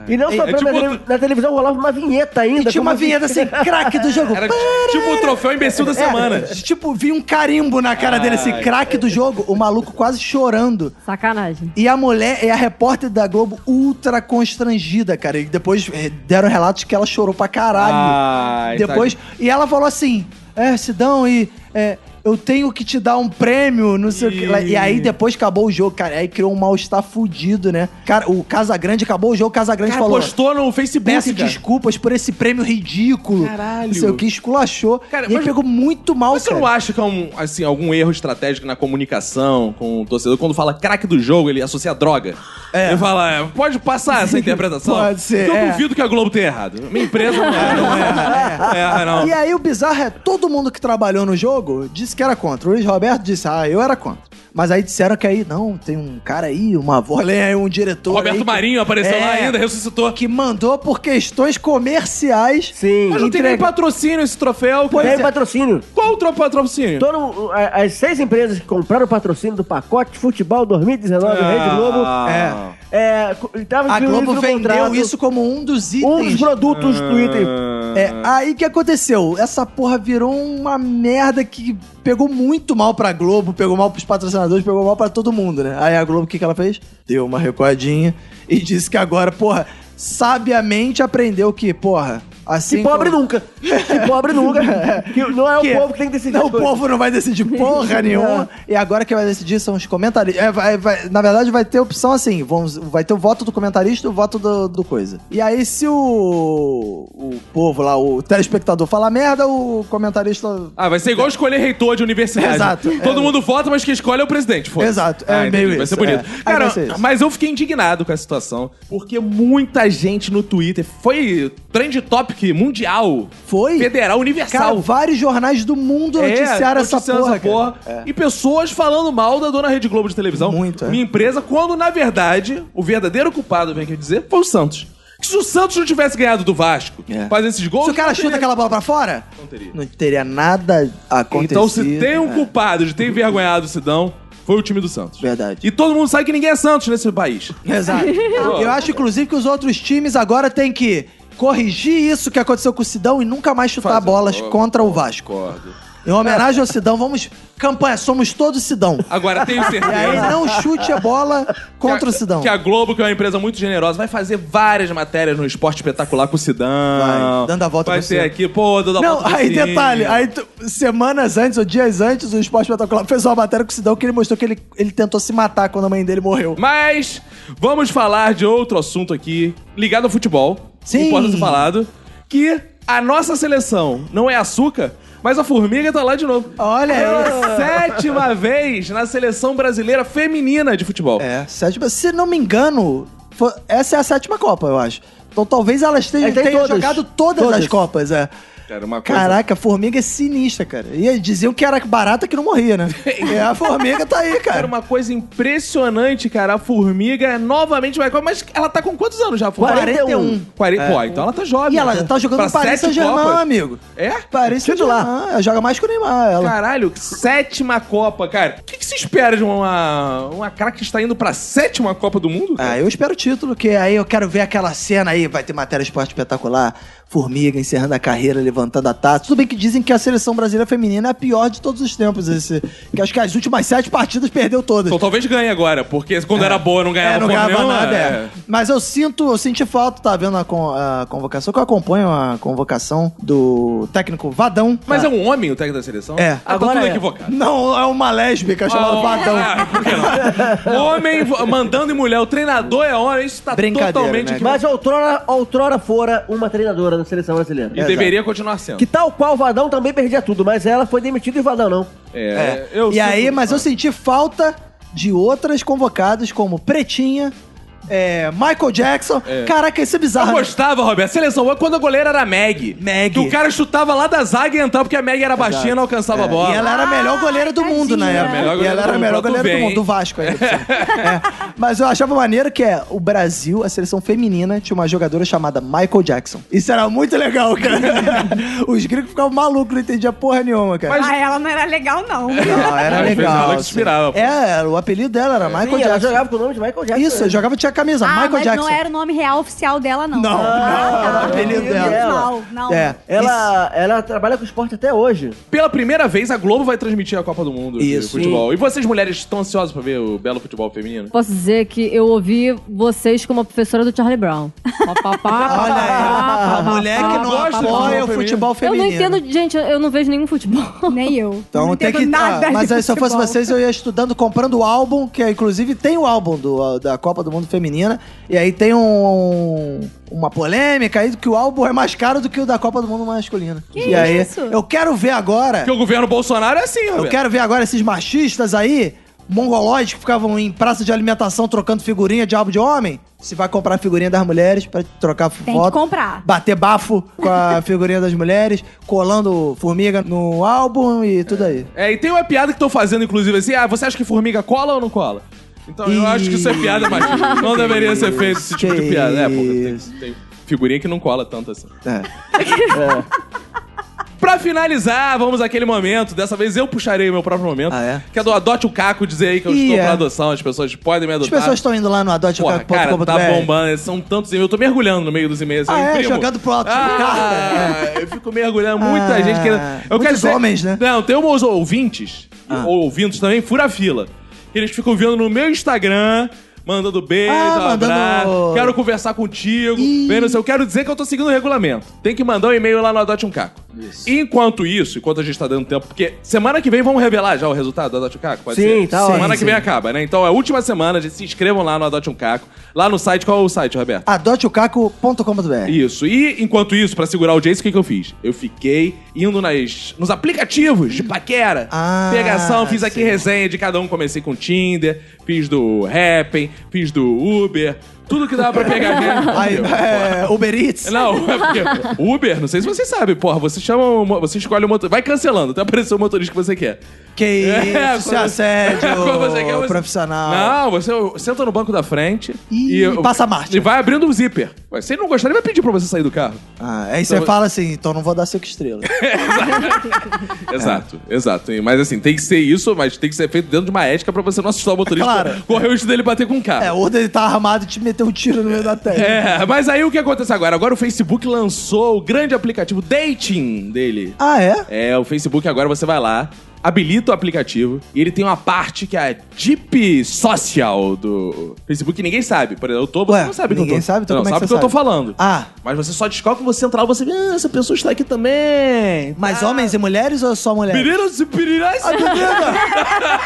E não só
É tipo-
na, tele- na televisão rolava uma vinheta ainda.
E tinha
como
uma
assim-
vinheta assim, craque do jogo.
Era tipo o troféu imbecil da
É,
semana.
tipo, vi um carimbo na cara dele, assim, craque do jogo, o maluco quase chorando.
Sacanagem.
E a mulher, e a repórter da Globo, ultra constrangida, cara. E depois eh, deram relatos que ela chorou pra caralho.
Ah, Ai,
é, depois. E ela falou assim: É, Sidão, e. é, eu tenho que te dar um prêmio, não sei o que. lá. E aí depois acabou o jogo, cara. Aí criou um mal-estar fudido, né? Cara, o Casagrande acabou o jogo, o Casagrande
Cara,
falou.
postou no Facebook,
Peço
cara.
desculpas por esse prêmio ridículo.
Caralho.
Não sei o que, esculachou.
Cara,
e ele
mas-
pegou muito mal,
Mas você
cara.
não acha que é um, assim, algum erro estratégico na comunicação com o torcedor? Quando fala craque do jogo, ele associa a droga. É. Ele fala, é, pode passar essa interpretação?
Pode ser,
Porque eu
é.
duvido que a Globo tenha errado. Minha empresa não é. Não é, é, não.
E aí o bizarro é, todo mundo que trabalhou no jogo disse que era contra. O Luiz Roberto disse, ah, eu era contra. Mas aí disseram que aí, não, tem um cara aí, uma voz, aí, um diretor aí
Roberto
que-
Marinho apareceu lá
É.
ainda, ressuscitou.
que mandou por questões comerciais.
Sim.
Mas não tem nem
Entrega-
patrocínio esse troféu.
Tem
é.
cara.
patrocínio.
Qual o tro- patrocínio?
Todo, a- é, as seis empresas que compraram o patrocínio do pacote Futebol 2019 Rede Globo.
Ah.
É, co- tava
A
incluído
Globo
no
vendeu
contrato
isso como um dos itens.
Um dos produtos do item.
É, aí que aconteceu? Essa porra virou uma merda que pegou muito mal pra Globo, pegou mal pros patrocinadores, pegou mal pra todo mundo, né? Aí a Globo, o que, que ela fez? Deu uma recuadinha e disse que agora, porra, sabiamente aprendeu que, porra, assim.
Que pobre
como-
nunca. Que pobre nunca. Que não é o povo que tem que decidir.
Não,
as
o
coisas. É.
povo não vai decidir porra nenhuma. E agora quem vai decidir são os comentaristas. É, vai- vai- na verdade, vai ter opção assim: vamos, vai ter o voto do comentarista e o voto do, do coisa. E aí, se o, o povo lá, o telespectador, falar merda, o comentarista.
Ah, vai ser igual escolher reitor de universidade.
Exato.
Todo
É.
mundo vota, mas quem escolhe é o presidente, foda
Exato. É meio
Vai ser
isso,
bonito.
é. Aí
Cara,
vai ser isso.
mas eu fiquei indignado com a situação, porque muita gente no Twitter foi trend topic mundial,
Foi?
federal,
Cara,
universal.
vários jornais do mundo
É,
noticiaram essa
noticiando
porra. cara. É.
E pessoas falando mal da dona Rede Globo de televisão.
Muito, é.
Minha empresa, quando na verdade o verdadeiro culpado, vem aqui dizer, foi o Santos. Que se o Santos não tivesse ganhado do Vasco,
É.
faz esses gols.
Se o cara
não teria-
chuta aquela bola pra fora,
Não teria.
não teria nada acontecido.
Então, se tem um
É.
culpado de ter envergonhado o Sidão, foi o time do Santos.
Verdade.
E todo mundo sabe que ninguém é Santos nesse país.
Exato. Eu acho, inclusive, que os outros times agora têm que corrigir isso que aconteceu com o Sidão e nunca mais chutar
Fazer
bolas
gol,
contra o Vasco.
Concordo.
Em homenagem ao Sidão, vamos. Campanha, somos todos Sidão.
Agora, tenho
E aí
certeza.
não chute a bola contra o Sidão.
Que a Globo, que é uma empresa muito generosa, vai fazer várias matérias no esporte espetacular com o Sidão.
Vai, dando a volta
Vai
pro
ser
Sidão.
aqui, pô, dando a
Não,
volta pro
aí
Sidão.
detalhe, aí tu- semanas antes, ou dias antes, o Esporte Espetacular fez uma matéria com o Sidão que ele mostrou que ele, ele tentou se matar quando a mãe dele morreu.
Mas vamos falar de outro assunto aqui, ligado ao futebol.
Sim.
Importa ser falado. Que a nossa seleção não é açúcar, mas a formiga tá lá de novo.
Olha
Pela sétima vez na seleção brasileira feminina de futebol.
É, sétima. Se não me engano, fo- essa é a sétima Copa, eu acho. Então talvez elas tenham,
É, tem
tenham
todas.
jogado todas,
Todas.
as Copas, é.
Cara, uma coisa-
Caraca, a formiga é sinistra, cara. E diziam que era barata que não morria, né? e a formiga tá aí,
Cara,
cara.
uma coisa impressionante, cara. A formiga novamente vai. Mas ela tá com quantos anos já, a formiga?
41.
40. Pô, então ela tá jovem.
E ela
né?
tá jogando
Pra
no Paris
sete
Saint-Germain,
Copas.
amigo.
É?
Paris Saint-Germain. Ela joga mais que o Neymar, ela.
Caralho, sétima Copa, cara. O que, que se espera de uma, uma cara que está indo pra sétima Copa do Mundo? cara?
Ah, eu espero o título, que aí eu quero ver aquela cena aí, vai ter matéria esporte espetacular, formiga encerrando a carreira, levantando a taça. Tudo bem que dizem que a seleção brasileira feminina é a pior de todos os tempos, esse, que acho que as últimas sete partidas perdeu todas.
Então talvez ganhe agora, porque quando era boa não ganhava
É, não
porra
ganhava
nenhuma,
nada,
é.
é. Mas eu sinto, eu senti falta, tá vendo a, con- a convocação, que eu acompanho a convocação do técnico Vadão.
Mas
Ah.
é um homem o técnico da seleção?
É.
Ah, tá
Agora
tudo
é.
equivocado.
Não, é uma lésbica chamada
Ah,
Vadão.
ah, por que não? Homem vo- mandando em mulher, o treinador é homem, isso tá
Brincadeira,
totalmente
né?
equivocado.
Mas outrora, outrora fora uma treinadora da seleção brasileira.
E deveria continuar sendo.
Que tal qual o Vadão também perdia tudo, mas ela foi demitida e o Vadão não.
É,
e
sinto-
aí, mas eu senti falta de outras convocadas, como Pretinha, é, Michael Jackson. Caraca, isso é
Eu
bizarro. né?
gostava, Roberto. Seleção boa quando a goleira era a Meg.
Meg.
Que o cara chutava lá da zaga e entrava porque a Meg era baixinha e não
É.
alcançava a bola.
E ela era a melhor goleira do mundo na
tadinha.
época.
Melhor
e
goleira
ela
do
era a
mundo,
melhor
pra tu
goleira
ver,
do
hein?
mundo, do Vasco ainda. por cima. É. Mas eu achava maneiro que é o Brasil, a seleção feminina, tinha uma jogadora chamada Michael Jackson. Isso era muito legal, cara. Os gringos ficavam malucos, não entendia porra nenhuma, cara.
Ah, ela não era legal, não.
Não, era
Às vezes
legal.
ela que
assim.
inspirava, pô.
É, era- o apelido dela era Michael
Sim, ela
Jackson.
jogava com o nome de Michael Jackson.
Isso, eu jogava tinha a camisa,
Ah,
Michael
mas
Jackson.
não era o nome real oficial dela, não. Ah,
Não, não, era o apelido
Menos
dela.
mal, não.
É.
Ela, ela trabalha com esporte até hoje.
Então
Pela primeira vez, a Globo vai transmitir a Copa do Mundo
Isso.
de futebol. E vocês, mulheres, estão ansiosas pra ver o belo futebol feminino?
Posso dizer que eu ouvi vocês como a professora do Charlie Brown. Pá, pá, pá,
Olha aí, a
pá, pá,
mulher que
pá,
não
pá, pá,
apoia
pá.
o futebol
Eu
feminino.
não entendo, gente, eu não vejo nenhum futebol.
Nem eu.
Então
não
tem
entendo
que.
Nada
ah, mas
de
aí, se eu fosse
futebol.
vocês, eu ia estudando, comprando o álbum, que é, inclusive tem o álbum do, ah, da Copa do Mundo Feminina. E aí tem um, uma polêmica aí que o álbum é mais caro do que o da Copa do Mundo masculina. Que e aí,
isso?
eu quero ver agora.
Porque o governo Bolsonaro é assim,
Eu
Roberto.
quero ver agora esses machistas aí, mongolóides que ficavam em praça de alimentação trocando figurinha de álbum de homem. Se vai comprar a figurinha das mulheres pra trocar
Tem
foto.
que comprar.
Bater bafo com a figurinha das mulheres, colando formiga no álbum e tudo aí.
É, e tem uma piada que estão fazendo, inclusive, assim: ah, você acha que formiga cola ou não cola? Então, eu
Ih.
acho que isso é piada, mas não deveria ser feito esse tipo de
Que
piada. É, porque
isso.
tem, tem figurinha que não cola tanto assim.
É.
Pra finalizar, vamos àquele momento. Dessa vez eu puxarei o meu próprio momento.
Ah, é?
Que é do Adote o Caco dizer aí que eu
Ih,
estou
é.
pra adoção. As pessoas podem me
As
adotar.
pessoas estão indo lá no
Porra, cara,
adoteocaco.com.br.
tá bombando. São tantos e-mails. Eu tô mergulhando no meio dos e-mails.
Ah,
eu
é?
imprimo.
Jogando pro alto.
Ah, eu fico mergulhando. Muita
Ah,
gente querendo. Eu
muitos
quero dizer-
homens, né? Ah.
Não, tem uns ouvintes, ou ouvintes também, fura fila. Eles ficam vendo no meu Instagram. Mandando beijo,
Ah, mandando-
abraço. Quero conversar contigo. Vem, não sei, eu quero dizer que eu tô seguindo o regulamento. Tem que mandar um e-mail lá no Adote um Caco. Enquanto isso, enquanto a gente tá dando tempo, porque semana que vem vamos revelar já o resultado do Adote um Caco? Pode
Sim,
ser?
tá
Semana
ótimo.
que vem acaba, né? Então é a última semana, gente, se inscrevam lá no Adote um Caco. Lá no site, qual é o site, Roberto?
adoteocaco.com.br.
Isso. E enquanto isso, pra segurar a audiência, o que, que eu fiz? Eu fiquei indo nas, nos aplicativos de paquera.
Ah,
pegação, fiz aqui
sim.
resenha de cada um. Comecei com Tinder, fiz do Happn, fiz do Uber, tudo que dava pra pegar. né?
Aí,
Meu,
é, Uber Eats.
não, é porque Uber, não sei se você sabe, porra, você chama, o mo- você escolhe o motor, vai cancelando até aparecer o motorista que você quer.
Que
É,
isso, isso é
quando-
assédio
quando você quer, você-
profissional.
Não, você é senta no banco da frente
Ih,
eu-
passa a marcha.
E vai abrindo o zíper. Ué, Se ele não gostar, ele vai pedir pra você sair do carro.
Ah, aí você
Então-
fala assim, então não vou dar cinco estrelas. É.
Exato, exato. E- Mas assim, tem que ser isso, mas tem que ser feito dentro de uma ética pra você não assustar o motorista.
É Claro.
Correr o risco dele bater com o carro.
é, ou ele tá armado e te meteu um tiro no meio da testa.
É, mas aí o que acontece agora? Agora o Facebook lançou o grande aplicativo Dating dele.
Ah, é?
É, o Facebook agora você vai lá, habilita o aplicativo e ele tem uma parte que é a Deep Social do Facebook que ninguém sabe. Por exemplo, eu tô, você
Ué,
não sabe que eu tô.
ninguém sabe? Então
não,
como é que
sabe
você
que eu tô
sabe?
falando.
Ah,
Mas você só descobre quando você entrar, você vê, ah, essa pessoa está aqui também.
mas homens e mulheres ou só mulheres? Ah,
Meninos e meninas.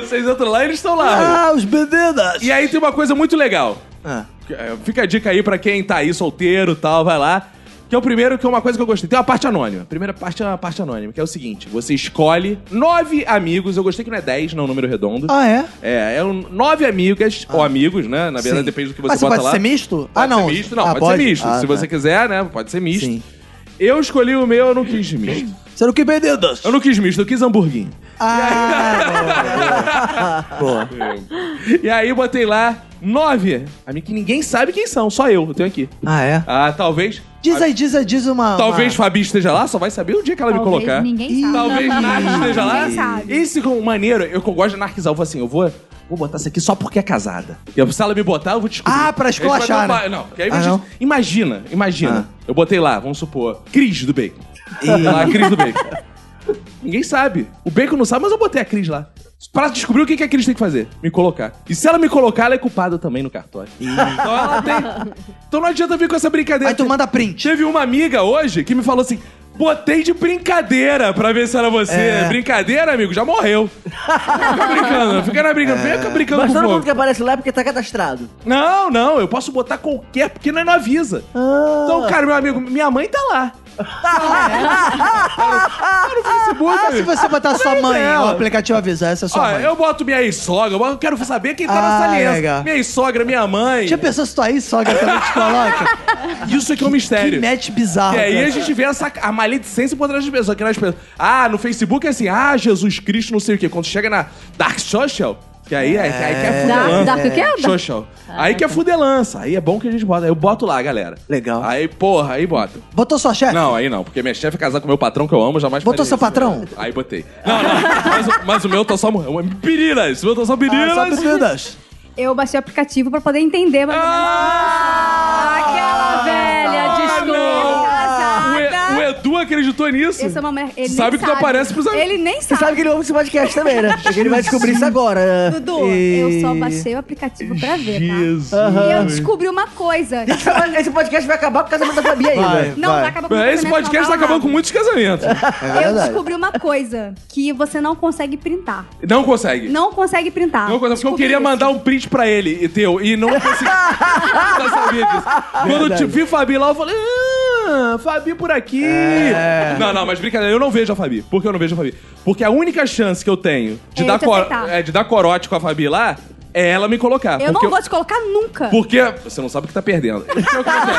Vocês entram lá e eles estão lá.
Ah, os meninas!
E aí tem uma coisa muito legal.
Ah,
É, Fica a dica aí pra quem tá aí solteiro e tal, vai lá. Que é o primeiro, que é uma coisa que eu gostei. Tem uma parte anônima. A primeira parte é uma parte anônima, que é o seguinte: você escolhe nove amigos. Eu gostei que não é dez, não é um número redondo.
ah é?
É, é um, nove amigas, ou amigos, né? Na verdade,
Sim.
depende do que
Mas
você bota
pode
lá.
ser misto?
Pode
ah, não.
Ser misto, não,
Ah,
pode, ser misto.
Ah,
Se
tá.
você quiser, né? Pode ser misto.
Sim.
Eu escolhi o meu, eu não quis misto.
Serão que meninas?
Eu não quis misto, eu quis hamburguinho.
Ah, boa, boa.
E aí botei lá nove. Amigo que ninguém sabe quem são, só eu, eu tenho aqui.
Ah, é?
Ah, talvez.
Diz aí, diz aí, diz uma...
Talvez
uma...
Fabi esteja lá, só vai saber o dia que ela me
Talvez
colocar.
Ninguém
Ih,
sabe.
Talvez Nath esteja lá.
Ninguém sabe.
Esse com maneiro, eu que eu gosto de anarquizar, eu falo assim, eu vou, vou botar isso aqui só porque é casada. E eu- se ela me botar, eu vou descobrir.
Ah, pra esculachar,
Aí
né?
Não, porque aí a
Ah,
gente-
não? Ah.
Imagina, imagina. Eu botei lá, vamos supor, Cris do Bacon. Tá
Ih.
Lá, Cris do Bacon. Ninguém sabe. O Bacon não sabe, mas eu botei a Cris lá. Pra descobrir o que que a Cris tem que fazer. Me colocar. E se ela me colocar, ela é culpada também no cartório. Então ela tem... Então não adianta vir com essa brincadeira.
Aí tu manda print.
Teve uma amiga hoje que me falou assim: botei de brincadeira pra ver se era você.
É.
Brincadeira, amigo, já morreu. fica brincando, fica na brincando, fica
É.
brincando
Mas
com
todo
fogo.
mundo que aparece lá é porque tá cadastrado.
Não, não, eu posso botar qualquer, porque não, não avisa.
Ah.
Então, cara, meu amigo, minha mãe tá lá. Tá no Facebook,
Ah, se
amigo.
você botar sua mãe, o aplicativo avisa, essa é sua
Ó,
mãe.
eu boto minha ex-sogra, eu quero saber quem tá
Ah,
nessa aliança.
legal.
Minha ex-sogra, minha mãe.
Já pensou se tua aí sogra também te coloca?
Isso aqui é um
que
mistério.
match bizarro.
E aí
Ah, cara.
a gente vê essa, a maledicência por trás das pessoas. Que nas pessoas. Ah, no Facebook é assim, ah, Jesus Cristo, não sei o quê. Quando chega na Dark Social, Que aí, aí, aí que é
Dá-
fudelança.
dá- o que é? Dá-
Xoxol. Aí que é fudelança. Aí é bom que a gente bota. Eu boto lá, galera.
Legal.
Aí, porra, aí bota.
Botou sua chefe?
Não, aí não, porque minha chefe é casar com meu patrão que eu amo, jamais
Botou
faria
seu
isso.
patrão?
Aí botei. Não, não, mas, o- mas o meu tá só... Meninas! O meu tá só meninas!
Ah, só bebidas.
Eu baixei o aplicativo pra poder entender mais ou menos.
Aquela velha, desculpa.
O, E- Ah, o Edu acreditou nisso?
Essa é uma mer- ele nem
Sabe que tu aparece pros amigos.
Ele nem
Você
sabe.
sabe que ele ouve esse podcast também, né? Porque ele vai descobrir isso agora. né?
Dudu, eu só baixei o aplicativo pra ver, tá?
Jesus.
E eu descobri uma coisa.
Esse podcast- Esse podcast vai acabar por causa da Fabi ainda.
Vai.
Não, vai acabar com o
É, Esse
casamento,
podcast tá
não,
acabando com
não.
muitos casamentos.
É
Eu
verdade.
descobri uma coisa, que você não consegue printar.
Não consegue.
Não consegue printar.
Não consegue, porque eu
Descobri
queria
isso.
mandar um print pra ele, e teu, e não consegui. Eu já sabia disso. Quando eu te vi Fabi lá, eu falei, ah, Fabi por aqui.
É.
Não, não, mas brincadeira, eu não vejo a Fabi. Por que eu não vejo a Fabi? Porque a única chance que eu tenho de,
É
dar,
te
cor-
aceitar.
é, de dar corote com a Fabi lá é ela me colocar.
Eu
porque
não vou te colocar nunca.
Porque você não sabe o que tá perdendo. Isso é o que acontece.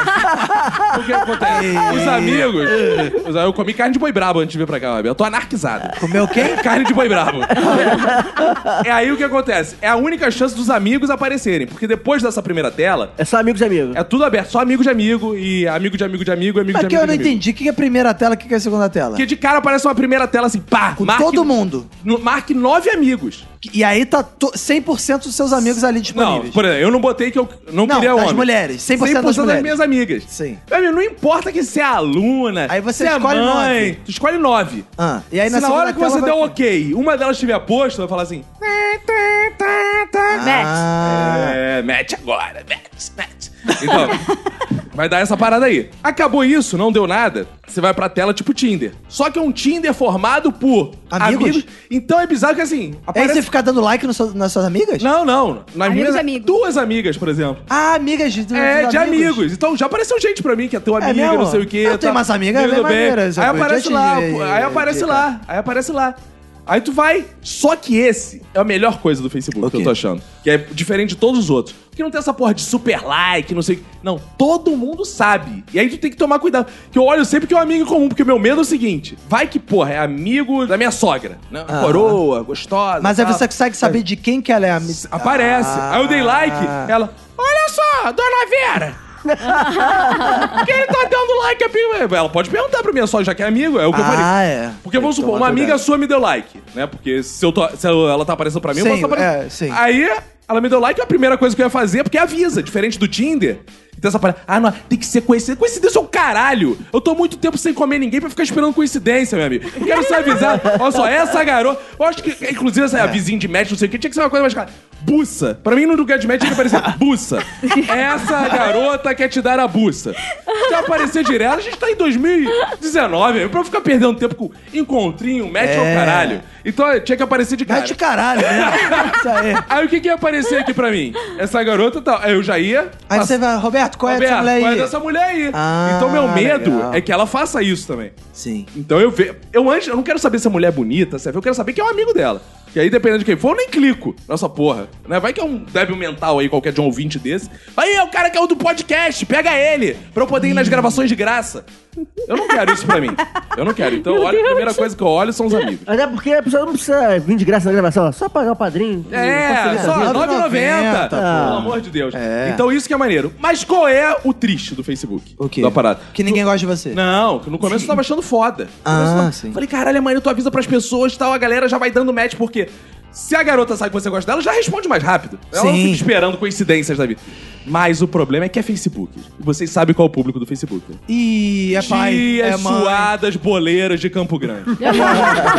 Porque acontece. Os amigos. os- Eu comi carne de boi brabo antes de vir pra cá, Fabi. Eu tô anarquizado.
Comeu quem?
Carne de boi brabo. é aí o que acontece. É a única chance dos amigos aparecerem. Porque depois dessa primeira tela,
É só amigos de amigos.
é tudo aberto. Só amigo de amigo e amigo de amigo de amigo e amigo
Mas
de amigo.
que eu não
de amigo.
entendi. O que que é a primeira tela? O que que é a segunda tela?
Porque de cara aparece uma primeira tela assim, pá,
Com
marque-
todo mundo.
no- Marque nove amigos.
E aí tá to- 100% dos seus amigos ali
Não,
disponíveis.
por exemplo, eu não botei que eu não,
Não,
queria
das
homem.
mulheres. 100% das mulheres.
minhas amigas.
Sim.
Meu amigo, não importa que você é aluna,
Aí você
se é
escolhe
mãe,
nove.
tu escolhe nove.
Ah, e aí
se
na
na
segunda
hora que
tela
você
vai
der um
ter-
ok, uma delas estiver posta, vai falar assim...
tá. Ah,
É, mete agora, mete, mete. Então, vai dar essa parada aí. Acabou isso, não deu nada, você vai pra tela tipo Tinder. Só que é um Tinder formado por
Amigos?
Então é bizarro que assim,
aí
aparece...
você fica dando like no seu- nas suas amigas?
Não, não. Nas
Amigos
minhas,
de amigos.
duas amigas, por exemplo.
Ah, amigas de,
É,
dos
de amigos. Então já apareceu gente pra mim que é teu amigo,
mesmo? Ah,
não sei o quê.
Eu tenho umas amigas
Tudo
bem maneiras,
Aí
eu já
aparece
tive,
lá,
eh,
pô, aí aparece
dica.
lá, aí aparece lá. Aí tu vai. Só que esse é a melhor coisa do Facebook que
Ok.
eu tô achando. Que é diferente de todos os outros. Porque não tem essa porra de super like, não sei o que. Não, todo mundo sabe. E aí tu tem que tomar cuidado. Que eu olho sempre que é um amigo em comum, porque o meu medo é o seguinte: vai que, porra, é amigo da minha sogra. Né?
Ah.
Coroa, gostosa.
Mas aí
tal.
você consegue saber de quem que ela é amiga.
Aparece.
Ah.
Aí eu dei like, ela. Olha só, dona Vera! Quem tá dando like aqui? Ela pode perguntar pra mim, só já que é amigo, é o que eu falei.
Ah, é.
Porque vamos supor,
Tomar
uma amiga
cuidado.
sua me deu like, né? Porque se, eu tô- se eu- ela tá aparecendo pra mim,
Sim,
eu posso tá aparecendo.
é, sim.
Aí ela me deu like, a primeira coisa que eu ia fazer é porque avisa, diferente do Tinder. Então essa parada, ah, não, tem que ser coincidência. Coincidência é um caralho. Eu tô muito tempo sem comer ninguém pra ficar esperando coincidência, meu amigo. Eu quero só avisar. Olha só, essa garota. Eu acho que, inclusive, essa vizinha de match, não sei o que, tinha que ser uma coisa mais clara. Bussa. Pra mim, no lugar de match tinha que aparecer bussa. Essa garota quer te dar a bussa. Já aparecer direto, a gente tá em 2019, meu, pra eu ficar perdendo tempo com encontrinho, match é.
É.
o caralho. Então tinha que aparecer de
Vai
cara.
de caralho, né? Isso aí.
Aí o que, que ia aparecer aqui pra mim? Essa garota tal. Aí eu já ia.
Aí
passa-
você vai, Roberto, qual é
Roberto,
essa mulher aí?
qual é dessa mulher aí?
Ah,
então meu medo
legal.
é que ela faça isso também.
Sim.
Então eu vejo. Eu antes, eu não quero saber se a mulher é bonita, se é feia, eu quero saber que é um amigo dela. E aí, dependendo de quem for, eu nem clico nessa porra. Né? Vai que é um débil mental aí, qualquer de um ouvinte desse. Aí é o cara que é o do podcast, pega ele, pra eu poder ir nas gravações de graça. Eu não quero isso pra mim. Eu não quero. Então, olha, a primeira coisa que eu olho são os amigos.
Até porque a pessoa não precisa vir de graça na gravação, ó. só pagar o padrinho.
É,
Facilita a
só
vida.
vida.
9,90.
9,90, pô.
Pelo amor de Deus.
É.
Então isso que é maneiro. Mas qual é o triste do Facebook?
O quê?
Da parada.
Que ninguém gosta de você.
Não, que no começo eu tava achando foda. No
Ah,
começo eu tava-
sim.
Falei, caralho, amanhã tu avisa pras pessoas e tal, a galera já vai dando match, porque se a garota sabe que você gosta dela, já responde mais rápido. Ela não
Sim.
fica esperando coincidências da vida. Mas o problema é que é Facebook. E vocês sabem qual é o público do Facebook. né?
Ih, é pai,
Tias
é mãe.
suadas boleiras de Campo Grande.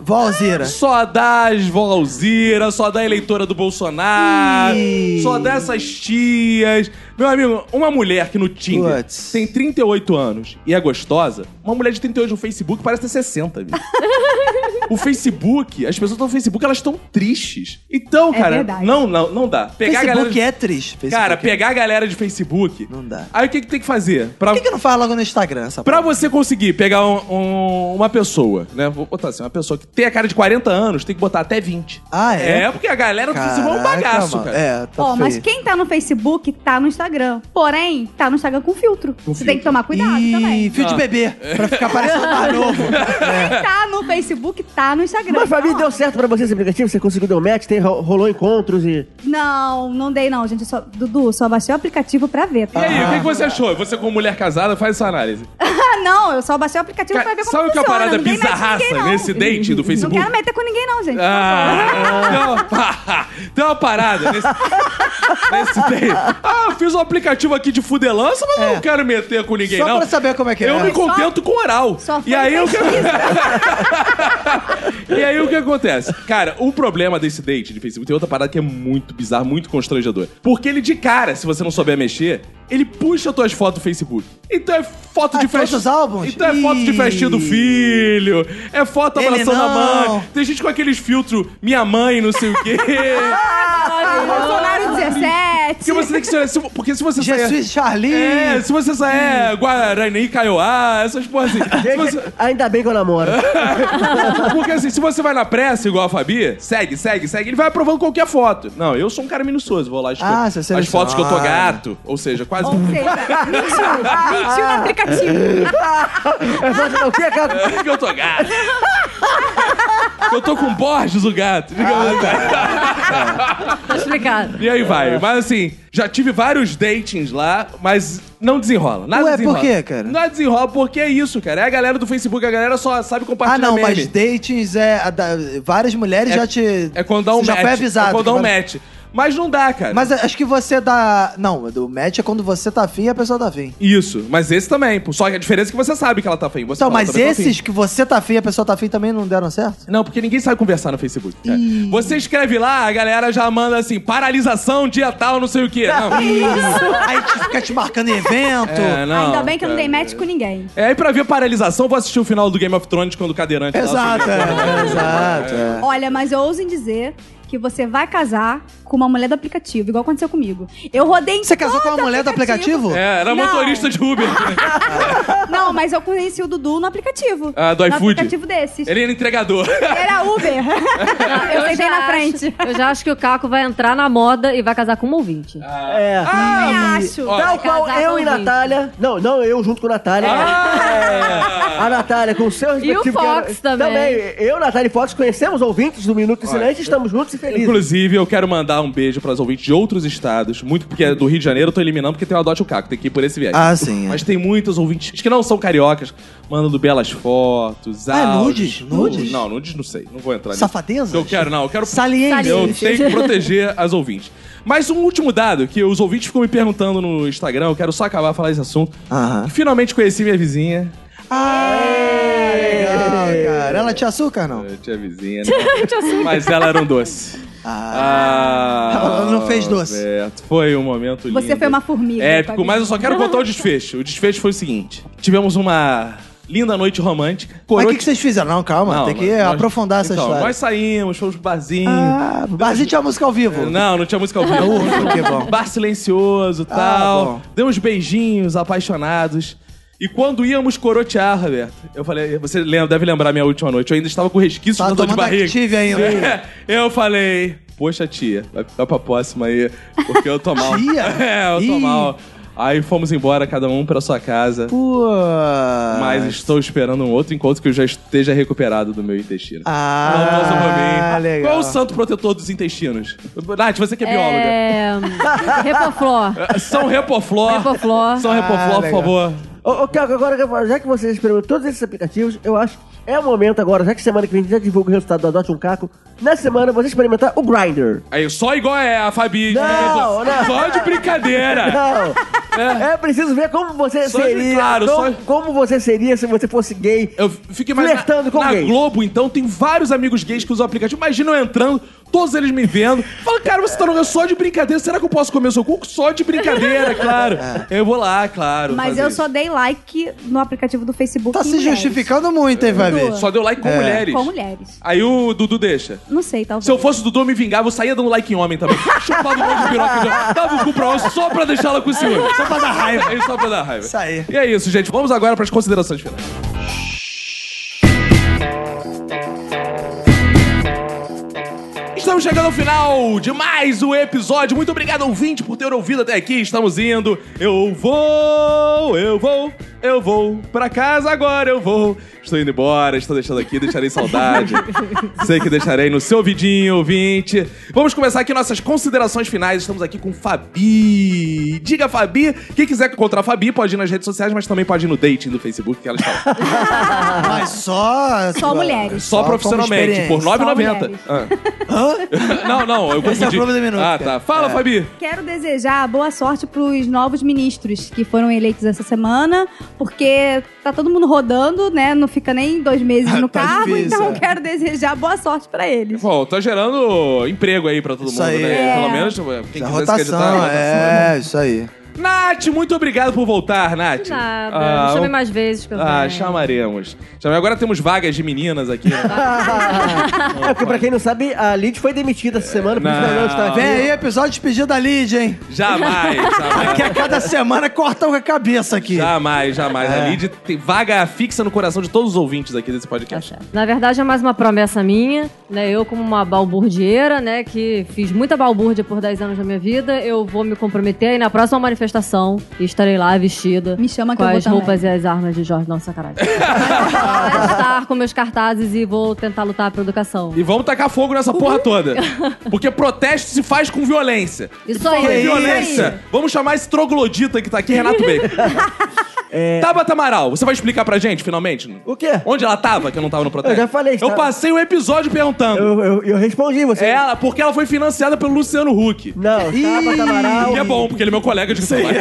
Vó Alzira.
Só dá as vó Alzira, só dá a eleitora do Bolsonaro,
Ih.
só dá essas tias. Meu amigo, uma mulher que no Tinder
Puts.
tem 38 anos e é gostosa, uma mulher de 38 no Facebook parece ter 60, amigo. O Facebook, as pessoas estão no Facebook, elas estão tristes. Então,
É
cara,
verdade.
não, não, não dá. Pegar a galera.
Facebook é triste. Facebook
Cara,
é-
pegar a galera de Facebook.
Não dá.
Aí o que, que tem que fazer? Pra...
Por que, que não fala logo no Instagram, essa
Pra
porra?
você conseguir pegar um- um- uma pessoa, né? Vou botar assim, uma pessoa que tem a cara de 40 anos, tem que botar até 20.
Ah, é?
É, porque a galera do Facebook é um
Caraca,
bagaço,
mano.
cara.
É, tá
Ó, mas
feio.
quem tá no Facebook tá no Instagram. Porém, tá no Instagram com filtro. Você tem que tomar cuidado
e
também.
fio
Ah.
de bebê, pra ficar parecendo mais novo. É.
Quem tá no Facebook, tá no Instagram.
Mas, Fabi,
Então,
deu certo pra você esse aplicativo? Você conseguiu dar um match? Tem, ro- rolou encontros e...
Não, não dei não, gente. Eu Só, Dudu, só baixei o aplicativo pra ver,
E
tá?
aí, o que, que
Ah.
você achou? Você, como mulher casada, faz essa análise.
Ah, não, eu só baixei o aplicativo
Cara,
pra ver como
sabe o que é a
funciona.
parada
Não dei match com
bizarraça
ninguém, não.
nesse date do Facebook?
Não quero meter com ninguém não, gente.
Ah, tem, uma, tem uma parada nesse, nesse daí. Ah, eu fiz um aplicativo aqui de fudelança, mas eu não quero meter com ninguém,
É. Só
não.
pra saber como é que
eu
é.
me contento com oral.
só
e
foi
aí eu E aí o que acontece? Cara, o problema desse date de Facebook tem outra parada que é muito bizarra, muito constrangedora. Porque ele de cara, se você não souber mexer, ele puxa tuas fotos do Facebook. Então é foto
Ah,
de festa.
todos os álbuns?
Então é foto de
Ih.
festinha do filho. É foto
Ele
abraçando a
não.
mãe. Tem gente com aqueles filtros, minha mãe, não sei o quê.
Bolsonaro 17.
Porque você tem que ser. se- Porque se você
Jesus Charlie.
É, se você sair é, Guarani, Kaiowá, essas porras assim. Se você-
Ainda bem que eu namoro.
Porque assim, se você vai na pressa igual a Fabi, segue, segue, segue, ele vai aprovando qualquer foto. Não, eu sou um cara minucioso, vou lá e escolho
Ah, você
as
seleciona.
fotos que eu tô
Ah.
gato, ou seja, quase...
Ou seja, mentiu, mentiu
um
no aplicativo.
Eu falo assim, o quê, cara?
que eu tô gato. eu tô com Borges, o gato. digamos assim.
Tá
Ah.
explicado.
E aí vai. Mas assim, já tive vários datings lá, mas não desenrola. Nada
Ué, por
desenrola.
quê, cara?
Nada desenrola porque é isso, cara. É a galera do Facebook, a galera só sabe compartilhar
Ah, não,
meme.
mas datings é. a da- várias mulheres já te.
É quando dá um
você Já
match.
foi avisado.
É quando dá um
que vai-
match. Mas não dá, cara.
Mas acho que você dá. Não, do match é quando você tá afim e a pessoa tá afim.
Isso, mas esse também. pô. Só que a diferença é que você sabe que ela tá feia. Você
Então,
fala,
mas
"Também tô
esses que você tá afim e a pessoa tá afim também não deram certo?
feia." Não, porque ninguém sabe conversar no Facebook. cara. Você escreve lá, a galera já manda assim, paralisação, dia tal, não sei o quê. Não.
Aí te- fica te marcando em evento.
É, não.
Ainda bem que eu não dei match com ninguém.
É, e pra ver paralisação, vou assistir o final do Game of Thrones quando o cadeirante tá
Exato, é, é, exato. é.
Olha, mas eu ouso em dizer que você vai casar com uma mulher do aplicativo, igual aconteceu comigo. Eu rodei em
Você casou com
todo
uma mulher do aplicativo?
É, era
Não.
motorista de Uber.
Não, mas eu conheci o Dudu no aplicativo.
Ah, do
No
iFood?
aplicativo desses.
Ele era entregador.
Era Uber. eu sentei
já
na frente.
acho- eu já acho que o Caco vai entrar na moda e vai casar com um ouvinte.
É.
Ah,
acho.
ó.
Tal qual
Casar
eu
com
e
ouvinte.
Natália. Não, não, eu junto com Natália.
Ah!
A Natália com o seu respectivo.
o
que era-
Fox também.
Eu, Natália e Fox conhecemos ouvintes do Minuto em Silêncio, estamos juntos e felizes.
Inclusive, eu quero mandar um beijo pras ouvintes de outros estados, muito porque é do Rio de Janeiro, eu tô eliminando porque tem o Adote o Caco, tem que ir por esse viés.
Ah, sim. é.
Mas tem muitos ouvintes que não são cariocas, mandando belas fotos,
Ah,
áudios.
nudes? Nudes?
Não, nudes não sei. Não vou entrar nisso.
Safadezas?
Eu quero, não. Eu quero...
Saliência.
Eu tenho que proteger as ouvintes. Mas um último dado que os ouvintes ficam me perguntando no Instagram, eu quero só acabar de falar esse assunto.
Aham.
Finalmente conheci minha vizinha.
Ah, legal, cara. Ela tinha açúcar, não?
Eu tinha vizinha, né? Mas ela era um doce.
Ah.
Ah,
Ela não fez doce.
Alberto, Foi um momento lindo.
Você foi uma formiga,
Épico,
Fabi.
mas eu só quero contar o desfecho. O desfecho foi o seguinte: tivemos uma linda noite romântica.
Mas o
Coroa
que, que vocês fizeram? Não, calma. tem que
nós-
aprofundar essa
então,
história.
Nós saímos, fomos pro barzinho.
Ah, mas a tinha música ao vivo.
Não, não tinha música ao vivo.
Ufa, que bom.
Bar silencioso e
Ah,
tal.
bom.
Demos beijinhos apaixonados. E quando íamos corotear, Roberto, eu falei, você lembra, deve lembrar minha última noite. Eu ainda estava com resquício
Tava
de dor de
Tá tomando
barriga. É,
Active ainda.
eu falei, poxa, tia, vai vai pra próxima aí, porque eu tô mal.
Tia?
é, eu tô
Ih.
mal. Aí fomos embora, cada um pra sua casa.
Pô.
Mas estou esperando um outro encontro que eu já esteja recuperado do meu intestino. Não posso
Ah,
comer.
legal.
Qual é o santo protetor dos intestinos? Nath, você que é bióloga.
É, Repoflor.
É.
São Repoflor.
Repoflor.
São Repoflor,
Ah,
por
legal.
favor.
Ô, ô Kelco, agora que eu falo, já que você experimentou todos esses aplicativos, eu acho que é o momento agora, já que semana que vem a gente já divulga o resultado do Adote um Caco, na semana você experimentar o Grindr.
Aí, só igual é a Fabi.
Não, não.
Só de brincadeira.
Não!
É.
É. preciso ver como você
Só de-
seria.
claro,
como,
só-
como você seria se você fosse gay.
Eu fiquei mais.
Flertando
na,
com
Na
gays.
Globo, então, tem vários amigos gays que usam o aplicativo. Imagina eu entrando, todos eles me vendo. Fala, cara, você tá no lugar só de brincadeira. Será que eu posso comer seu cu? Só de brincadeira, claro.
É.
Eu vou lá, claro.
Mas
fazer
eu
isso.
só dei like no aplicativo do Facebook.
Tá
em
se
mulheres.
justificando muito, hein, Fabi?
Só deu like
É.
com mulheres.
Com mulheres.
Aí o Dudu deixa.
Não sei, talvez.
Se eu fosse o Dudu, eu me vingava, eu saía dando like em homem também. Chupava um monte de piroca, em homem, dava o cu pra homem só pra deixar ela com ciúme. Só pra dar raiva. É isso, só pra dar raiva.
Isso aí.
E é isso, gente. Vamos agora pras considerações finais. Está Estamos chegando ao final de mais um episódio. Muito obrigado, ouvinte, por ter ouvido até aqui. Estamos indo. Eu vou, eu vou, eu vou pra casa agora, eu vou. Estou indo embora, estou deixando aqui, deixarei saudade. Sei que deixarei no seu vidinho, ouvinte. Vamos começar aqui nossas considerações finais. Estamos aqui com Fabi. Diga, Fabi. Quem quiser encontrar a Fabi pode ir nas redes sociais, mas também pode ir no dating do Facebook, que ela está lá.
Mas só.
Ah. Só mulheres.
Só
como
profissionalmente,
experiência.
por R$
Só
9,90. Ah. não, não, eu confundi.
Esse é o clube do minuto,
Ah, tá.
cara.
Fala,
É.
Fabi.
Quero desejar boa sorte para os novos ministros que foram eleitos essa semana, porque tá todo mundo rodando, né? Não fica nem dois meses no
Tá
cargo,
difícil, é.
então quero desejar boa sorte para eles.
Bom, tá gerando emprego aí pra todo
Isso
mundo,
aí.
né?
É.
Pelo menos, tipo, quem
A
quiser se candidatar.
rotação,
rotação,
é, isso aí.
né? Nath, muito obrigado por voltar, Nath.
De nada.
Ah,
Me né?
um-
Chamei mais vezes que eu
Ah,
venho.
chamaremos. Chamare- Agora temos vagas de meninas aqui. né?
é porque, pra quem não sabe, a Lid foi demitida essa semana, por isso que ela não está aqui.
Vem aí, episódio de pedido da Lid, hein?
jamais,
Que
jamais.
a cada semana cortam a cabeça aqui.
Jamais, jamais. A
É.
Lid tem vaga fixa no coração de todos os ouvintes aqui desse
Tá
podcast.
certo. Na verdade, é mais uma promessa minha, né? Eu, como uma balburdieira, né, que fiz muita balbúrdia por 10 anos da minha vida, eu vou me comprometer e na próxima manifestação estarei lá vestida.
Me chama que
com
eu vou
as roupas e as armas de Jorge. Não, sacanagem. vou estar com meus cartazes e vou tentar lutar pela educação.
E vamos tacar fogo nessa porra toda. Porque protesto se faz com violência.
Isso aí.
Com
isso aí.
violência. Vamos chamar esse troglodita que tá aqui, Renato Bacon.
É.
Tabata Amaral, você vai explicar pra gente, finalmente?
O quê?
Onde ela tava que eu não tava no protesto?
Eu já falei,
Eu
tá-
passei o episódio perguntando.
Eu, eu, eu respondi você.
Ela, porque ela foi financiada pelo Luciano Huck.
Não, Tabata Amaral.
E é bom, porque ele é meu colega de trabalho.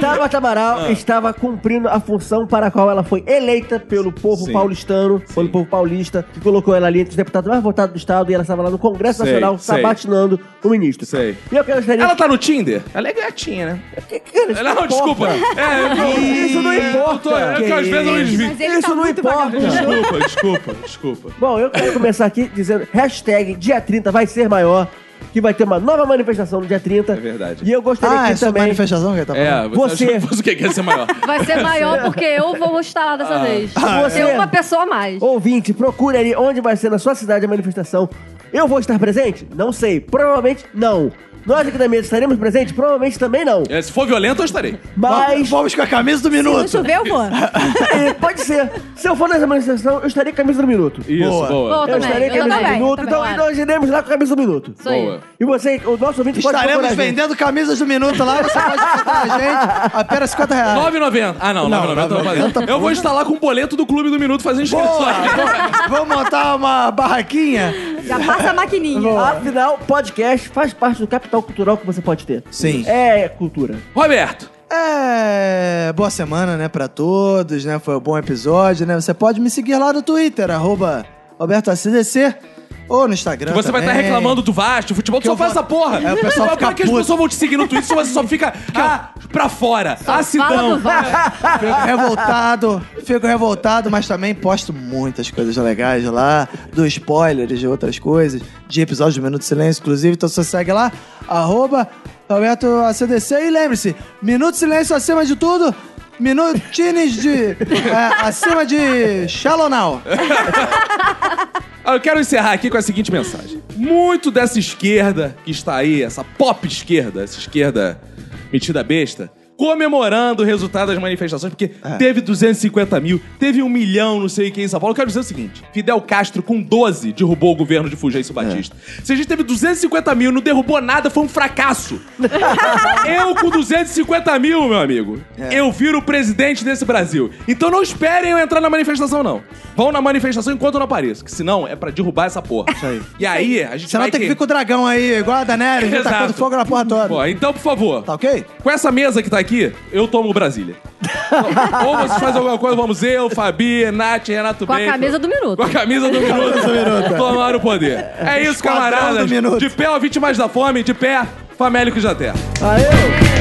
Tabata Amaral estava cumprindo a função para a qual ela foi eleita pelo povo
Sim.
paulistano, pelo povo paulista, que colocou ela ali entre os deputados mais votados do Estado e ela estava lá no Congresso
Sei,
Nacional
sei.
sabatinando o ministro.
Sei.
E eu quero gostaria
Ela tá no Tinder? Ela é gatinha, né?
Que- que- que-
Não, desculpa. É, eu-
Isso não
eu tô-
importa.
é que às vezes eu me desvio.
Mas ele
Isso
tá
não
muito
importa.
vagabundo.
Desculpa, desculpa, desculpa.
Bom, eu quero começar aqui dizendo hashtag dia 30 vai ser maior, que vai ter uma nova manifestação no dia 30.
É verdade.
E eu gostaria
Ah, é
aqui
sua
também...
manifestação que tá falando?
É,
Você.
Você o que quer ser maior?
Vai ser maior porque eu vou estar lá dessa vez. Vou
você-
ser uma pessoa a mais.
Ouvinte, procure ali onde vai ser na sua cidade a manifestação. Eu vou estar presente? Não sei. Provavelmente não. Nós aqui da mesa estaremos presentes? Provavelmente também não.
É, se for violento, eu estarei.
Mas
Vamos com a camisa do
Se não
minuto.
chover, eu vou.
é, pode ser. Se eu for nessa manifestação, eu estarei com a camisa do minuto.
Isso, boa.
Boa.
Boa.
eu
também,
estarei com a
eu
camisa
também,
do minuto.
também,
então
claro.
nós iremos lá com a camisa do minuto.
Isso aí.
Boa.
E você, o nosso ouvinte pode procurar
Estaremos
a gente.
vendendo camisas do minuto lá, você pode encontrar a gente. Apenas 50 reais.
9,90. Ah, não,
Não,
9,90 eu vou fazer.
9,90,
Eu vou instalar com o boleto do Clube do Minuto fazendo
Boa!
inscrições.
Vamos montar uma barraquinha?
Já passa a maquininha.
Afinal, podcast faz parte do capital cultural que você pode ter.
Sim.
É cultura.
Roberto,
É. Boa semana, né, pra todos, né? Foi um bom episódio, né? Você pode me seguir lá no Twitter, arroba AlbertoACDC, ou no Instagram.
que você vai
tá
estar
também.
reclamando do Vasco, futebol, tu
É. Que
só
eu
faz
vou-
essa porra.
É, o pessoal
Mas
fica
Por que as
puto.
pessoas vão te seguir no Twitter se você só fica ah, pra fora?
Fala do
Acidão.
Vasco.
Fico revoltado, fico revoltado, mas também posto muitas coisas legais lá, do spoilers de outras coisas, de episódios do Minuto de Silêncio, inclusive. Então você segue lá, arroba AlbertoACDC. E lembre-se, Minuto de Silêncio acima de tudo, minutines de. é, acima de Shalonau.
Ah, Eu quero encerrar aqui com a seguinte mensagem. Muito dessa esquerda que está aí, essa pop esquerda, essa esquerda metida besta, comemorando o resultado das manifestações, porque
É.
teve 250 mil, teve um milhão, não sei quem em São Paulo. Eu quero dizer o seguinte: Fidel Castro, com 12, derrubou o governo de
É.
Fulgêncio Batista. Se a gente teve 250 mil e não derrubou nada, foi um fracasso. eu, com 250 mil, meu amigo,
É.
eu viro o presidente desse Brasil. Então não esperem eu entrar na manifestação, não. Vão na manifestação enquanto eu não apareço, que senão é pra derrubar essa porra.
aí.
E aí, a gente
Senão
vai
tem que
que-
vir com o dragão aí, igual a Daenerys,
Exato.
tá tacando fogo na porra toda.
Pô, então, por favor,
Tá ok?
com essa mesa que tá aqui, eu tomo Brasília. Ou vocês fazem alguma coisa, vamos eu, Fabi, Nath, Renato
Com a
Bacon.
camisa do minuto.
Com a camisa do minuto. Tomar o poder. É isso,
Esquadrão
camaradas.
do Minuto.
De pé ao Vítimas da Fome, de pé, famélicos da Terra.
Aê!